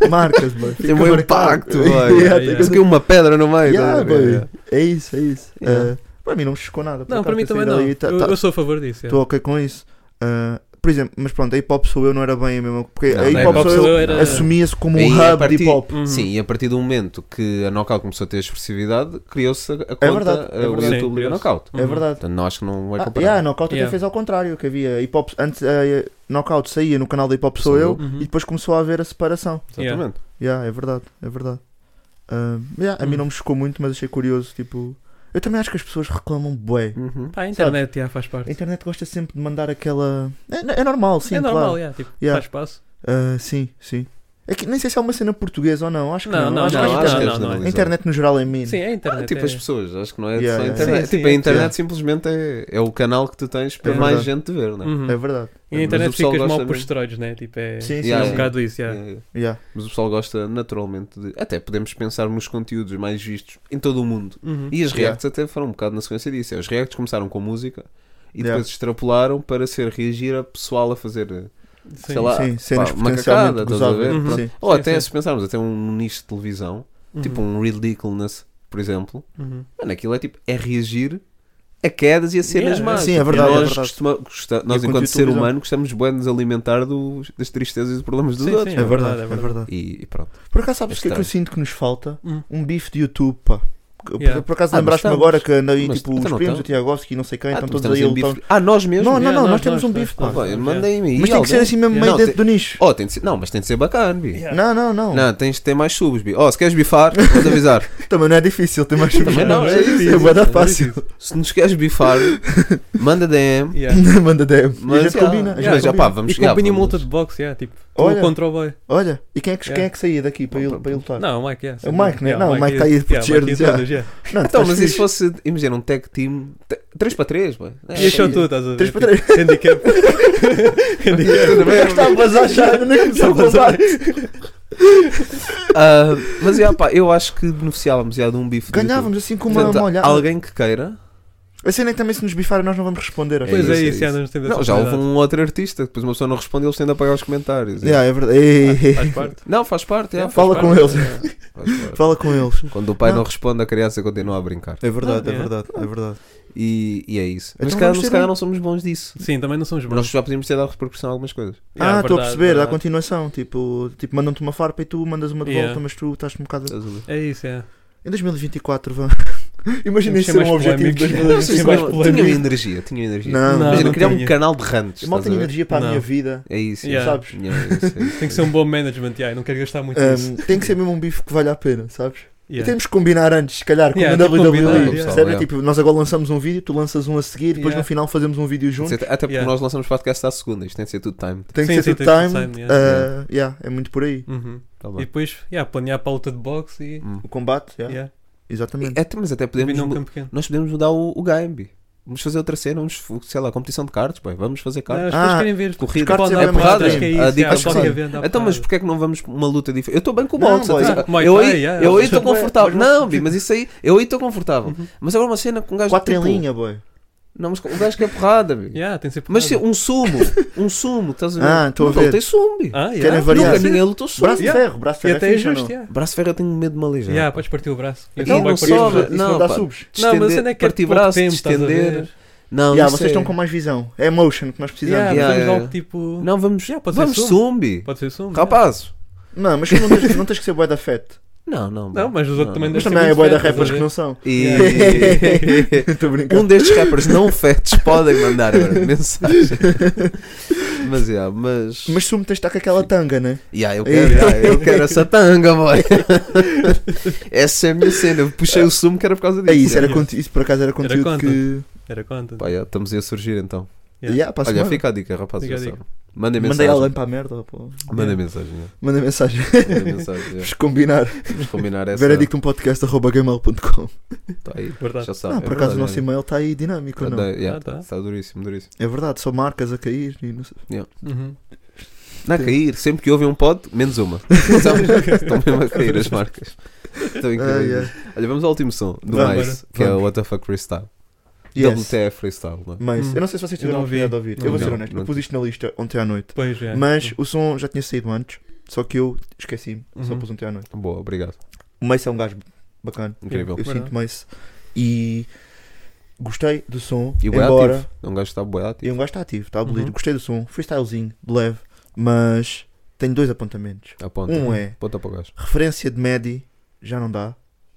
[SPEAKER 6] marcas, mano.
[SPEAKER 7] Tem um impacto,
[SPEAKER 6] é?
[SPEAKER 7] boy.
[SPEAKER 8] Yeah,
[SPEAKER 7] Tem
[SPEAKER 8] yeah.
[SPEAKER 7] que ter uma pedra no meio.
[SPEAKER 6] Yeah,
[SPEAKER 7] tá a ver?
[SPEAKER 6] boy.
[SPEAKER 7] Yeah.
[SPEAKER 6] É isso, é isso.
[SPEAKER 7] Yeah.
[SPEAKER 6] Uh, para mim não me chocou nada. por
[SPEAKER 8] não,
[SPEAKER 6] acaso,
[SPEAKER 8] para mim
[SPEAKER 6] ter
[SPEAKER 8] também
[SPEAKER 6] saído
[SPEAKER 8] não.
[SPEAKER 6] ali, tá-
[SPEAKER 8] eu,
[SPEAKER 6] tá-
[SPEAKER 8] eu sou a favor disso.
[SPEAKER 6] Estou ok com isso. Uh, por exemplo, mas pronto, a hip hop sou eu não era bem a mesma. Porque
[SPEAKER 7] Não,
[SPEAKER 6] a
[SPEAKER 7] não
[SPEAKER 6] hip
[SPEAKER 7] é
[SPEAKER 6] hop
[SPEAKER 7] hip-hop
[SPEAKER 6] sou
[SPEAKER 7] sou
[SPEAKER 6] eu
[SPEAKER 7] eu, era-
[SPEAKER 6] assumia-se como
[SPEAKER 7] Aí,
[SPEAKER 6] um
[SPEAKER 7] a
[SPEAKER 6] hub
[SPEAKER 7] partir-
[SPEAKER 6] de hip hop.
[SPEAKER 8] Uhum.
[SPEAKER 7] Sim, e a partir do momento que a Knockout começou a ter expressividade, criou-se a a conta,
[SPEAKER 6] verdade, é
[SPEAKER 7] eh, o
[SPEAKER 8] verdade.
[SPEAKER 7] YouTube
[SPEAKER 8] Sim,
[SPEAKER 7] da Knockout.
[SPEAKER 6] É verdade.
[SPEAKER 7] Portanto, não acho que não é
[SPEAKER 6] Ah,
[SPEAKER 7] comparar.
[SPEAKER 6] yeah, a Knockout até
[SPEAKER 8] Uhum. Yeah.
[SPEAKER 6] fez ao contrário, que havia hip hop antes a Knockout saía no canal da Hip Hop Sou
[SPEAKER 7] Sou
[SPEAKER 6] Eu
[SPEAKER 7] Eu.
[SPEAKER 8] Uhum.
[SPEAKER 6] e depois começou a haver a separação.
[SPEAKER 8] Yeah.
[SPEAKER 7] Exatamente.
[SPEAKER 6] Yeah, é verdade, é verdade. Uh, yeah, a mim
[SPEAKER 8] Uhum.
[SPEAKER 6] não me chocou muito, mas achei curioso, tipo, eu também acho que as pessoas reclamam bué.
[SPEAKER 7] Uhum.
[SPEAKER 8] Pá, a internet já faz
[SPEAKER 6] A
[SPEAKER 8] parte.
[SPEAKER 6] internet gosta sempre de mandar aquela. É, é normal, Então, sim,
[SPEAKER 8] é
[SPEAKER 6] claro.
[SPEAKER 8] normal, yeah, tipo,
[SPEAKER 6] Yeah.
[SPEAKER 8] faz espaço.
[SPEAKER 6] Ah, sim, sim. É que nem sei se é uma cena portuguesa ou não. Acho que não.
[SPEAKER 8] Não, não,
[SPEAKER 6] acho
[SPEAKER 8] não,
[SPEAKER 6] que
[SPEAKER 7] não,
[SPEAKER 6] a
[SPEAKER 7] acho que
[SPEAKER 6] internet,
[SPEAKER 7] é
[SPEAKER 8] não, não,
[SPEAKER 6] a internet no geral é mean.
[SPEAKER 8] Sim, é a internet.
[SPEAKER 7] Ah, tipo
[SPEAKER 8] é-
[SPEAKER 7] as pessoas, acho que não é
[SPEAKER 6] Yeah,
[SPEAKER 7] só a
[SPEAKER 6] yeah.
[SPEAKER 7] internet.
[SPEAKER 8] Sim, sim,
[SPEAKER 7] tipo, a
[SPEAKER 8] é-
[SPEAKER 7] internet
[SPEAKER 6] yeah.
[SPEAKER 7] simplesmente é, é o canal que tu tens para
[SPEAKER 6] É
[SPEAKER 7] mais
[SPEAKER 6] verdade.
[SPEAKER 7] gente ver, né?
[SPEAKER 8] Uhum.
[SPEAKER 6] É verdade.
[SPEAKER 8] E na
[SPEAKER 7] Mas o
[SPEAKER 8] internet
[SPEAKER 7] pessoal
[SPEAKER 8] ficas mal
[SPEAKER 7] gosta
[SPEAKER 8] por
[SPEAKER 7] mesmo.
[SPEAKER 8] esteroides, né? Tipo, é.
[SPEAKER 6] Sim, sim,
[SPEAKER 8] É
[SPEAKER 7] Yeah,
[SPEAKER 8] um
[SPEAKER 6] sim.
[SPEAKER 8] bocado isso, yeah.
[SPEAKER 7] É,
[SPEAKER 6] Yeah.
[SPEAKER 7] Mas o pessoal gosta naturalmente de. Até podemos pensar nos conteúdos mais vistos em todo o mundo.
[SPEAKER 8] Uhum.
[SPEAKER 7] E as
[SPEAKER 6] Yeah.
[SPEAKER 7] reacts até foram um bocado na sequência disso. É, Os reacts começaram com música e depois
[SPEAKER 6] Yeah.
[SPEAKER 7] extrapolaram para ser reagir a pessoal a fazer, eh,
[SPEAKER 8] Sim.
[SPEAKER 7] sei lá,
[SPEAKER 6] Sim, cenas
[SPEAKER 7] pá,
[SPEAKER 6] potencialmente
[SPEAKER 7] macacada, estás a ver?
[SPEAKER 6] gozáveis.
[SPEAKER 7] Pronto.
[SPEAKER 6] Sim.
[SPEAKER 7] Ou
[SPEAKER 8] Sim,
[SPEAKER 7] até
[SPEAKER 8] sim.
[SPEAKER 7] se pensarmos, até um nicho de televisão,
[SPEAKER 8] Uhum.
[SPEAKER 7] tipo um Ridiculousness, por exemplo.
[SPEAKER 8] Uhum.
[SPEAKER 7] Mano, aquilo é tipo, é reagir a quedas e a cenas
[SPEAKER 8] Yeah.
[SPEAKER 7] más.
[SPEAKER 6] Sim, é
[SPEAKER 7] Tipo,
[SPEAKER 6] verdade, é
[SPEAKER 7] Nós,
[SPEAKER 6] verdade.
[SPEAKER 7] costuma- gosta- nós
[SPEAKER 6] E a
[SPEAKER 7] enquanto ser
[SPEAKER 6] conteúdo-
[SPEAKER 7] humano, gostamos bem de nos alimentar dos- das tristezas e dos problemas dos
[SPEAKER 8] Sim,
[SPEAKER 7] outros.
[SPEAKER 8] sim,
[SPEAKER 6] É verdade,
[SPEAKER 8] é
[SPEAKER 6] é
[SPEAKER 8] verdade.
[SPEAKER 6] verdade.
[SPEAKER 7] E, e pronto.
[SPEAKER 6] Por acaso sabes
[SPEAKER 7] É
[SPEAKER 6] o que é que eu
[SPEAKER 7] estranho.
[SPEAKER 6] sinto que nos falta?
[SPEAKER 8] Hum.
[SPEAKER 6] Um bife de YouTube, pá. Por-
[SPEAKER 8] Yeah.
[SPEAKER 6] Por acaso
[SPEAKER 7] Ah, mas
[SPEAKER 6] lembraste-me
[SPEAKER 7] estamos.
[SPEAKER 6] agora que andam aí
[SPEAKER 7] Mas
[SPEAKER 6] tipo
[SPEAKER 7] então
[SPEAKER 6] os
[SPEAKER 7] não
[SPEAKER 6] primos, o
[SPEAKER 7] estamos.
[SPEAKER 6] Tiagovski e não sei quem,
[SPEAKER 7] Ah,
[SPEAKER 6] estão
[SPEAKER 7] tu
[SPEAKER 6] todos
[SPEAKER 7] temos
[SPEAKER 6] Então
[SPEAKER 7] aí
[SPEAKER 6] aí a
[SPEAKER 7] um bife
[SPEAKER 6] lutar.
[SPEAKER 7] de- Ah, nós mesmos?
[SPEAKER 6] Não, não,
[SPEAKER 8] Yeah,
[SPEAKER 6] não, nós
[SPEAKER 8] nós-
[SPEAKER 6] temos
[SPEAKER 8] nós-
[SPEAKER 6] um bife,
[SPEAKER 8] nós-
[SPEAKER 6] pá.
[SPEAKER 8] nós-
[SPEAKER 7] Pá, Mandei-me aí
[SPEAKER 6] Mas tem que ser
[SPEAKER 7] alguém.
[SPEAKER 6] assim mesmo meio
[SPEAKER 7] Não,
[SPEAKER 6] dentro
[SPEAKER 7] tem-
[SPEAKER 6] do nicho.
[SPEAKER 7] Oh, tem de ser... Não, mas tem de ser bacana, bi.
[SPEAKER 8] Yeah.
[SPEAKER 6] Não, não, não.
[SPEAKER 7] Não, tens de ter mais subs, bi. Oh, se queres bifar, vamos avisar.
[SPEAKER 6] Também não é difícil, tem mais
[SPEAKER 7] Também não, é
[SPEAKER 6] É bué da fácil.
[SPEAKER 7] Se nos queres bifar, manda DM.
[SPEAKER 8] Yeah.
[SPEAKER 6] Manda DM. E a
[SPEAKER 7] Mas,
[SPEAKER 6] gente
[SPEAKER 7] yeah,
[SPEAKER 6] combina. a
[SPEAKER 7] mas,
[SPEAKER 6] gente
[SPEAKER 7] já,
[SPEAKER 6] combina.
[SPEAKER 7] pá, vamos
[SPEAKER 8] E com mini
[SPEAKER 7] yeah, vamos-
[SPEAKER 8] um multa de boxe, yeah, tipo,
[SPEAKER 6] Olha.
[SPEAKER 8] tu contra o boy.
[SPEAKER 6] Olha, e quem é que
[SPEAKER 8] Yeah.
[SPEAKER 6] quem é que saía daqui para ele para ele lutar?
[SPEAKER 8] Não, o Mike, yeah,
[SPEAKER 6] É o
[SPEAKER 8] sim.
[SPEAKER 6] Mike, né?
[SPEAKER 8] Yeah,
[SPEAKER 6] Não, o Mike tá aí a
[SPEAKER 8] yeah,
[SPEAKER 6] proteger-nos,
[SPEAKER 8] Mike em
[SPEAKER 6] yeah.
[SPEAKER 8] todas, yeah.
[SPEAKER 6] Não,
[SPEAKER 7] Então,
[SPEAKER 6] estás
[SPEAKER 7] mas e se
[SPEAKER 6] fixe.
[SPEAKER 7] fosse, imagina, um tag team 3 para É, 3,
[SPEAKER 8] E achou É, tu, estás a ver?
[SPEAKER 6] 3 para
[SPEAKER 8] tipo, Handicap. Handicap. é
[SPEAKER 6] Eu estava a achar, nem começou a contar.
[SPEAKER 7] Ah, mas yeah, pá, eu acho que beneficiávamos yeah, de um bife. de
[SPEAKER 6] Ganhávamos assim com
[SPEAKER 7] YouTube.
[SPEAKER 8] Então,
[SPEAKER 6] uma,
[SPEAKER 8] tá,
[SPEAKER 6] uma
[SPEAKER 7] Portanto,
[SPEAKER 6] olhada.
[SPEAKER 7] Alguém que queira.
[SPEAKER 6] A cena é que também se nos bifarem nós não vamos responder. acho.
[SPEAKER 8] Pois
[SPEAKER 7] isso,
[SPEAKER 8] é,
[SPEAKER 7] é
[SPEAKER 8] isso,
[SPEAKER 7] isso.
[SPEAKER 8] é, não temos essa
[SPEAKER 7] Não, já houve
[SPEAKER 8] oportunidade.
[SPEAKER 7] um outro artista que depois uma pessoa não responde e eles tendem a pagar os comentários.
[SPEAKER 6] Yeah, é verdade. Ei,
[SPEAKER 8] Faz parte.
[SPEAKER 7] Não, faz parte. yeah,
[SPEAKER 6] Fala
[SPEAKER 7] faz
[SPEAKER 6] com
[SPEAKER 7] parte,
[SPEAKER 6] eles.
[SPEAKER 7] yeah, faz parte.
[SPEAKER 6] Fala com
[SPEAKER 8] É
[SPEAKER 6] eles.
[SPEAKER 7] Quando o pai não.
[SPEAKER 6] Não.
[SPEAKER 7] responde, a criança continua a brincar.
[SPEAKER 6] É verdade,
[SPEAKER 8] Ah,
[SPEAKER 6] é
[SPEAKER 8] é.
[SPEAKER 6] verdade, é verdade.
[SPEAKER 7] E, e é isso. Mas
[SPEAKER 6] Então
[SPEAKER 7] se calhar,
[SPEAKER 6] vamos
[SPEAKER 7] se
[SPEAKER 6] ter
[SPEAKER 7] calhar
[SPEAKER 6] um-
[SPEAKER 7] não somos bons disso.
[SPEAKER 8] Sim, também não somos
[SPEAKER 7] Nós
[SPEAKER 8] bons.
[SPEAKER 7] já podíamos ter dado repercussão a algumas coisas.
[SPEAKER 8] Yeah,
[SPEAKER 6] ah, estou Ah, a
[SPEAKER 8] É verdade,
[SPEAKER 6] perceber, dá
[SPEAKER 8] verdade.
[SPEAKER 6] continuação. Tipo, tipo mandam-te uma farpa e tu mandas uma de volta,
[SPEAKER 8] Yeah.
[SPEAKER 6] mas tu estás um bocado.
[SPEAKER 7] Estás a ver?
[SPEAKER 8] É isso, é.
[SPEAKER 6] Em 2024, vão. Imagina
[SPEAKER 8] Vamos
[SPEAKER 6] isso
[SPEAKER 8] ser
[SPEAKER 6] ser um
[SPEAKER 8] mais
[SPEAKER 6] objetivo de
[SPEAKER 8] polémicos.
[SPEAKER 6] 2024.
[SPEAKER 8] Sim, mais
[SPEAKER 7] Tinha-
[SPEAKER 8] polémico.
[SPEAKER 7] Tinha energia, tinha energia.
[SPEAKER 6] é Não,
[SPEAKER 8] Não,
[SPEAKER 7] Imagina
[SPEAKER 8] não
[SPEAKER 7] criar um
[SPEAKER 8] tinha.
[SPEAKER 7] canal de rants.
[SPEAKER 6] Eu mal
[SPEAKER 7] estás
[SPEAKER 6] tenho
[SPEAKER 7] a ver?
[SPEAKER 6] energia para a
[SPEAKER 8] Não.
[SPEAKER 6] minha vida.
[SPEAKER 7] É isso,
[SPEAKER 8] Yeah.
[SPEAKER 7] yeah.
[SPEAKER 6] Sabes?
[SPEAKER 7] Yeah, é isso, é isso.
[SPEAKER 8] Tem que ser um bom management, yeah, eu não quero gastar muito nisso.
[SPEAKER 6] Ahm, tem que ser mesmo um bife que vale a pena, sabes? E
[SPEAKER 8] É Yeah.
[SPEAKER 6] Temos que combinar antes, se calhar, com
[SPEAKER 8] Yeah,
[SPEAKER 6] a
[SPEAKER 8] tem que
[SPEAKER 6] WWE.
[SPEAKER 8] combinar, yeah.
[SPEAKER 6] percebe?
[SPEAKER 7] Pessoal, yeah.
[SPEAKER 6] Tipo, nós agora lançamos um vídeo, tu lanças um a seguir, depois
[SPEAKER 8] Yeah.
[SPEAKER 6] no final fazemos um vídeo juntos.
[SPEAKER 7] Até porque
[SPEAKER 8] Yeah.
[SPEAKER 7] nós lançamos podcast à segunda, isto tem de ser tudo timed.
[SPEAKER 6] Tem que
[SPEAKER 8] Sim,
[SPEAKER 6] ser
[SPEAKER 8] sim,
[SPEAKER 6] tudo
[SPEAKER 8] tem que ser
[SPEAKER 6] time.
[SPEAKER 8] time,
[SPEAKER 6] ah, yeah, é muito por aí.
[SPEAKER 8] Uhum.
[SPEAKER 7] Tá
[SPEAKER 8] E
[SPEAKER 7] bem.
[SPEAKER 8] depois, yeah, planear para a luta de boxe e.
[SPEAKER 7] Hum.
[SPEAKER 6] O combate, yeah,
[SPEAKER 8] Yeah.
[SPEAKER 6] exatamente.
[SPEAKER 7] Até, mas até podemos.
[SPEAKER 8] Podemos num
[SPEAKER 7] mu-
[SPEAKER 8] campo pequeno.
[SPEAKER 7] Nós podemos mudar o, o Gaimbi. Vamos fazer outra cena, vamos, f- sei lá, competição de cartas, pá, vamos fazer
[SPEAKER 8] Não,
[SPEAKER 7] cartas.
[SPEAKER 8] as pessoas
[SPEAKER 6] Ah,
[SPEAKER 8] querem ver.
[SPEAKER 7] corrida.
[SPEAKER 8] Pode
[SPEAKER 6] Cartas
[SPEAKER 8] dar
[SPEAKER 6] é
[SPEAKER 8] porrada,
[SPEAKER 6] porrada.
[SPEAKER 8] acho que é
[SPEAKER 7] A
[SPEAKER 8] isso.
[SPEAKER 7] dica-
[SPEAKER 8] yeah,
[SPEAKER 7] acho que
[SPEAKER 8] pode
[SPEAKER 7] sim.
[SPEAKER 8] haver, dá
[SPEAKER 7] então, mas
[SPEAKER 8] porrada.
[SPEAKER 7] porquê é que não vamos uma luta diferente? Eu estou bem com o
[SPEAKER 6] Não,
[SPEAKER 7] boxe.
[SPEAKER 6] boy.
[SPEAKER 7] atenção.
[SPEAKER 8] Ah, Muay
[SPEAKER 7] eu
[SPEAKER 8] Thai,
[SPEAKER 7] aí
[SPEAKER 8] yeah,
[SPEAKER 7] eu aí
[SPEAKER 8] mas-
[SPEAKER 7] estou
[SPEAKER 6] mas- Uhum.
[SPEAKER 7] confortável. Não, Bi, mas isso aí, eu aí estou confortável. Mas agora uma cena com um gajo
[SPEAKER 6] Quatro em
[SPEAKER 7] tipo,
[SPEAKER 6] linha, boy.
[SPEAKER 7] Não, mas um gajo que é porrada, Bi.
[SPEAKER 8] Yeah, tem sempre
[SPEAKER 7] Mas se um sumo, um sumo, estás a ver?
[SPEAKER 6] Ah, estou a
[SPEAKER 7] Nunca
[SPEAKER 6] ver. é
[SPEAKER 7] lutei sumo, Bi.
[SPEAKER 8] Ah, yeah.
[SPEAKER 6] Querem
[SPEAKER 8] Nunca
[SPEAKER 6] variar.
[SPEAKER 7] Nunca
[SPEAKER 8] ninguém-
[SPEAKER 7] ninguém lutou sumo.
[SPEAKER 6] Braço de
[SPEAKER 8] Yeah.
[SPEAKER 6] ferro, braço de
[SPEAKER 8] E
[SPEAKER 6] ferro.
[SPEAKER 8] até é
[SPEAKER 6] fixe ou não?
[SPEAKER 8] justo, yeah.
[SPEAKER 7] Braço de ferro eu tenho medo de me aleijar.
[SPEAKER 8] Yeah, podes partir o braço. E
[SPEAKER 7] Então,
[SPEAKER 8] assim vai
[SPEAKER 7] não só,
[SPEAKER 8] partir o braço.
[SPEAKER 7] velho.
[SPEAKER 6] Isso não
[SPEAKER 7] Não,
[SPEAKER 6] dá
[SPEAKER 7] pá.
[SPEAKER 6] subs.
[SPEAKER 8] Não, mas a cena é
[SPEAKER 7] Distender,
[SPEAKER 8] que é
[SPEAKER 7] partir
[SPEAKER 8] pouco
[SPEAKER 7] braço,
[SPEAKER 8] tempo, estás a
[SPEAKER 7] distender.
[SPEAKER 8] ver?
[SPEAKER 7] Não,
[SPEAKER 6] Yeah,
[SPEAKER 7] isso
[SPEAKER 6] vocês
[SPEAKER 7] é-
[SPEAKER 6] estão com mais visão. É motion que nós precisamos.
[SPEAKER 8] Yeah,
[SPEAKER 7] Yeah,
[SPEAKER 8] precisamos de
[SPEAKER 7] yeah,
[SPEAKER 8] algo
[SPEAKER 7] yeah.
[SPEAKER 8] tipo.
[SPEAKER 7] Não, vamos,
[SPEAKER 8] Yeah, pode ser
[SPEAKER 7] vamos
[SPEAKER 8] sumo.
[SPEAKER 7] zumbi.
[SPEAKER 8] Pode ser sumo.
[SPEAKER 7] Rapaz.
[SPEAKER 6] Não, mas tu não tens, não tens que ser boy da fat.
[SPEAKER 7] Não, não.
[SPEAKER 8] Não, mas os outros também Deve
[SPEAKER 6] Mas
[SPEAKER 8] ser
[SPEAKER 6] também é
[SPEAKER 8] muito
[SPEAKER 6] boy da
[SPEAKER 8] fat, estás
[SPEAKER 6] rappers
[SPEAKER 8] a
[SPEAKER 6] que
[SPEAKER 8] ver?
[SPEAKER 6] não são.
[SPEAKER 7] E...
[SPEAKER 8] Yeah.
[SPEAKER 6] Estou brincando.
[SPEAKER 7] um destes rappers não fetos podem mandar agora mensagem. Mas, yeah, mas...
[SPEAKER 8] Um
[SPEAKER 6] Mas tu me tens de estar com aquela tanga, né?
[SPEAKER 7] Yeah, eu, quero, yeah, eu quero essa tanga, boy. essa é a minha cena. Eu puxei o sumo que era por causa disso.
[SPEAKER 6] É isso, era
[SPEAKER 8] Yeah.
[SPEAKER 6] conte- isso por acaso era conteúdo
[SPEAKER 8] conta.
[SPEAKER 6] que.
[SPEAKER 8] né? Era conta.
[SPEAKER 7] Pá, yeah, estamos aí a surgir então.
[SPEAKER 8] Yeah.
[SPEAKER 6] Yeah, passa
[SPEAKER 7] Olha,
[SPEAKER 6] mal.
[SPEAKER 7] fica a dica, rapaz.
[SPEAKER 8] Fica a dica.
[SPEAKER 7] Mandem mensagem.
[SPEAKER 6] Mandei alguém para a merda, pô.
[SPEAKER 7] Mandem mensagem. yeah.
[SPEAKER 6] Manda mensagem.
[SPEAKER 7] Mandem mensagem. yeah.
[SPEAKER 6] Vamos combinar. um
[SPEAKER 7] Vamos combinar essa.
[SPEAKER 6] Veredictumpodcast.gmail.com
[SPEAKER 7] Tá aí.
[SPEAKER 8] Verdade.
[SPEAKER 7] Já sabe.
[SPEAKER 6] Não,
[SPEAKER 7] é
[SPEAKER 6] Ah, por acaso
[SPEAKER 7] verdade,
[SPEAKER 6] o nosso
[SPEAKER 7] é.
[SPEAKER 6] e-mail está aí dinâmico, não?
[SPEAKER 7] Tá, yeah,
[SPEAKER 8] Ah, tá.
[SPEAKER 7] tá duríssimo, duríssimo.
[SPEAKER 6] É verdade, só marcas a cair e não sei.
[SPEAKER 8] Uhum.
[SPEAKER 7] Não a
[SPEAKER 6] Sim.
[SPEAKER 7] cair, sempre que ouvem um pod, menos uma. Estão estão mesmo a cair as marcas. Estão incríveis.
[SPEAKER 6] Ah,
[SPEAKER 7] Olha, vamos ao último som do
[SPEAKER 6] Vamos,
[SPEAKER 7] mais, que é o
[SPEAKER 6] vamos.
[SPEAKER 7] What the Fuck Freestyle.
[SPEAKER 6] yeah. Yes.
[SPEAKER 7] WTF Freestyle, não é?
[SPEAKER 6] Mas
[SPEAKER 8] Hum.
[SPEAKER 6] eu não sei se vocês
[SPEAKER 8] Eu não
[SPEAKER 6] tiveram a oportunidade de
[SPEAKER 8] ouvi.
[SPEAKER 6] ouvir.
[SPEAKER 8] Não,
[SPEAKER 6] Eu vou ser
[SPEAKER 7] não,
[SPEAKER 6] honesto,
[SPEAKER 7] não.
[SPEAKER 6] eu pus isto na lista ontem à noite.
[SPEAKER 8] Pois é.
[SPEAKER 6] Mas o som já tinha saído antes, só que eu esqueci-me, só
[SPEAKER 8] Uhum.
[SPEAKER 6] pus ontem à noite.
[SPEAKER 7] Boa, obrigado.
[SPEAKER 6] O Mace é um gajo bacana,
[SPEAKER 7] Incrível.
[SPEAKER 6] eu
[SPEAKER 8] Verdade.
[SPEAKER 6] sinto Mace. E gostei do som,
[SPEAKER 7] E o boi
[SPEAKER 6] embora.
[SPEAKER 7] ativo. É um gajo que está boi
[SPEAKER 6] E
[SPEAKER 7] ativo.
[SPEAKER 6] um gajo está ativo, está abolido.
[SPEAKER 8] Uhum.
[SPEAKER 6] Gostei do som, freestylezinho, de leve, mas tenho dois apontamentos.
[SPEAKER 7] Aponta.
[SPEAKER 6] Um é
[SPEAKER 7] Aponta para o gajo.
[SPEAKER 6] referência de Maddie, já não dá.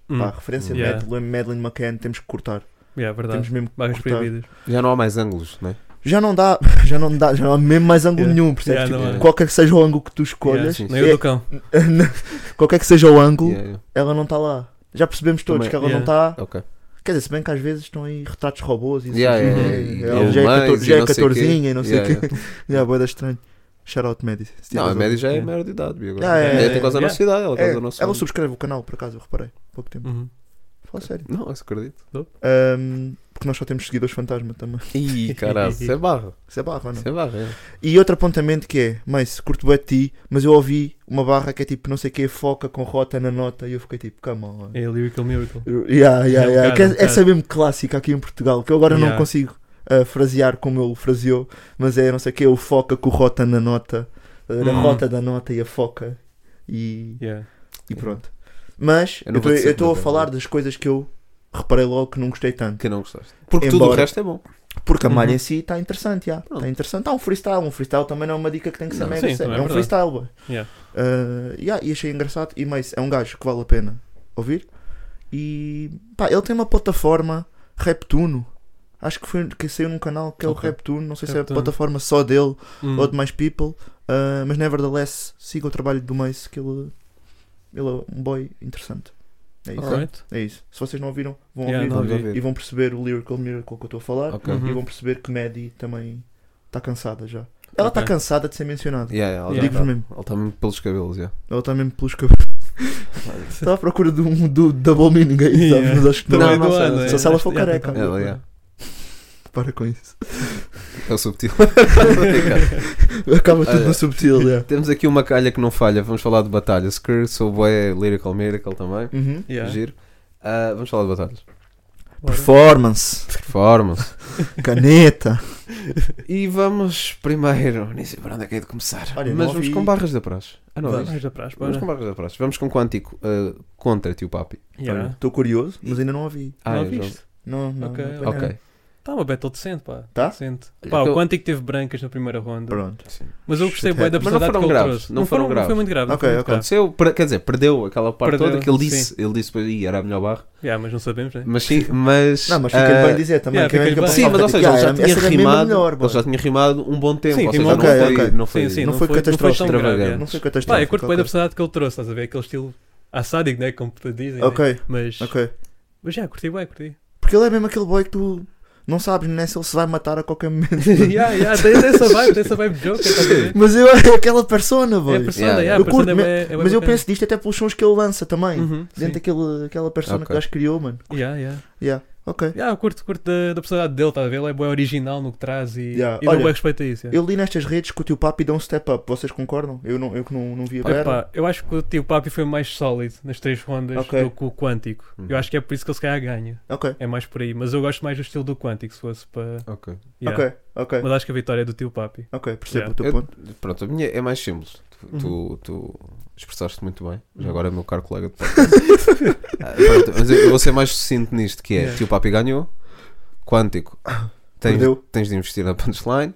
[SPEAKER 8] Hum.
[SPEAKER 6] Pá, referência de
[SPEAKER 8] Yeah.
[SPEAKER 6] Madeline, Madeline McCann, temos que cortar.
[SPEAKER 8] Yeah, é verdade.
[SPEAKER 6] Temos mesmo que
[SPEAKER 8] Vagas
[SPEAKER 6] cortar.
[SPEAKER 8] proibidas.
[SPEAKER 7] Já não há mais ângulos, não é?
[SPEAKER 6] Já não dá, já não dá, já não há mesmo mais ângulo
[SPEAKER 8] Yeah.
[SPEAKER 6] nenhum, percebes?
[SPEAKER 8] Yeah,
[SPEAKER 6] Tipo,
[SPEAKER 8] não é.
[SPEAKER 6] qualquer que seja o ângulo que tu escolhas,
[SPEAKER 7] sim,
[SPEAKER 8] Nem o do cão.
[SPEAKER 6] é- qualquer que seja o ângulo,
[SPEAKER 7] Yeah, yeah.
[SPEAKER 6] ela não está lá. Já percebemos todos
[SPEAKER 7] Também-
[SPEAKER 6] que ela
[SPEAKER 8] yeah.
[SPEAKER 6] não está.
[SPEAKER 7] Ok.
[SPEAKER 6] Quer dizer, se bem que às vezes estão aí retratos robôs e isso.
[SPEAKER 7] Yeah,
[SPEAKER 6] e-
[SPEAKER 7] yeah,
[SPEAKER 6] e-
[SPEAKER 7] yeah,
[SPEAKER 6] e-
[SPEAKER 7] yeah.
[SPEAKER 6] ela
[SPEAKER 7] E
[SPEAKER 6] já é
[SPEAKER 7] mães,
[SPEAKER 6] 14
[SPEAKER 7] e
[SPEAKER 6] já é
[SPEAKER 7] não sei
[SPEAKER 6] 14zinha e não sei o
[SPEAKER 7] Yeah,
[SPEAKER 6] quê. Yeah, boa, estranho. Shout out Maddie. se
[SPEAKER 7] Não,
[SPEAKER 6] tiveres
[SPEAKER 7] a média já é
[SPEAKER 8] Yeah.
[SPEAKER 7] maior de idade. Bia, agora.
[SPEAKER 6] Yeah, yeah,
[SPEAKER 7] É,
[SPEAKER 6] yeah,
[SPEAKER 7] tem quase a
[SPEAKER 8] yeah.
[SPEAKER 7] nossa idade. Ela
[SPEAKER 6] Ah, É,
[SPEAKER 7] quase a nossa.
[SPEAKER 6] ela subscreve o canal, por acaso, eu reparei. há Pouco tempo.
[SPEAKER 8] Uhum.
[SPEAKER 6] Fala sério.
[SPEAKER 7] Não, isso acredito.
[SPEAKER 6] Ahm, porque nós só temos seguidores fantasma também.
[SPEAKER 7] Ih, caralho. Isso é barra.
[SPEAKER 6] Isso é barra, não?
[SPEAKER 7] Isso é barra. é.
[SPEAKER 6] E outro apontamento que é, mas curto bem de ti, mas eu ouvi uma barra que é tipo não sei o que, foca com rota na nota e eu fiquei tipo, come on.
[SPEAKER 8] É Lyrical Miracle.
[SPEAKER 6] Yeah, yeah,
[SPEAKER 8] É um
[SPEAKER 6] yeah.
[SPEAKER 8] bocado,
[SPEAKER 6] Que é-
[SPEAKER 8] um bocado.
[SPEAKER 6] essa é mesmo clássica aqui em Portugal, que eu agora
[SPEAKER 8] Yeah.
[SPEAKER 6] não consigo ah, frasear como ele fraseou, mas é não sei o que, o foca com rota na nota, era a
[SPEAKER 8] Hum.
[SPEAKER 6] rota da nota e a foca e,
[SPEAKER 8] Yeah.
[SPEAKER 6] e pronto. Mas
[SPEAKER 7] Eu
[SPEAKER 6] eu
[SPEAKER 7] não vou dizer
[SPEAKER 6] estou a
[SPEAKER 7] nada,
[SPEAKER 6] falar
[SPEAKER 7] não.
[SPEAKER 6] das coisas que eu reparei logo que não gostei tanto.
[SPEAKER 7] Que não gostaste. Porque tudo o
[SPEAKER 6] Embora-
[SPEAKER 7] resto é bom.
[SPEAKER 6] Porque a
[SPEAKER 8] Uhum.
[SPEAKER 6] malha em si está interessante, já.
[SPEAKER 7] Pronto.
[SPEAKER 6] Está interessante. Está um freestyle. Um freestyle também não é uma dica que tem que ser
[SPEAKER 7] Não,
[SPEAKER 6] mega
[SPEAKER 8] sim,
[SPEAKER 6] séria.
[SPEAKER 8] também
[SPEAKER 6] É,
[SPEAKER 8] é
[SPEAKER 6] um
[SPEAKER 8] verdade.
[SPEAKER 6] freestyle, boy.
[SPEAKER 8] Yeah.
[SPEAKER 6] Uh, yeah, e achei engraçado. E mais, é um gajo que vale a pena ouvir. E pá, ele tem uma plataforma Reptuno. Acho que, foi, que saiu num canal que é
[SPEAKER 7] Ok.
[SPEAKER 6] o Reptuno. Não sei se é a
[SPEAKER 8] Reptuno.
[SPEAKER 6] plataforma só dele
[SPEAKER 8] Hum.
[SPEAKER 6] ou de mais people. Uh, mas nevertheless, siga o trabalho do Mace, que ele, ele é um boy interessante. É isso.
[SPEAKER 8] Alright.
[SPEAKER 6] É isso. Se vocês não ouviram, vão
[SPEAKER 8] Yeah,
[SPEAKER 6] ouvir
[SPEAKER 8] não
[SPEAKER 7] Vamos
[SPEAKER 8] ouvi.
[SPEAKER 7] ouvir.
[SPEAKER 6] e vão perceber o Lyrical Miracle que eu estou a falar
[SPEAKER 7] Ok.
[SPEAKER 8] Uhum.
[SPEAKER 6] e vão perceber que Maddie também está cansada já. Ela está
[SPEAKER 8] Ok.
[SPEAKER 6] cansada de ser mencionada.
[SPEAKER 7] Yeah, yeah, ela
[SPEAKER 8] Yeah.
[SPEAKER 6] Digo-vos
[SPEAKER 7] está-
[SPEAKER 6] mesmo.
[SPEAKER 7] Ela está tá mesmo pelos cabelos, já.
[SPEAKER 6] Ela está mesmo pelos cabelos. Está à procura um, do, do double meaning aí, sabes?
[SPEAKER 8] Yeah.
[SPEAKER 6] Mas acho que não.
[SPEAKER 8] Também
[SPEAKER 7] não
[SPEAKER 8] do
[SPEAKER 7] sei,
[SPEAKER 8] ano,
[SPEAKER 7] não
[SPEAKER 8] é.
[SPEAKER 7] sei.
[SPEAKER 6] Só se ela for
[SPEAKER 8] Yeah,
[SPEAKER 6] careca.
[SPEAKER 8] tem que-
[SPEAKER 7] Ela, yeah.
[SPEAKER 6] Para com isso.
[SPEAKER 7] É o subtil. Brincar.
[SPEAKER 6] Acaba tudo
[SPEAKER 7] Olha.
[SPEAKER 6] no subtil, yeah.
[SPEAKER 7] Temos aqui uma calha que não falha. Vamos falar de batalhas. Skrr, sou bué, Lyrical Miracle também.
[SPEAKER 6] Uhum.
[SPEAKER 8] Yeah,
[SPEAKER 7] Giro. Ah, vamos falar de batalhas.
[SPEAKER 8] bora.
[SPEAKER 6] Performance,
[SPEAKER 7] Performance.
[SPEAKER 6] caneta.
[SPEAKER 7] e vamos primeiro. Nem sei por onde é que é de começar.
[SPEAKER 6] Olha, não
[SPEAKER 7] Mas vamos
[SPEAKER 6] ouvi-
[SPEAKER 7] com barras da praxe. Ah, não,
[SPEAKER 6] Vamos.
[SPEAKER 7] viste?
[SPEAKER 8] Mais da praxe,
[SPEAKER 7] Vamos com
[SPEAKER 8] bora.
[SPEAKER 7] barras da praxe. Vamos com quântico ah, contra tio Papi.
[SPEAKER 6] Olha,
[SPEAKER 8] Yeah.
[SPEAKER 6] Estou curioso, mas ainda não ouvi.
[SPEAKER 7] Ah,
[SPEAKER 8] não
[SPEAKER 7] eu já-
[SPEAKER 8] viste?
[SPEAKER 6] Não, não.
[SPEAKER 8] Ok,
[SPEAKER 6] não apanhei.
[SPEAKER 7] Ok.
[SPEAKER 8] Está uma battle decente, pá.
[SPEAKER 6] Tá?
[SPEAKER 8] Decente.
[SPEAKER 7] Olha,
[SPEAKER 8] Pá,
[SPEAKER 7] eu-
[SPEAKER 8] o Quantic teve brancas na primeira ronda.
[SPEAKER 6] Pronto.
[SPEAKER 8] Mas eu gostei
[SPEAKER 6] Shit
[SPEAKER 8] bem da
[SPEAKER 7] happens. Mas não
[SPEAKER 8] personalidade
[SPEAKER 7] foram
[SPEAKER 8] que ele
[SPEAKER 7] graves,
[SPEAKER 8] trouxe.
[SPEAKER 7] não foram
[SPEAKER 8] Não foi
[SPEAKER 7] graves.
[SPEAKER 8] muito grave. não
[SPEAKER 6] Ok,
[SPEAKER 8] foi muito
[SPEAKER 6] ok.
[SPEAKER 8] grave.
[SPEAKER 7] Aconteceu, per- quer dizer, perdeu aquela parte
[SPEAKER 8] Perdeu,
[SPEAKER 7] toda que ele
[SPEAKER 8] sim.
[SPEAKER 7] disse. Ele disse depois, "Ih, era a melhor barra.
[SPEAKER 8] Yeah, mas não sabemos, né?
[SPEAKER 7] Mas sim, mas.
[SPEAKER 6] Não, mas fiquei
[SPEAKER 7] ah,
[SPEAKER 6] bem dizer também.
[SPEAKER 8] yeah,
[SPEAKER 6] que era
[SPEAKER 8] fiquei
[SPEAKER 6] que eu
[SPEAKER 8] bem.
[SPEAKER 7] Sim,
[SPEAKER 6] pensava,
[SPEAKER 7] mas ou
[SPEAKER 6] tipo,
[SPEAKER 7] seja, ele
[SPEAKER 6] yeah,
[SPEAKER 7] já tinha
[SPEAKER 6] essa era mesmo
[SPEAKER 7] rimado.
[SPEAKER 6] melhor,
[SPEAKER 7] Ele já tinha rimado um bom tempo.
[SPEAKER 8] Sim,
[SPEAKER 7] ou seja,
[SPEAKER 8] rimou
[SPEAKER 7] não,
[SPEAKER 6] ok,
[SPEAKER 7] foi,
[SPEAKER 6] ok.
[SPEAKER 7] não foi.
[SPEAKER 8] Sim, sim,
[SPEAKER 6] não
[SPEAKER 8] não
[SPEAKER 6] foi
[SPEAKER 8] foi- não foi
[SPEAKER 6] catastrófico.
[SPEAKER 8] tão grave,
[SPEAKER 6] Não foi
[SPEAKER 8] Pá, eu
[SPEAKER 6] catastrófico.
[SPEAKER 8] curto bem da personalidade que ele trouxe, estás a ver? Aquele estilo assádico, né? Como te dizem. né?
[SPEAKER 6] Ok,
[SPEAKER 8] Mas,
[SPEAKER 6] ok.
[SPEAKER 8] mas já, curti bem, curti.
[SPEAKER 6] Porque ele é mesmo aquele boy que tu não sabes nem se ele se vai matar a qualquer momento.
[SPEAKER 8] yeah, yeah, tem tem essa vibe, tem essa vibe de Joker, estás a ver?
[SPEAKER 6] mas eu é aquela persona,
[SPEAKER 8] É a
[SPEAKER 6] boy.
[SPEAKER 8] persona,
[SPEAKER 7] Yeah.
[SPEAKER 8] yeah, a
[SPEAKER 6] Eu
[SPEAKER 8] persona
[SPEAKER 6] curto,
[SPEAKER 8] é bué- é bué
[SPEAKER 6] mas eu
[SPEAKER 8] bacana.
[SPEAKER 6] penso disto até pelos sons que ele lança também.
[SPEAKER 8] Uhum, sim.
[SPEAKER 6] Dentro daquele, daquela persona que
[SPEAKER 7] Ok.
[SPEAKER 6] o gajo criou, mano.
[SPEAKER 8] Yeah, yeah.
[SPEAKER 6] Yeah, ok.
[SPEAKER 8] Yeah, eu curto, curto da, da personalidade dele, estás a ver? Ele é bem original no que traz e,
[SPEAKER 6] Yeah,
[SPEAKER 8] e dá
[SPEAKER 6] olha,
[SPEAKER 8] bem respeito a isso. yeah.
[SPEAKER 6] Eu li nestas redes que o teu papi deu um step up, vocês concordam? Eu, não, eu que não, não vi a
[SPEAKER 8] Epá,
[SPEAKER 6] Vera.
[SPEAKER 8] eu acho que o Tio Papi foi mais sólido nas três rondas
[SPEAKER 6] Ok.
[SPEAKER 8] do que o Quântico.
[SPEAKER 7] Uhum.
[SPEAKER 8] Eu acho que é por isso que ele se calhar ganha.
[SPEAKER 6] Ok,
[SPEAKER 8] É mais por aí. Mas eu gosto mais do estilo do Quântico, se fosse para.
[SPEAKER 7] Ok.
[SPEAKER 8] Yeah.
[SPEAKER 6] ok, ok,
[SPEAKER 8] Mas acho que a vitória é do Tio Papi.
[SPEAKER 6] ok, percebo
[SPEAKER 8] Yeah.
[SPEAKER 6] o teu
[SPEAKER 7] Eu-
[SPEAKER 6] ponto.
[SPEAKER 7] Pronto, a minha é mais simples. Tu, tu, tu expressaste muito bem. Já
[SPEAKER 8] Uhum.
[SPEAKER 7] agora é meu caro colega de podcast. Ah, pronto, mas eu eu vou ser mais sucinto nisto: que é
[SPEAKER 8] Yeah.
[SPEAKER 7] tio Papi ganhou, Quântico, tens,
[SPEAKER 6] Perdeu.
[SPEAKER 7] tens de investir na punchline.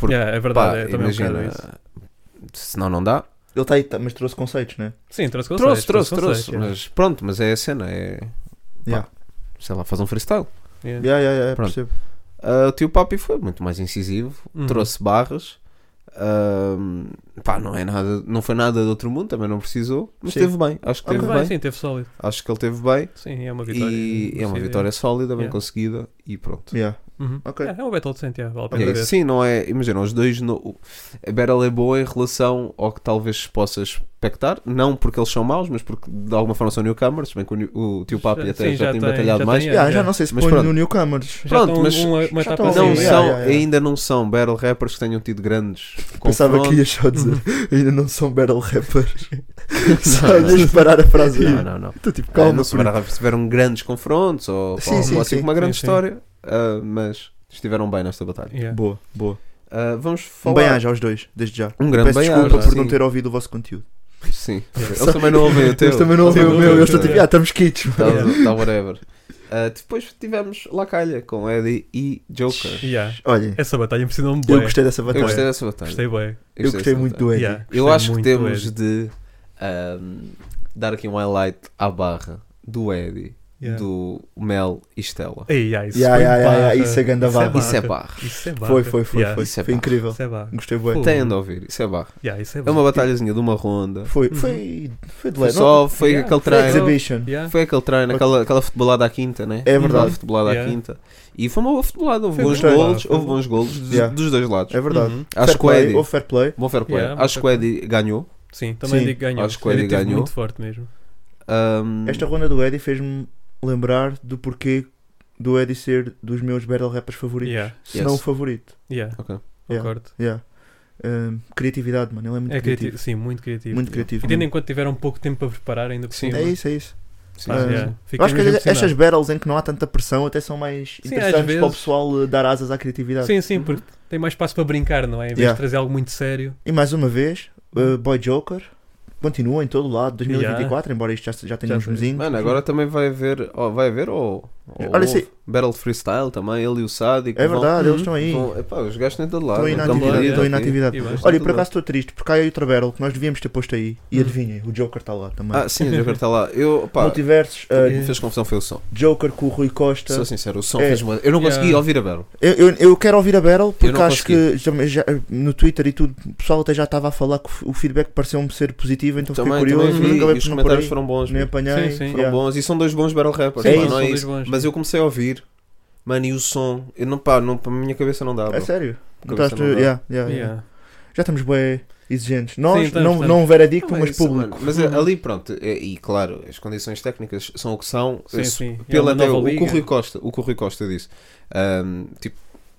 [SPEAKER 7] Porque,
[SPEAKER 8] Yeah, é verdade,
[SPEAKER 7] Pá,
[SPEAKER 8] é, também um
[SPEAKER 7] imagina,
[SPEAKER 8] bocado isso.
[SPEAKER 7] senão não dá.
[SPEAKER 6] Ele está aí, tá- mas trouxe conceitos, né?
[SPEAKER 8] Sim, trouxe
[SPEAKER 7] Trouxe,
[SPEAKER 8] conceitos,
[SPEAKER 7] trouxe,
[SPEAKER 8] conceitos,
[SPEAKER 7] trouxe. Mas pronto, mas é a cena, é.
[SPEAKER 6] Yeah.
[SPEAKER 7] Sei lá, faz um freestyle.
[SPEAKER 8] yeah.
[SPEAKER 6] Yeah, yeah, yeah,
[SPEAKER 7] Pronto.
[SPEAKER 6] percebo.
[SPEAKER 7] Ah, o tio Papi foi muito mais incisivo,
[SPEAKER 8] Uhum.
[SPEAKER 7] trouxe barras. Ahm, pá, não, é nada, não foi nada de outro mundo, também não precisou, mas
[SPEAKER 6] Sim.
[SPEAKER 7] teve bem. Acho que
[SPEAKER 8] Teve
[SPEAKER 7] teve
[SPEAKER 8] bem,
[SPEAKER 7] bem.
[SPEAKER 8] sim, teve sólido.
[SPEAKER 7] Acho que ele teve bem.
[SPEAKER 8] Sim, é uma vitória.
[SPEAKER 7] E é uma
[SPEAKER 8] merecida,
[SPEAKER 7] vitória sólida, bem
[SPEAKER 8] Yeah.
[SPEAKER 7] conseguida e pronto.
[SPEAKER 6] Yeah.
[SPEAKER 8] Uhum.
[SPEAKER 6] Ok.
[SPEAKER 8] Yeah, é um battle decente, yeah, vale a
[SPEAKER 7] E
[SPEAKER 8] pena
[SPEAKER 7] é
[SPEAKER 8] ver.
[SPEAKER 7] isso. Sim, não é. Imagina, os dois. No, a Battle é boa em relação ao que talvez possas expectar. Não porque eles são maus, mas porque de alguma forma são newcomers. Bem que o, new- o tio Papi
[SPEAKER 8] Já-
[SPEAKER 7] até
[SPEAKER 8] sim,
[SPEAKER 7] já,
[SPEAKER 8] já
[SPEAKER 7] tem
[SPEAKER 8] tem,
[SPEAKER 7] batalhado
[SPEAKER 8] já
[SPEAKER 7] mais.
[SPEAKER 8] tem, é.
[SPEAKER 6] Yeah,
[SPEAKER 8] yeah.
[SPEAKER 6] já não sei se
[SPEAKER 7] Mas
[SPEAKER 6] põe
[SPEAKER 7] pronto.
[SPEAKER 6] no Newcomers.
[SPEAKER 8] Já
[SPEAKER 7] Pronto,
[SPEAKER 8] estão um,
[SPEAKER 7] mas
[SPEAKER 8] uma, uma
[SPEAKER 6] já
[SPEAKER 8] etapa
[SPEAKER 6] estão
[SPEAKER 7] Não
[SPEAKER 8] acima,
[SPEAKER 6] ali,
[SPEAKER 8] yeah.
[SPEAKER 7] são,
[SPEAKER 6] Então, yeah, yeah.
[SPEAKER 7] ainda não são battle rappers que tenham tido grandes
[SPEAKER 6] Pensava que
[SPEAKER 7] confrontos.
[SPEAKER 6] ia só dizer,
[SPEAKER 7] Uhum.
[SPEAKER 6] ainda não são battle rappers. só ias parar a frase.
[SPEAKER 7] Não, não, não.
[SPEAKER 6] Estou tipo,
[SPEAKER 7] Ah,
[SPEAKER 6] calma,
[SPEAKER 7] não
[SPEAKER 6] por
[SPEAKER 7] souberam, tiveram grandes confrontos ou,
[SPEAKER 6] Sim,
[SPEAKER 7] ou-
[SPEAKER 6] sim,
[SPEAKER 7] ou assim
[SPEAKER 6] sim.
[SPEAKER 7] uma grande
[SPEAKER 8] Sim, sim.
[SPEAKER 7] história, ah, mas estiveram bem nesta batalha.
[SPEAKER 8] Yeah.
[SPEAKER 6] Boa, boa.
[SPEAKER 7] Ah, vamos
[SPEAKER 6] Um
[SPEAKER 7] falar.
[SPEAKER 6] bem-aja aos dois, desde já.
[SPEAKER 7] Um grande
[SPEAKER 6] Peço
[SPEAKER 7] bem-aja,
[SPEAKER 6] desculpa por
[SPEAKER 7] sim.
[SPEAKER 6] não ter ouvido o vosso conteúdo.
[SPEAKER 7] Sim. Eles também não ouvem o teu.
[SPEAKER 6] Eles também não ouviram o meu, eu estou tipo,
[SPEAKER 7] Tá-
[SPEAKER 6] ah, estamos kits.
[SPEAKER 7] tá whatever. Ah, depois tivemos Lacalha com Eddie e Joker.
[SPEAKER 8] Yeah.
[SPEAKER 6] Olhem,
[SPEAKER 8] Essa batalha impressionou-me bem.
[SPEAKER 6] eu gostei dessa
[SPEAKER 7] Eu gostei
[SPEAKER 6] batalha.
[SPEAKER 7] dessa batalha.
[SPEAKER 8] Gostei bem.
[SPEAKER 6] Eu gostei
[SPEAKER 7] dessa
[SPEAKER 6] muito
[SPEAKER 7] batalha.
[SPEAKER 6] do Eddie.
[SPEAKER 8] Yeah,
[SPEAKER 7] Eu
[SPEAKER 8] gostei
[SPEAKER 7] acho que
[SPEAKER 8] muito
[SPEAKER 7] temos
[SPEAKER 8] dele.
[SPEAKER 7] de ahm, dar aqui um highlight à barra do Eddie,
[SPEAKER 8] Yeah.
[SPEAKER 7] do Mel e Stella.
[SPEAKER 8] Ei, yeah, isso,
[SPEAKER 6] Yeah,
[SPEAKER 8] foi
[SPEAKER 6] yeah, yeah,
[SPEAKER 8] barra.
[SPEAKER 6] yeah, isso é ganda barra.
[SPEAKER 7] Isso é
[SPEAKER 8] barra.
[SPEAKER 7] barra.
[SPEAKER 8] Isso é barra.
[SPEAKER 6] Foi, foi, foi,
[SPEAKER 8] Yeah,
[SPEAKER 6] foi.
[SPEAKER 7] Isso é
[SPEAKER 6] Foi
[SPEAKER 7] pá.
[SPEAKER 6] incrível.
[SPEAKER 8] Isso é barra.
[SPEAKER 6] Gostei bué.
[SPEAKER 8] Pô.
[SPEAKER 7] Têm de ouvir, isso é barra.
[SPEAKER 8] Yeah, isso é
[SPEAKER 7] É
[SPEAKER 8] barra.
[SPEAKER 7] uma batalhazinha de uma ronda.
[SPEAKER 6] Foi, foi, foi de
[SPEAKER 7] Foi
[SPEAKER 6] leve.
[SPEAKER 7] só, foi
[SPEAKER 8] Yeah.
[SPEAKER 7] aquele
[SPEAKER 6] Foi
[SPEAKER 7] treino.
[SPEAKER 6] exhibition.
[SPEAKER 8] Yeah.
[SPEAKER 7] Foi aquele treino, aquela, aquela futebolada à quinta, né?
[SPEAKER 6] É
[SPEAKER 7] Aquela
[SPEAKER 6] verdade.
[SPEAKER 7] futebolada à
[SPEAKER 8] Yeah.
[SPEAKER 7] quinta. E foi uma boa futebolada, houve
[SPEAKER 8] Foi
[SPEAKER 7] bons
[SPEAKER 6] boa.
[SPEAKER 7] golos,
[SPEAKER 8] Foi
[SPEAKER 7] houve
[SPEAKER 8] boa.
[SPEAKER 7] bons golos dos,
[SPEAKER 6] Yeah.
[SPEAKER 7] dos dois lados.
[SPEAKER 6] É verdade.
[SPEAKER 8] Uhum.
[SPEAKER 7] Acho
[SPEAKER 6] Fair
[SPEAKER 7] que o
[SPEAKER 6] play,
[SPEAKER 7] Eddie,
[SPEAKER 6] Houve fair play.
[SPEAKER 7] bom fair play.
[SPEAKER 8] Yeah, bom
[SPEAKER 7] acho
[SPEAKER 8] fair
[SPEAKER 7] que o Eddie ganhou.
[SPEAKER 8] Sim, também
[SPEAKER 6] Sim.
[SPEAKER 8] digo que ganhou.
[SPEAKER 7] Acho que o Eddie
[SPEAKER 8] Ele teve
[SPEAKER 7] ganhou.
[SPEAKER 8] muito forte mesmo.
[SPEAKER 7] Ahm,
[SPEAKER 6] Esta ronda do Eddie fez-me lembrar do porquê do Eddie ser dos meus battle rappers favoritos.
[SPEAKER 8] Yeah,
[SPEAKER 6] Se não o
[SPEAKER 7] Yes.
[SPEAKER 6] favorito.
[SPEAKER 8] yeah,
[SPEAKER 7] ok.
[SPEAKER 6] Yeah.
[SPEAKER 8] concordo.
[SPEAKER 6] Yeah. Um, criatividade, mano. Ele é muito
[SPEAKER 8] É
[SPEAKER 6] criativo.
[SPEAKER 8] criativo. Sim, muito criativo.
[SPEAKER 6] Muito criativo.
[SPEAKER 8] E tendo em conta que tiveram pouco tempo para preparar ainda por
[SPEAKER 7] Sim.
[SPEAKER 8] cima.
[SPEAKER 6] É isso, é isso.
[SPEAKER 7] Sim,
[SPEAKER 8] Pá,
[SPEAKER 6] Ah,
[SPEAKER 7] sim,
[SPEAKER 8] yeah.
[SPEAKER 7] sim.
[SPEAKER 8] Fiquei
[SPEAKER 6] Eu acho que
[SPEAKER 8] mesmo
[SPEAKER 6] estas
[SPEAKER 8] impressionado.
[SPEAKER 6] battles em que não há tanta pressão até são mais
[SPEAKER 8] às
[SPEAKER 6] interessantes para o
[SPEAKER 8] vezes.
[SPEAKER 6] pessoal eh, dar asas à criatividade.
[SPEAKER 8] Sim, sim, porque tem mais espaço para brincar, não é? Em vez
[SPEAKER 6] Uhum. Yeah.
[SPEAKER 8] de trazer algo muito sério.
[SPEAKER 6] E mais uma vez, eh,
[SPEAKER 8] Hum.
[SPEAKER 6] Boy Joker continua em todo lado, 2024, embora isto já, já tenha
[SPEAKER 8] Já
[SPEAKER 6] uns
[SPEAKER 8] sei.
[SPEAKER 6] mesinhos.
[SPEAKER 7] Mano, agora também vai haver, ó, vai haver ou, ou
[SPEAKER 6] Olha,
[SPEAKER 7] houve
[SPEAKER 6] se-
[SPEAKER 7] Battle Freestyle também, ele e o Sádico.
[SPEAKER 6] É
[SPEAKER 7] vão-
[SPEAKER 6] verdade,
[SPEAKER 8] Uhum.
[SPEAKER 6] eles estão aí.
[SPEAKER 7] vão- epá, os gajos nem todo lado. né?
[SPEAKER 6] Estão aí na
[SPEAKER 7] estão
[SPEAKER 6] atividade,
[SPEAKER 7] perdidos,
[SPEAKER 6] estão aí na
[SPEAKER 7] ok.
[SPEAKER 6] atividade.
[SPEAKER 8] E bem.
[SPEAKER 7] Mas
[SPEAKER 6] Olha, e
[SPEAKER 7] tudo
[SPEAKER 6] por
[SPEAKER 7] bem.
[SPEAKER 6] acaso estou triste, porque há aí outra battle que nós devíamos ter posto aí. E
[SPEAKER 8] Hum.
[SPEAKER 6] adivinhem, o Joker está lá também.
[SPEAKER 7] Ah, sim, o Joker está lá. Eu, pá,
[SPEAKER 6] Não tivesses
[SPEAKER 7] o
[SPEAKER 6] eh,
[SPEAKER 7] que me fez confusão foi o som.
[SPEAKER 6] Joker com o Rui Costa.
[SPEAKER 7] Sou assim. sincero, o som
[SPEAKER 6] É.
[SPEAKER 7] fez uma. Eu não
[SPEAKER 8] Yeah.
[SPEAKER 7] consegui ouvir a Battle.
[SPEAKER 6] Eu, eu, eu quero ouvir a Battle
[SPEAKER 7] Eu
[SPEAKER 6] porque
[SPEAKER 7] não
[SPEAKER 6] acho que já- já- no Twitter e tudo o pessoal até já estava a falar que o feedback pareceu-me ser positivo, então
[SPEAKER 7] Também,
[SPEAKER 6] fiquei curioso.
[SPEAKER 7] também vi,
[SPEAKER 6] acabei
[SPEAKER 7] e os
[SPEAKER 6] por não por
[SPEAKER 7] comentários
[SPEAKER 6] aí,
[SPEAKER 7] foram bons.
[SPEAKER 6] nem
[SPEAKER 7] meu.
[SPEAKER 6] apanhei.
[SPEAKER 8] Sim, sim.
[SPEAKER 7] Foram
[SPEAKER 6] yeah.
[SPEAKER 7] bons e são dois bons battle rappers.
[SPEAKER 6] Sim,
[SPEAKER 7] pá,
[SPEAKER 6] sim,
[SPEAKER 7] não
[SPEAKER 8] são
[SPEAKER 7] é
[SPEAKER 8] dois
[SPEAKER 7] isso.
[SPEAKER 8] bons,
[SPEAKER 7] Mas
[SPEAKER 8] sim.
[SPEAKER 7] eu comecei a ouvir, mano, e o som, eu não, pá, não, para a minha cabeça não dá.
[SPEAKER 6] É
[SPEAKER 7] bro.
[SPEAKER 6] sério?
[SPEAKER 7] Cabeça
[SPEAKER 6] Estás-
[SPEAKER 7] não dá.
[SPEAKER 6] yeah, yeah, yeah.
[SPEAKER 8] Yeah.
[SPEAKER 6] Já estamos bem exigentes. Nós,
[SPEAKER 8] estamos,
[SPEAKER 6] não,
[SPEAKER 8] estamos.
[SPEAKER 6] não veredicto,
[SPEAKER 7] Não é
[SPEAKER 6] mas
[SPEAKER 7] isso,
[SPEAKER 6] público.
[SPEAKER 7] mano. Mas ali, pronto, é- e claro, as condições técnicas são o que são.
[SPEAKER 8] Sim,
[SPEAKER 7] Isso-
[SPEAKER 8] sim. É
[SPEAKER 7] Pela
[SPEAKER 8] uma
[SPEAKER 7] até
[SPEAKER 8] nova
[SPEAKER 7] o, que o
[SPEAKER 8] liga.
[SPEAKER 7] Rui Costa, o que o Rui Costa disse. Ahm, tipo,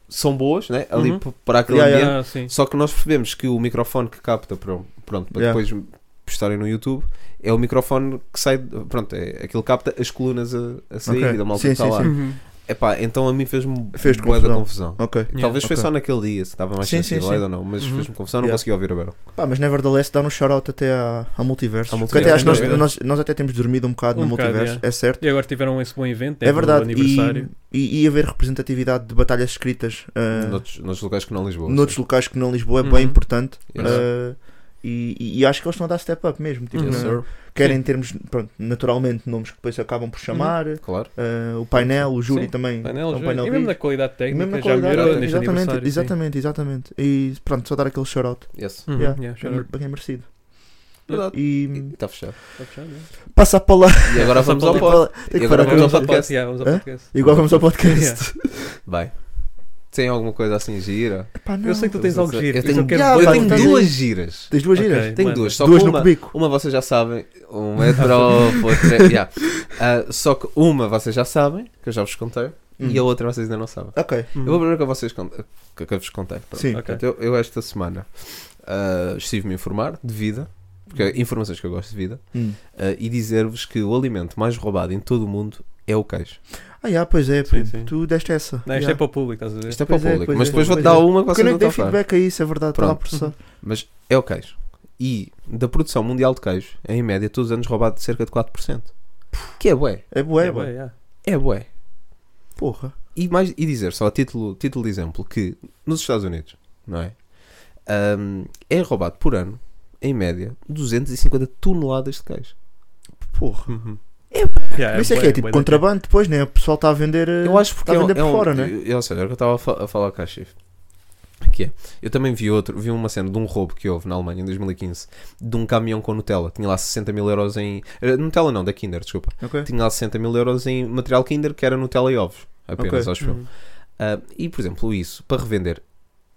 [SPEAKER 7] são boas, né? Ali
[SPEAKER 8] Uhum.
[SPEAKER 7] p- para aquele
[SPEAKER 6] Yeah,
[SPEAKER 7] ambiente.
[SPEAKER 8] Ah, sim.
[SPEAKER 7] Só que nós percebemos que o microfone que capta para, pronto, para
[SPEAKER 6] Yeah.
[SPEAKER 7] depois postarem no YouTube é o microfone que sai. Pronto, é, aquilo capta as colunas a, a sair
[SPEAKER 6] Ok.
[SPEAKER 7] e da malta
[SPEAKER 6] Sim,
[SPEAKER 7] que está
[SPEAKER 6] sim,
[SPEAKER 7] lá.
[SPEAKER 6] sim.
[SPEAKER 8] Uhum.
[SPEAKER 7] Epá, então a mim fez-me
[SPEAKER 6] Fez-te
[SPEAKER 7] bué da
[SPEAKER 6] confusão.
[SPEAKER 7] confusão.
[SPEAKER 6] Ok.
[SPEAKER 8] Yeah.
[SPEAKER 7] Talvez foi
[SPEAKER 6] Ok.
[SPEAKER 7] só naquele dia, se estava mais
[SPEAKER 6] Sim,
[SPEAKER 7] sensível,
[SPEAKER 6] sim, sim.
[SPEAKER 7] I don't know, mas
[SPEAKER 8] Uhum.
[SPEAKER 7] fez-me confusão, não
[SPEAKER 6] Yeah.
[SPEAKER 7] consegui ouvir a barrel.
[SPEAKER 6] Pá, mas nevertheless dá um shout-out até à, à multiverso.
[SPEAKER 7] À
[SPEAKER 6] Porque até acho que nós,
[SPEAKER 8] Multiverso.
[SPEAKER 6] nós, nós até temos dormido um bocado
[SPEAKER 8] Um
[SPEAKER 6] no
[SPEAKER 8] bocado,
[SPEAKER 6] multiverso,
[SPEAKER 8] yeah.
[SPEAKER 6] é certo.
[SPEAKER 8] E agora tiveram esse bom evento, né,
[SPEAKER 6] É
[SPEAKER 8] do
[SPEAKER 6] verdade, e,
[SPEAKER 8] aniversário.
[SPEAKER 6] e, e haver representatividade de batalhas escritas ah,
[SPEAKER 7] Noutros, noutros locais que não Lisboa.
[SPEAKER 6] noutros locais que não Lisboa é
[SPEAKER 8] Uhum.
[SPEAKER 6] bem importante.
[SPEAKER 7] Yes.
[SPEAKER 6] ah, e, e- e acho que eles estão a dar step up mesmo. Tipo,
[SPEAKER 8] Yes,
[SPEAKER 6] na-
[SPEAKER 7] sir.
[SPEAKER 6] querem termos, pronto, naturalmente, nomes que depois acabam por chamar.
[SPEAKER 7] Claro.
[SPEAKER 6] ah, o painel, o júri
[SPEAKER 8] Uhum. Sim,
[SPEAKER 6] também.
[SPEAKER 8] Painel,
[SPEAKER 6] é um
[SPEAKER 8] já-
[SPEAKER 6] painel
[SPEAKER 8] e mesmo na
[SPEAKER 6] big.
[SPEAKER 8] qualidade
[SPEAKER 6] E
[SPEAKER 8] técnica
[SPEAKER 6] mesmo na
[SPEAKER 8] já melhorou
[SPEAKER 6] qualidade, é,
[SPEAKER 8] neste aniversário.
[SPEAKER 6] exatamente,
[SPEAKER 8] sim.
[SPEAKER 6] exatamente, exatamente. E pronto, só dar aquele shout-out.
[SPEAKER 7] Yes.
[SPEAKER 8] Uhum,
[SPEAKER 6] Yeah.
[SPEAKER 8] yeah,
[SPEAKER 6] Bem,
[SPEAKER 8] shout out.
[SPEAKER 6] bem merecido.
[SPEAKER 7] Verdade.
[SPEAKER 6] E
[SPEAKER 7] Está fechado.
[SPEAKER 8] Tá fechado, yeah.
[SPEAKER 6] passa a palavra.
[SPEAKER 7] E Ah, agora
[SPEAKER 8] Só
[SPEAKER 7] vamos ao
[SPEAKER 8] para-
[SPEAKER 7] pod.
[SPEAKER 6] Tem
[SPEAKER 7] E
[SPEAKER 6] que
[SPEAKER 7] agora
[SPEAKER 6] parar com
[SPEAKER 7] vamos ao
[SPEAKER 6] isto.
[SPEAKER 7] podcast.
[SPEAKER 8] Hum. yeah, vamos ao
[SPEAKER 6] Hã?
[SPEAKER 8] podcast.
[SPEAKER 6] Igual vamos ao podcast.
[SPEAKER 7] Vai. Tem alguma coisa assim gira?
[SPEAKER 6] Epá, não.
[SPEAKER 8] Eu sei que tu tens algo é giro.
[SPEAKER 7] Eu tenho,
[SPEAKER 8] eu quero
[SPEAKER 6] Yeah,
[SPEAKER 8] ver
[SPEAKER 7] eu
[SPEAKER 6] pá,
[SPEAKER 7] tenho
[SPEAKER 6] não tens
[SPEAKER 7] duas
[SPEAKER 6] aí.
[SPEAKER 7] giras.
[SPEAKER 6] Tens duas
[SPEAKER 8] Ok.
[SPEAKER 6] giras.
[SPEAKER 7] Tenho
[SPEAKER 8] manda.
[SPEAKER 7] duas, só
[SPEAKER 6] duas
[SPEAKER 7] que
[SPEAKER 6] no
[SPEAKER 7] uma,
[SPEAKER 6] cubico.
[SPEAKER 7] uma vocês já sabem, uma é drop, outra é. yeah. Ah, só que uma vocês já sabem, que eu já vos contei, e a
[SPEAKER 6] Hum.
[SPEAKER 7] outra vocês ainda não sabem.
[SPEAKER 6] Ok,
[SPEAKER 8] Hum.
[SPEAKER 7] Eu vou abrir com vocês con- que, que eu vos contei. Pronto.
[SPEAKER 6] sim.
[SPEAKER 8] Ok.
[SPEAKER 7] Portanto, eu, eu esta semana ah, estive-me a informar de vida, porque é informações que eu gosto de vida,
[SPEAKER 6] Hum.
[SPEAKER 7] ah, e dizer-vos que o alimento mais roubado em todo o mundo é o queijo.
[SPEAKER 6] Ah, já, pois é,
[SPEAKER 8] Sim,
[SPEAKER 6] Pedro,
[SPEAKER 8] sim.
[SPEAKER 6] tu deste essa.
[SPEAKER 8] Não, isto
[SPEAKER 6] já.
[SPEAKER 8] é para o público, estás a ver?
[SPEAKER 7] Isto é para
[SPEAKER 6] Pois
[SPEAKER 7] o
[SPEAKER 6] é,
[SPEAKER 7] público,
[SPEAKER 6] pois
[SPEAKER 7] mas
[SPEAKER 6] é,
[SPEAKER 7] depois vou-te
[SPEAKER 6] pois
[SPEAKER 7] dar
[SPEAKER 6] é.
[SPEAKER 7] uma que
[SPEAKER 6] Porque eu
[SPEAKER 7] vocês não
[SPEAKER 6] nem
[SPEAKER 7] estão
[SPEAKER 6] dei
[SPEAKER 7] a falar.
[SPEAKER 6] feedback a isso, é verdade, está lá
[SPEAKER 7] Pronto.
[SPEAKER 6] processar.
[SPEAKER 7] Mas é o queijo. E da produção mundial de queijo, em média, todos os anos roubado de cerca de 4%. Que é bué.
[SPEAKER 6] É bué,
[SPEAKER 8] É,
[SPEAKER 6] bué.
[SPEAKER 8] bué, yeah.
[SPEAKER 7] É bué.
[SPEAKER 6] Porra.
[SPEAKER 7] E, mais, e dizer só a título, título de exemplo que nos Estados Unidos, não é? Ahm, é roubado por ano, em média, 250 toneladas de queijo.
[SPEAKER 6] Porra.
[SPEAKER 8] Uhum.
[SPEAKER 7] É-
[SPEAKER 8] Yeah,
[SPEAKER 6] Mas isso é que
[SPEAKER 8] bué,
[SPEAKER 6] é tipo
[SPEAKER 8] bué
[SPEAKER 6] contrabando depois, né? O pessoal está a vender. eh,
[SPEAKER 7] Eu acho porque
[SPEAKER 6] está a
[SPEAKER 7] é um-
[SPEAKER 6] vender
[SPEAKER 7] é um-
[SPEAKER 6] por fora, né?
[SPEAKER 7] eu- eu- Ou seja, era o que eu estava a, fa- a falar com a chefe. Que é. Eu também vi outro, vi uma cena de um roubo que houve na Alemanha em 2015 de um caminhão com Nutella. Tinha lá 60 mil euros em. eh, Nutella não, da Kinder, desculpa.
[SPEAKER 6] Ok.
[SPEAKER 7] Tinha lá 60 mil euros em material Kinder que era Nutella e ovos. Apenas,
[SPEAKER 6] Ok. Uhum.
[SPEAKER 7] acho eu. Ah, e, por exemplo, isso, para revender,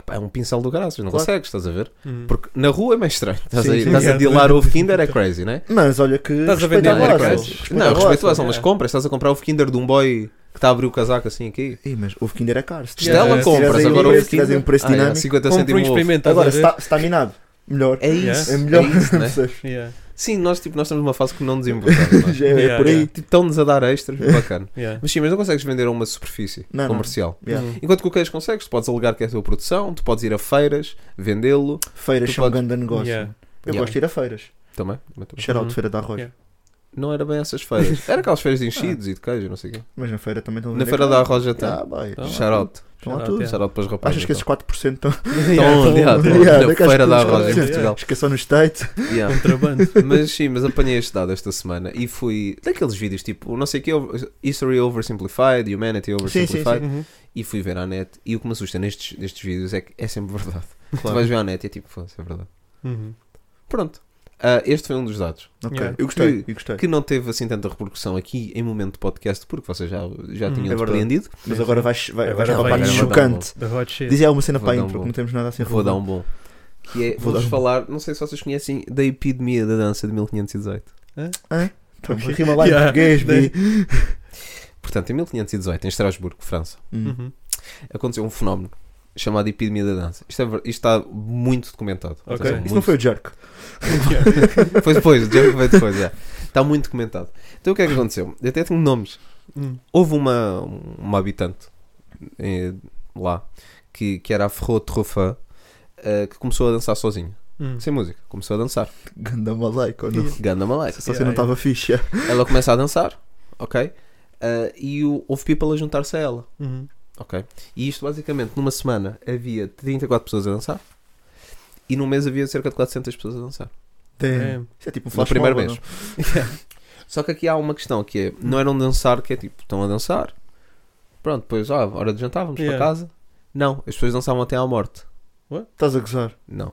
[SPEAKER 7] epá, é um pincel do graças, não
[SPEAKER 6] Claro.
[SPEAKER 7] consegues, estás a ver?
[SPEAKER 8] Uhum.
[SPEAKER 7] Porque na rua é mais estranho. Estás,
[SPEAKER 6] Sim,
[SPEAKER 7] a,
[SPEAKER 6] sim,
[SPEAKER 7] estás a
[SPEAKER 8] yeah.
[SPEAKER 7] dealar ovo Kinder, é crazy, não é?
[SPEAKER 6] Mas olha que.
[SPEAKER 8] Estás a
[SPEAKER 6] respeito
[SPEAKER 8] vender
[SPEAKER 6] à
[SPEAKER 7] Não,
[SPEAKER 8] Kinder
[SPEAKER 7] é
[SPEAKER 6] raça,
[SPEAKER 8] Crazy.
[SPEAKER 7] crazy.
[SPEAKER 6] respeito
[SPEAKER 7] Não,
[SPEAKER 6] à
[SPEAKER 7] eu respeito
[SPEAKER 6] raça.
[SPEAKER 7] lá, são umas
[SPEAKER 8] yeah.
[SPEAKER 7] compras. Estás a comprar ovo Kinder de um boy que está a abrir o casaco assim aqui.
[SPEAKER 6] Ih, mas houve Kinder é caro. se tiver-
[SPEAKER 7] Estela
[SPEAKER 8] yeah.
[SPEAKER 6] Se
[SPEAKER 7] compras,
[SPEAKER 6] tiveres aí
[SPEAKER 7] agora
[SPEAKER 6] um
[SPEAKER 7] ovo
[SPEAKER 6] preço- se
[SPEAKER 7] Kinder.
[SPEAKER 6] tiveres aí um preço
[SPEAKER 7] Ah, yeah,
[SPEAKER 6] dinâmico.
[SPEAKER 7] 50
[SPEAKER 8] Compre um
[SPEAKER 7] cêntimos ovo.
[SPEAKER 8] experimento, estás
[SPEAKER 6] Agora,
[SPEAKER 8] a
[SPEAKER 6] se
[SPEAKER 8] ver?
[SPEAKER 6] está- se está minado, melhor.
[SPEAKER 7] É isso,
[SPEAKER 8] Yeah.
[SPEAKER 6] É melhor.
[SPEAKER 7] é isso, né? tá
[SPEAKER 6] percebes?
[SPEAKER 8] Yeah,
[SPEAKER 7] Sim, nós, tipo, nós estamos numa fase que não nos importamos.
[SPEAKER 6] Já É
[SPEAKER 8] Yeah,
[SPEAKER 6] por aí.
[SPEAKER 8] yeah.
[SPEAKER 7] Tipo, estão-nos a dar extras, bacana.
[SPEAKER 8] yeah.
[SPEAKER 7] Mas sim, mas não consegues vender a uma superfície
[SPEAKER 6] Não, não.
[SPEAKER 7] comercial.
[SPEAKER 6] Yeah.
[SPEAKER 8] Uhum.
[SPEAKER 7] Enquanto que o queijo consegues, tu podes alegar que é a tua produção, tu podes ir a feiras, vendê-lo
[SPEAKER 6] Feiras
[SPEAKER 7] Tu
[SPEAKER 6] são um
[SPEAKER 7] podes-
[SPEAKER 6] grande negócio.
[SPEAKER 8] Yeah.
[SPEAKER 6] Eu
[SPEAKER 7] Yeah.
[SPEAKER 6] gosto de ir a feiras.
[SPEAKER 7] também. também, também.
[SPEAKER 6] Shout out
[SPEAKER 8] Uhum.
[SPEAKER 6] Feira da Arroz.
[SPEAKER 8] Yeah.
[SPEAKER 7] Não era bem essas feiras. Era aquelas feiras de
[SPEAKER 6] Ah.
[SPEAKER 7] enchidos e de queijo, não sei o quê.
[SPEAKER 6] Mas na feira também estão a
[SPEAKER 7] Na
[SPEAKER 6] vender
[SPEAKER 7] feira da
[SPEAKER 6] carne.
[SPEAKER 7] Arroz já tem.
[SPEAKER 6] Ah, vai.
[SPEAKER 8] Então,
[SPEAKER 7] Shout out.
[SPEAKER 6] Estão lá
[SPEAKER 8] Shout out,
[SPEAKER 6] tudo.
[SPEAKER 8] yeah.
[SPEAKER 7] Shout out para os rapazes.
[SPEAKER 6] Achas que esses
[SPEAKER 7] então.
[SPEAKER 6] 4% estão.
[SPEAKER 8] Então,
[SPEAKER 7] Estão onde?
[SPEAKER 6] Então, Yeah,
[SPEAKER 7] Yeah, estão
[SPEAKER 6] yeah,
[SPEAKER 7] é na
[SPEAKER 6] daquelas
[SPEAKER 7] feira da
[SPEAKER 6] coisas
[SPEAKER 7] Arroz
[SPEAKER 6] que
[SPEAKER 7] em
[SPEAKER 8] elas-
[SPEAKER 7] Portugal.
[SPEAKER 6] Acho que é só no State.
[SPEAKER 7] Yeah.
[SPEAKER 8] Contrabando.
[SPEAKER 7] Mas sim, mas apanhei este dado esta semana e fui daqueles vídeos tipo, não sei o que, History Oversimplified, Humanity Oversimplified,
[SPEAKER 8] Uhum.
[SPEAKER 7] e fui ver à net. E o que me assusta nestes, nestes vídeos é que é sempre verdade. Tu vais ver à net e é tipo, foda-se, é verdade.
[SPEAKER 8] Uhum.
[SPEAKER 7] Pronto. Ah, este foi um dos dados
[SPEAKER 6] Ok,
[SPEAKER 8] Yeah.
[SPEAKER 6] eu gostei. Eu gostei.
[SPEAKER 7] que não teve assim tanta repercussão aqui em momento de podcast, porque vocês já, já tinham
[SPEAKER 8] Hum.
[SPEAKER 6] É verdade.
[SPEAKER 7] compreendido.
[SPEAKER 6] Mas agora vais, vai,
[SPEAKER 8] Agora
[SPEAKER 6] vais para a
[SPEAKER 8] vai,
[SPEAKER 6] parte
[SPEAKER 8] agora vai
[SPEAKER 7] dar um
[SPEAKER 6] chocante.
[SPEAKER 8] The hot shit.
[SPEAKER 6] Dizia alguma cena
[SPEAKER 7] Vou
[SPEAKER 6] para a
[SPEAKER 7] dar um
[SPEAKER 6] intro,
[SPEAKER 7] bom.
[SPEAKER 6] que não temos nada assim
[SPEAKER 7] Vou dar um bom. Que é,
[SPEAKER 6] Vou
[SPEAKER 7] vou-vos
[SPEAKER 6] dar um bom.
[SPEAKER 7] falar, não sei se vocês conhecem, da epidemia da dança de 1518.
[SPEAKER 6] Então, Rima lá em
[SPEAKER 8] Yeah.
[SPEAKER 6] português, bi.
[SPEAKER 7] Portanto, em 1518, em Estrasburgo, França,
[SPEAKER 6] Hum.
[SPEAKER 8] Uhum.
[SPEAKER 7] aconteceu um fenómeno chamado epidemia da dança. Isto, é ver- isto está muito documentado.
[SPEAKER 8] Ok.
[SPEAKER 7] Atenção,
[SPEAKER 6] Isso
[SPEAKER 7] muito-
[SPEAKER 6] não foi o jerk.
[SPEAKER 7] foi depois, o jogo foi depois, é. Está muito documentado. Então o que é que aconteceu? Eu até tenho nomes.
[SPEAKER 8] Hum.
[SPEAKER 7] Houve uma, uma habitante eh, lá que, que era a Ferro Trofã que começou a dançar sozinha,
[SPEAKER 8] Hum.
[SPEAKER 7] sem música. Começou a dançar.
[SPEAKER 6] Ganda malai, quando
[SPEAKER 7] Ganda Malay.
[SPEAKER 6] só você
[SPEAKER 8] Yeah,
[SPEAKER 6] não estava ficha.
[SPEAKER 7] Ela começa a dançar, ok? Ah, e o, houve people a juntar-se a ela,
[SPEAKER 8] Uhum.
[SPEAKER 7] ok? E isto basicamente numa semana havia 34 pessoas a dançar e num mês havia cerca de 400 pessoas a dançar.
[SPEAKER 6] Damn. Isso é tipo um
[SPEAKER 7] no
[SPEAKER 6] flash
[SPEAKER 7] primeiro
[SPEAKER 6] mob,
[SPEAKER 7] mês.
[SPEAKER 6] não?
[SPEAKER 7] Só que aqui há uma questão que é, não era um dançar que é tipo, estão a dançar, pronto, depois, ah, hora de jantar, vamos
[SPEAKER 8] Yeah.
[SPEAKER 7] para casa. Não, as pessoas dançavam até à morte.
[SPEAKER 6] Estás a gozar.
[SPEAKER 7] Não.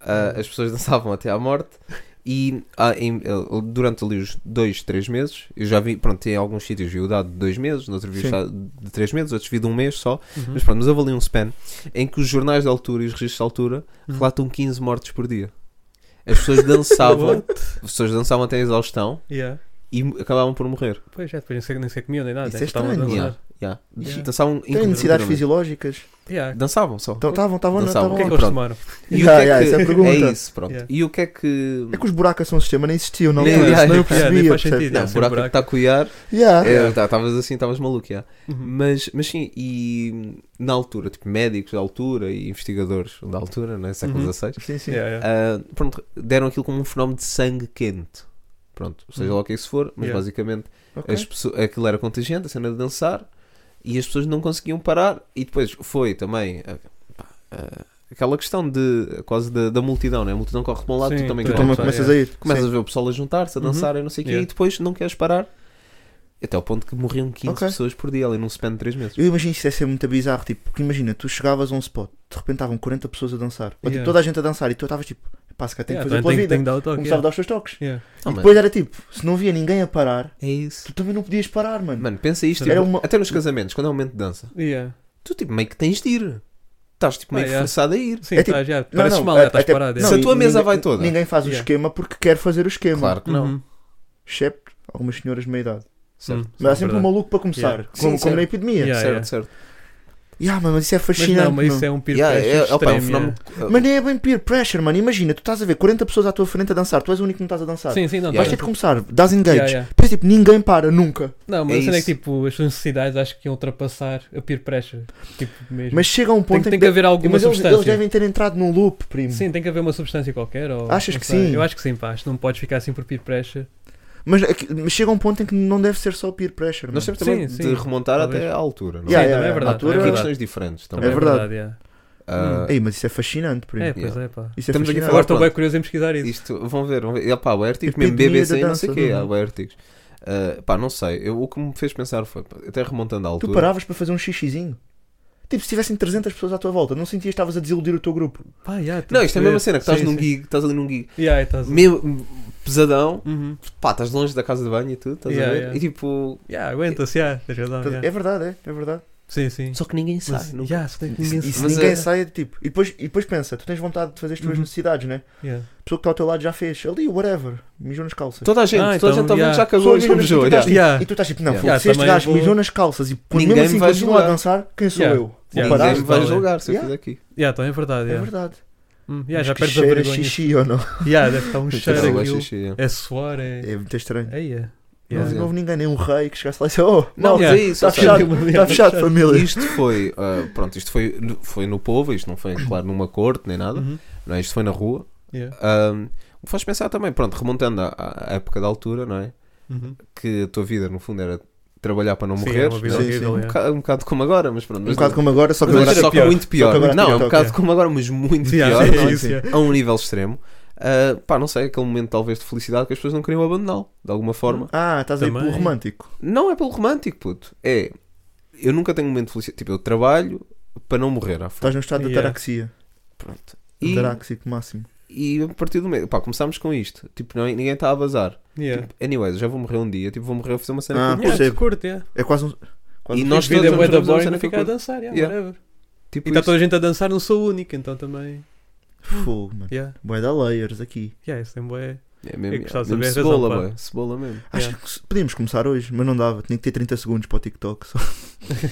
[SPEAKER 7] Ah, as pessoas dançavam até à morte e ah, em- eh, durante ali os dois, três meses, eu já vi, pronto, em alguns sítios vi o dado de dois meses, noutros vi o
[SPEAKER 6] Sim.
[SPEAKER 7] dado de três meses, outros vi de um mês só,
[SPEAKER 8] Uhum.
[SPEAKER 7] mas pronto, mas houve ali um span em que os jornais de altura e os registros de altura
[SPEAKER 8] Uhum.
[SPEAKER 7] relatam 15 mortes por dia. As pessoas dançavam, as pessoas dançavam até a exaustão
[SPEAKER 8] Yeah.
[SPEAKER 7] e acabavam por morrer.
[SPEAKER 8] Pois é, depois nem sequer, nem sequer comiam nem nada.
[SPEAKER 6] Isso
[SPEAKER 8] né?
[SPEAKER 6] é
[SPEAKER 8] Estavam a
[SPEAKER 6] estranho.
[SPEAKER 8] dançar.
[SPEAKER 7] Yeah. Yeah.
[SPEAKER 8] Yeah.
[SPEAKER 7] Dançavam
[SPEAKER 6] Tem necessidades
[SPEAKER 7] incontrovertivelmente.
[SPEAKER 6] fisiológicas.
[SPEAKER 8] Yeah.
[SPEAKER 7] Dançavam só.
[SPEAKER 6] Então, Estavam, estavam, não,
[SPEAKER 7] Dançavam.
[SPEAKER 6] estavam.
[SPEAKER 8] O que é que
[SPEAKER 6] lá.
[SPEAKER 7] Pronto.
[SPEAKER 8] eles tomaram?
[SPEAKER 7] E
[SPEAKER 6] Yeah,
[SPEAKER 7] o que
[SPEAKER 6] yeah,
[SPEAKER 7] é
[SPEAKER 6] essa é a
[SPEAKER 7] que...
[SPEAKER 6] pergunta.
[SPEAKER 7] é isso, pronto.
[SPEAKER 8] Yeah.
[SPEAKER 7] E o que é que...
[SPEAKER 6] É que os buracos são um sistema, nem existiam na
[SPEAKER 7] Nem-
[SPEAKER 6] altura,
[SPEAKER 7] yeah,
[SPEAKER 6] senão eu
[SPEAKER 7] yeah, yeah,
[SPEAKER 6] percebia.
[SPEAKER 8] nem faz
[SPEAKER 6] percebes?
[SPEAKER 8] sentido.
[SPEAKER 7] Não,
[SPEAKER 8] Esse
[SPEAKER 7] o buraco que
[SPEAKER 8] buraco.
[SPEAKER 7] está a coiar.
[SPEAKER 6] Yeah.
[SPEAKER 7] é, tá- Estavas assim, estavas maluco, yeah.
[SPEAKER 8] Uhum.
[SPEAKER 7] mas, mas sim, e na altura, tipo médicos da altura e investigadores da altura, né, século
[SPEAKER 8] Uhum.
[SPEAKER 7] XVI,
[SPEAKER 6] Sim, É, sim.
[SPEAKER 8] Yeah, yeah.
[SPEAKER 7] ah, pronto, deram aquilo como um fenómeno de sangue quente. Pronto, seja lá o que isso for, mas
[SPEAKER 8] Yeah.
[SPEAKER 7] basicamente
[SPEAKER 6] Hum. Ok.
[SPEAKER 7] as pessoas, aquilo era contagiante, a cena de dançar, e as pessoas não conseguiam parar. E depois foi também ah, pá, ah, aquela questão de quase da, da multidão, né? A multidão corre para um lado,
[SPEAKER 8] Sim,
[SPEAKER 7] tu também
[SPEAKER 8] tu
[SPEAKER 6] Tu
[SPEAKER 7] corres
[SPEAKER 6] também
[SPEAKER 8] Yeah,
[SPEAKER 6] Então, começas
[SPEAKER 8] yeah.
[SPEAKER 6] a ir.
[SPEAKER 7] Começas
[SPEAKER 6] Sim.
[SPEAKER 7] a ver o pessoal a juntar-se, a
[SPEAKER 8] Uhum.
[SPEAKER 7] dançar e não sei o quê,
[SPEAKER 8] Yeah.
[SPEAKER 7] e depois não queres parar. Até ao ponto que morriam 15
[SPEAKER 6] Ok.
[SPEAKER 7] pessoas por dia ali num span de 3 meses. Ah,
[SPEAKER 6] Eu imagino que isso deve ser muito bizarro, tipo, porque imagina, tu chegavas a um spot, de repente estavam 40 pessoas a dançar, ou tipo,
[SPEAKER 8] Yeah.
[SPEAKER 6] toda a gente a dançar e tu estavas tipo, pá, se calhar tenho
[SPEAKER 8] Yeah,
[SPEAKER 6] que fazer
[SPEAKER 8] também
[SPEAKER 6] pela
[SPEAKER 8] tem-
[SPEAKER 6] vida.
[SPEAKER 8] tem que dar o toque.
[SPEAKER 6] Começava a
[SPEAKER 8] yeah.
[SPEAKER 6] dar os teus toques.
[SPEAKER 8] Yeah.
[SPEAKER 7] Não,
[SPEAKER 6] e
[SPEAKER 7] Oh, mano,
[SPEAKER 6] depois era tipo, se não havia ninguém a parar,
[SPEAKER 7] É isso.
[SPEAKER 6] tu também não podias parar, mano.
[SPEAKER 7] Mano, pensa isto.
[SPEAKER 6] Era
[SPEAKER 7] tipo,
[SPEAKER 6] É uma-
[SPEAKER 7] Até nos casamentos, quando é um momento de dança,
[SPEAKER 8] Yeah.
[SPEAKER 7] tu tipo meio que tens de ir. Estás tipo meio
[SPEAKER 8] Ah, yeah.
[SPEAKER 7] forçado a ir.
[SPEAKER 8] Sim,
[SPEAKER 6] É tipo-
[SPEAKER 8] estás, yeah,
[SPEAKER 6] Não,
[SPEAKER 8] pareces
[SPEAKER 6] não,
[SPEAKER 8] mal,
[SPEAKER 6] a-
[SPEAKER 8] yeah, estás
[SPEAKER 6] até-
[SPEAKER 8] parado.
[SPEAKER 6] não,
[SPEAKER 7] Se a
[SPEAKER 6] e
[SPEAKER 7] tua mesa
[SPEAKER 6] ninguém-
[SPEAKER 7] vai toda.
[SPEAKER 6] Ninguém faz o
[SPEAKER 8] Yeah.
[SPEAKER 6] esquema porque quer fazer o esquema.
[SPEAKER 7] Claro que não.
[SPEAKER 8] Uhum.
[SPEAKER 6] Excepto algumas senhoras de meia idade.
[SPEAKER 7] Certo,
[SPEAKER 8] Hum,
[SPEAKER 6] Mas há sempre um
[SPEAKER 8] verdade.
[SPEAKER 6] maluco para começar,
[SPEAKER 7] Sim,
[SPEAKER 6] como, como
[SPEAKER 7] certo.
[SPEAKER 6] na epidemia.
[SPEAKER 8] Yeah.
[SPEAKER 7] certo, certo.
[SPEAKER 6] Yeah, mano, mas isso é
[SPEAKER 8] Mas
[SPEAKER 6] fascinante.
[SPEAKER 8] não, mas
[SPEAKER 6] mano.
[SPEAKER 8] isso é um Ah, é. peer
[SPEAKER 7] Yeah,
[SPEAKER 8] pressure
[SPEAKER 7] é- opa, é um
[SPEAKER 8] extremo,
[SPEAKER 7] fenómeno-
[SPEAKER 8] yeah.
[SPEAKER 6] Mas nem é bem peer pressure, mano. Imagina, tu estás a ver 40 pessoas à tua frente a dançar, tu és o único que não estás a dançar.
[SPEAKER 8] Sim, sim, não,
[SPEAKER 7] Yeah.
[SPEAKER 6] Vais
[SPEAKER 8] tá-
[SPEAKER 6] ter de começar, dás engage.
[SPEAKER 8] Yeah, yeah.
[SPEAKER 6] Depois, tipo, ninguém para, nunca.
[SPEAKER 8] Não,
[SPEAKER 7] É
[SPEAKER 8] mas a cena é
[SPEAKER 7] isso.
[SPEAKER 8] que tipo, as suas necessidades acho que iam ultrapassar a peer pressure. Tipo, mesmo.
[SPEAKER 6] Mas chega a um
[SPEAKER 8] tem,
[SPEAKER 6] ponto
[SPEAKER 8] que-
[SPEAKER 6] em
[SPEAKER 8] tem
[SPEAKER 6] que.
[SPEAKER 8] que haver alguma
[SPEAKER 6] mas eles,
[SPEAKER 8] substância.
[SPEAKER 6] eles devem ter entrado num loop, primo.
[SPEAKER 8] Sim, tem que haver uma substância qualquer. Ou,
[SPEAKER 6] Achas
[SPEAKER 8] não
[SPEAKER 6] que
[SPEAKER 8] sei.
[SPEAKER 6] sim?
[SPEAKER 8] Eu acho que sim, pá. Acho que não podes ficar assim por peer pressure.
[SPEAKER 6] Mas, aqui- mas chega a um ponto em que não deve ser só peer pressure.
[SPEAKER 7] uh, Nós
[SPEAKER 6] mano.
[SPEAKER 7] temos também
[SPEAKER 8] Sim,
[SPEAKER 7] de
[SPEAKER 8] sim.
[SPEAKER 7] remontar
[SPEAKER 8] Talvez.
[SPEAKER 7] até à altura. Não é?
[SPEAKER 8] Sim, também
[SPEAKER 6] Yeah, yeah,
[SPEAKER 8] é verdade,
[SPEAKER 6] na altura-
[SPEAKER 7] Aqui
[SPEAKER 8] também é verdade.
[SPEAKER 7] questões diferentes
[SPEAKER 8] Também
[SPEAKER 7] também.
[SPEAKER 6] É verdade.
[SPEAKER 8] yeah.
[SPEAKER 7] Ah,
[SPEAKER 6] Ei, mas isso é fascinante, primo.
[SPEAKER 8] É, pois é, pá.
[SPEAKER 6] Isso é
[SPEAKER 7] Estamos aqui a
[SPEAKER 6] fascinante.
[SPEAKER 7] falar-
[SPEAKER 8] Agora estou
[SPEAKER 7] pronto.
[SPEAKER 8] bem curioso em pesquisar isso.
[SPEAKER 7] Isto, vão ver, vão ver. E, opá, o artigo,
[SPEAKER 6] Epidemia
[SPEAKER 7] mesmo BBC,
[SPEAKER 6] da
[SPEAKER 7] não sei o
[SPEAKER 6] dança,
[SPEAKER 7] quê,
[SPEAKER 6] uhum.
[SPEAKER 8] é?
[SPEAKER 7] há o artigos. Ah, pá, não sei. Eu, o que me fez pensar foi, pá, até remontando à
[SPEAKER 6] Tu
[SPEAKER 7] altura.
[SPEAKER 6] paravas para fazer um xixizinho. Tipo, se tivessem 300 pessoas à tua volta, não sentias que estavas a desiludir o teu grupo.
[SPEAKER 8] Pá, yeah, tem
[SPEAKER 7] Não,
[SPEAKER 8] que
[SPEAKER 7] isto é a
[SPEAKER 8] ver.
[SPEAKER 7] mesma cena, que estás
[SPEAKER 8] Sim,
[SPEAKER 7] num
[SPEAKER 8] sim.
[SPEAKER 7] gig, estás ali num gig,
[SPEAKER 8] Yeah, estás.
[SPEAKER 7] mesmo pesadão,
[SPEAKER 8] Uhum.
[SPEAKER 7] pá, estás longe da casa de banho e tudo, estás
[SPEAKER 8] Yeah,
[SPEAKER 7] a ver?
[SPEAKER 8] yeah.
[SPEAKER 7] E tipo,
[SPEAKER 8] Yeah, aguenta-se, yeah. tens razão,
[SPEAKER 6] Portanto,
[SPEAKER 8] Oh, yeah.
[SPEAKER 6] É verdade, é, é verdade.
[SPEAKER 8] Sim, sim.
[SPEAKER 7] só que ninguém
[SPEAKER 8] Mas,
[SPEAKER 7] sabe. nunca.
[SPEAKER 8] yeah, só tem que ninguém
[SPEAKER 6] E se
[SPEAKER 7] Mas
[SPEAKER 6] ninguém
[SPEAKER 7] é-
[SPEAKER 6] sai, tipo. E depois, e depois pensa, tu tens vontade de fazer as tuas
[SPEAKER 8] Uhum.
[SPEAKER 6] necessidades, né?
[SPEAKER 8] Yeah.
[SPEAKER 6] A pessoa que está ao teu lado já fez. Ali, whatever. Mijou nas calças.
[SPEAKER 7] Toda a gente,
[SPEAKER 8] Ah,
[SPEAKER 7] toda a
[SPEAKER 8] então,
[SPEAKER 7] gente também
[SPEAKER 8] yeah.
[SPEAKER 7] já
[SPEAKER 6] Só
[SPEAKER 7] cagou e
[SPEAKER 6] amigos,
[SPEAKER 7] mijou.
[SPEAKER 6] tu
[SPEAKER 7] yeah.
[SPEAKER 6] estás-
[SPEAKER 8] Yeah.
[SPEAKER 6] E tu estás tipo, não,
[SPEAKER 7] Yeah.
[SPEAKER 6] foda-se,
[SPEAKER 8] Yeah,
[SPEAKER 6] este
[SPEAKER 8] também
[SPEAKER 6] gajo
[SPEAKER 8] vou-
[SPEAKER 6] mijou nas calças e por
[SPEAKER 7] Ninguém
[SPEAKER 6] mesmo assim
[SPEAKER 7] me vai
[SPEAKER 6] continua a
[SPEAKER 7] julgar.
[SPEAKER 6] dançar, quem sou
[SPEAKER 8] Yeah.
[SPEAKER 6] eu? Vou
[SPEAKER 7] Ninguém
[SPEAKER 8] Yeah.
[SPEAKER 6] parar? então, né?
[SPEAKER 8] Paraste,
[SPEAKER 7] me vai
[SPEAKER 8] talvez.
[SPEAKER 7] julgar se eu
[SPEAKER 6] Yeah.
[SPEAKER 7] fizer aqui.
[SPEAKER 8] Yeah, então é verdade.
[SPEAKER 6] É
[SPEAKER 8] Yeah.
[SPEAKER 6] verdade.
[SPEAKER 8] Hum, yeah, já
[SPEAKER 6] Que
[SPEAKER 8] perdes a
[SPEAKER 6] cheira
[SPEAKER 8] vergonha.
[SPEAKER 6] xixi ou não?
[SPEAKER 8] Yeah, deve estar um cheiro
[SPEAKER 7] Cheira
[SPEAKER 8] aquilo.
[SPEAKER 7] xixi, yeah.
[SPEAKER 8] É suor, é.
[SPEAKER 6] É muito estranho.
[SPEAKER 8] Ei, é.
[SPEAKER 6] Não,
[SPEAKER 8] Yeah.
[SPEAKER 6] não houve ninguém, nem um rei que chegasse lá e disse, oh,
[SPEAKER 7] Não,
[SPEAKER 6] não,
[SPEAKER 7] mas
[SPEAKER 8] yeah.
[SPEAKER 7] é isso.
[SPEAKER 6] está
[SPEAKER 7] ou seja,
[SPEAKER 6] fechado, está fechado, família.
[SPEAKER 7] Isto foi, ah, pronto, isto foi, no- foi no povo, isto não foi, claro, numa corte nem nada,
[SPEAKER 8] Uhum.
[SPEAKER 7] não é? isto foi na rua.
[SPEAKER 8] Yeah.
[SPEAKER 7] Ahm, me faz pensar também, pronto, remontando à, à época da altura, não é?
[SPEAKER 8] Uhum.
[SPEAKER 7] Que a tua vida, no fundo, era trabalhar para não
[SPEAKER 8] Sim, é
[SPEAKER 7] morrer.
[SPEAKER 8] uma vida
[SPEAKER 6] Sim,
[SPEAKER 8] horrível,
[SPEAKER 6] sim.
[SPEAKER 7] Um,
[SPEAKER 8] yeah.
[SPEAKER 7] boca- um bocado como agora, mas pronto.
[SPEAKER 6] Um
[SPEAKER 7] mas
[SPEAKER 6] bocado como agora, só que
[SPEAKER 7] mas
[SPEAKER 6] agora
[SPEAKER 7] só que
[SPEAKER 8] pior.
[SPEAKER 7] muito pior.
[SPEAKER 6] Só que agora
[SPEAKER 7] não,
[SPEAKER 6] pior,
[SPEAKER 7] é um
[SPEAKER 6] ok.
[SPEAKER 7] bocado como agora, mas muito
[SPEAKER 8] Yeah,
[SPEAKER 7] pior.
[SPEAKER 8] é
[SPEAKER 7] não é?
[SPEAKER 8] isso, yeah.
[SPEAKER 7] A um nível extremo. Ah, pá, não sei, aquele momento talvez de felicidade que as pessoas não queriam abandoná-lo, de alguma forma.
[SPEAKER 6] Ah, estás aí
[SPEAKER 8] Também.
[SPEAKER 6] pelo romântico.
[SPEAKER 7] Não é pelo romântico, puto. É, eu nunca tenho um momento de felicidade. Tipo, eu trabalho para não morrer. à frente.
[SPEAKER 6] Estás num estado de
[SPEAKER 8] Yeah.
[SPEAKER 6] ataraxia.
[SPEAKER 7] Pronto.
[SPEAKER 6] E...
[SPEAKER 7] E,
[SPEAKER 6] Ataráxico máximo.
[SPEAKER 7] e a partir do meio, pá, começámos com isto. Tipo, não, ninguém está a bazar.
[SPEAKER 8] Yeah.
[SPEAKER 7] Anyways, eu já vou morrer um dia, tipo, vou morrer a fazer uma cena
[SPEAKER 6] Ah,
[SPEAKER 7] com
[SPEAKER 8] Yeah,
[SPEAKER 6] percebo.
[SPEAKER 8] curto, yeah.
[SPEAKER 6] É quase um.
[SPEAKER 7] E
[SPEAKER 6] Quase um-
[SPEAKER 7] nós
[SPEAKER 8] A vida
[SPEAKER 7] todos
[SPEAKER 8] é
[SPEAKER 7] vamos
[SPEAKER 8] da
[SPEAKER 7] fazer uma
[SPEAKER 8] boring
[SPEAKER 7] cena
[SPEAKER 8] e
[SPEAKER 7] que eu
[SPEAKER 8] ficar a
[SPEAKER 7] curto.
[SPEAKER 8] dançar, yeah,
[SPEAKER 7] Yeah.
[SPEAKER 8] whatever.
[SPEAKER 7] Tipo,
[SPEAKER 8] E tá está
[SPEAKER 7] isso.
[SPEAKER 8] toda a gente a dançar, não sou o único, então também.
[SPEAKER 6] Fogo, mano.
[SPEAKER 8] Yeah.
[SPEAKER 6] Boé da layers aqui.
[SPEAKER 8] Yeah, isso tem bué.
[SPEAKER 7] É mesmo,
[SPEAKER 8] Eu gostava de
[SPEAKER 7] mesmo
[SPEAKER 8] saber a
[SPEAKER 7] cebola,
[SPEAKER 8] razão, pá.
[SPEAKER 7] bué, cebola mesmo.
[SPEAKER 6] Acho
[SPEAKER 8] Yeah.
[SPEAKER 6] que podíamos começar hoje, mas não dava. Tinha que ter 30 segundos para o TikTok. Só.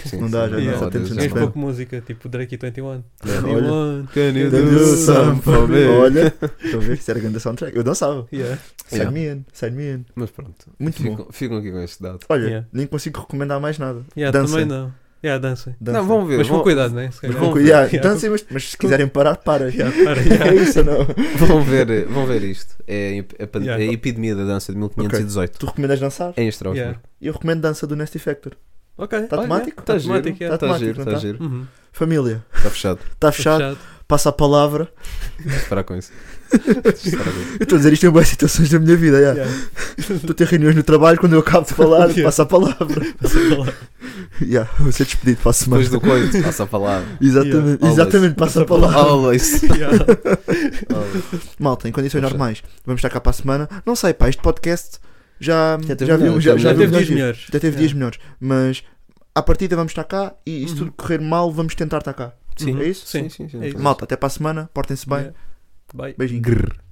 [SPEAKER 7] Sim,
[SPEAKER 6] Não dá,
[SPEAKER 7] sim,
[SPEAKER 6] já
[SPEAKER 8] não,
[SPEAKER 7] há
[SPEAKER 8] só
[SPEAKER 6] temos
[SPEAKER 7] horas,
[SPEAKER 8] Tens
[SPEAKER 6] Sim.
[SPEAKER 8] pouco música, tipo Drake e 21.
[SPEAKER 7] Yeah.
[SPEAKER 8] 21.
[SPEAKER 7] Can you
[SPEAKER 8] do
[SPEAKER 7] do
[SPEAKER 8] some
[SPEAKER 7] some for me?
[SPEAKER 6] Olha, estou a ver, isso era grande soundtrack. Eu dançava.
[SPEAKER 8] Yeah.
[SPEAKER 6] Sign
[SPEAKER 7] Yeah.
[SPEAKER 6] me in, sign me in.
[SPEAKER 7] Mas pronto,
[SPEAKER 6] Muito bom.
[SPEAKER 7] ficam, ficam aqui com este dado.
[SPEAKER 6] Olha,
[SPEAKER 8] Yeah.
[SPEAKER 6] nem consigo recomendar mais nada.
[SPEAKER 8] Yeah,
[SPEAKER 6] dança.
[SPEAKER 8] também não. Yeah, dança.
[SPEAKER 6] dança.
[SPEAKER 7] Não, vão ver,
[SPEAKER 8] Mas
[SPEAKER 7] vão,
[SPEAKER 8] com cuidado, né? Se
[SPEAKER 6] Mas
[SPEAKER 8] calhar.
[SPEAKER 6] vão
[SPEAKER 7] ver.
[SPEAKER 6] cuidar.
[SPEAKER 8] Yeah.
[SPEAKER 6] Dancem, mas, mas se quiserem parar, para.
[SPEAKER 8] Yeah, para, yeah.
[SPEAKER 6] É isso ou não?
[SPEAKER 7] vão ver, vão ver isto. É a, a, pan-
[SPEAKER 8] Yeah.
[SPEAKER 7] é a epidemia da dança de 1518.
[SPEAKER 6] Tu recomendas dançar?
[SPEAKER 7] Em Strasbourg.
[SPEAKER 8] Yeah.
[SPEAKER 6] Eu recomendo dança do Nasty Factor.
[SPEAKER 8] Ok.
[SPEAKER 6] Está
[SPEAKER 7] Olha,
[SPEAKER 6] Tá temático?
[SPEAKER 7] Está
[SPEAKER 8] Automático,
[SPEAKER 7] giro,
[SPEAKER 8] yeah.
[SPEAKER 7] está
[SPEAKER 6] Automático,
[SPEAKER 7] giro,
[SPEAKER 6] não
[SPEAKER 7] está
[SPEAKER 6] tá?
[SPEAKER 7] giro.
[SPEAKER 8] Uhum.
[SPEAKER 6] Família,
[SPEAKER 7] Está Tá fechado.
[SPEAKER 6] está fechado.
[SPEAKER 8] Fechado.
[SPEAKER 6] Passa a palavra.
[SPEAKER 7] Vamos parar com isso. Parar com isso.
[SPEAKER 6] Eu estou a dizer isto em boas situações da minha vida. yeah.
[SPEAKER 8] Yeah.
[SPEAKER 6] Estou a ter reuniões no trabalho, quando eu acabo de falar,
[SPEAKER 8] Yeah.
[SPEAKER 6] passa a palavra.
[SPEAKER 8] Passa a palavra.
[SPEAKER 6] Yeah, vou ser despedido para a semana.
[SPEAKER 7] Depois do coito, passa a palavra.
[SPEAKER 6] Exatamente,
[SPEAKER 7] Yeah.
[SPEAKER 6] exatamente passa a palavra.
[SPEAKER 7] Always.
[SPEAKER 8] Yeah.
[SPEAKER 6] Malta, em condições
[SPEAKER 7] Poxa.
[SPEAKER 6] normais, vamos estar cá para a semana. Não sei, pá, este podcast já,
[SPEAKER 7] Já teve
[SPEAKER 6] já viu
[SPEAKER 7] melhores,
[SPEAKER 6] já,
[SPEAKER 7] já
[SPEAKER 6] já
[SPEAKER 8] Já
[SPEAKER 6] viu
[SPEAKER 8] teve dias
[SPEAKER 6] melhores dias.
[SPEAKER 8] melhores.
[SPEAKER 6] Já
[SPEAKER 7] É.
[SPEAKER 6] teve dias melhores. Mas à partida vamos estar cá e, e se
[SPEAKER 8] Uhum.
[SPEAKER 6] tudo correr mal, vamos tentar estar cá.
[SPEAKER 7] Sim.
[SPEAKER 6] É isso?
[SPEAKER 8] Sim.
[SPEAKER 7] sim, É. sim.
[SPEAKER 8] É isso.
[SPEAKER 6] Malta, até para a semana, portem-se bem.
[SPEAKER 8] Yeah. Bye.
[SPEAKER 6] Beijinho.
[SPEAKER 7] Grrr.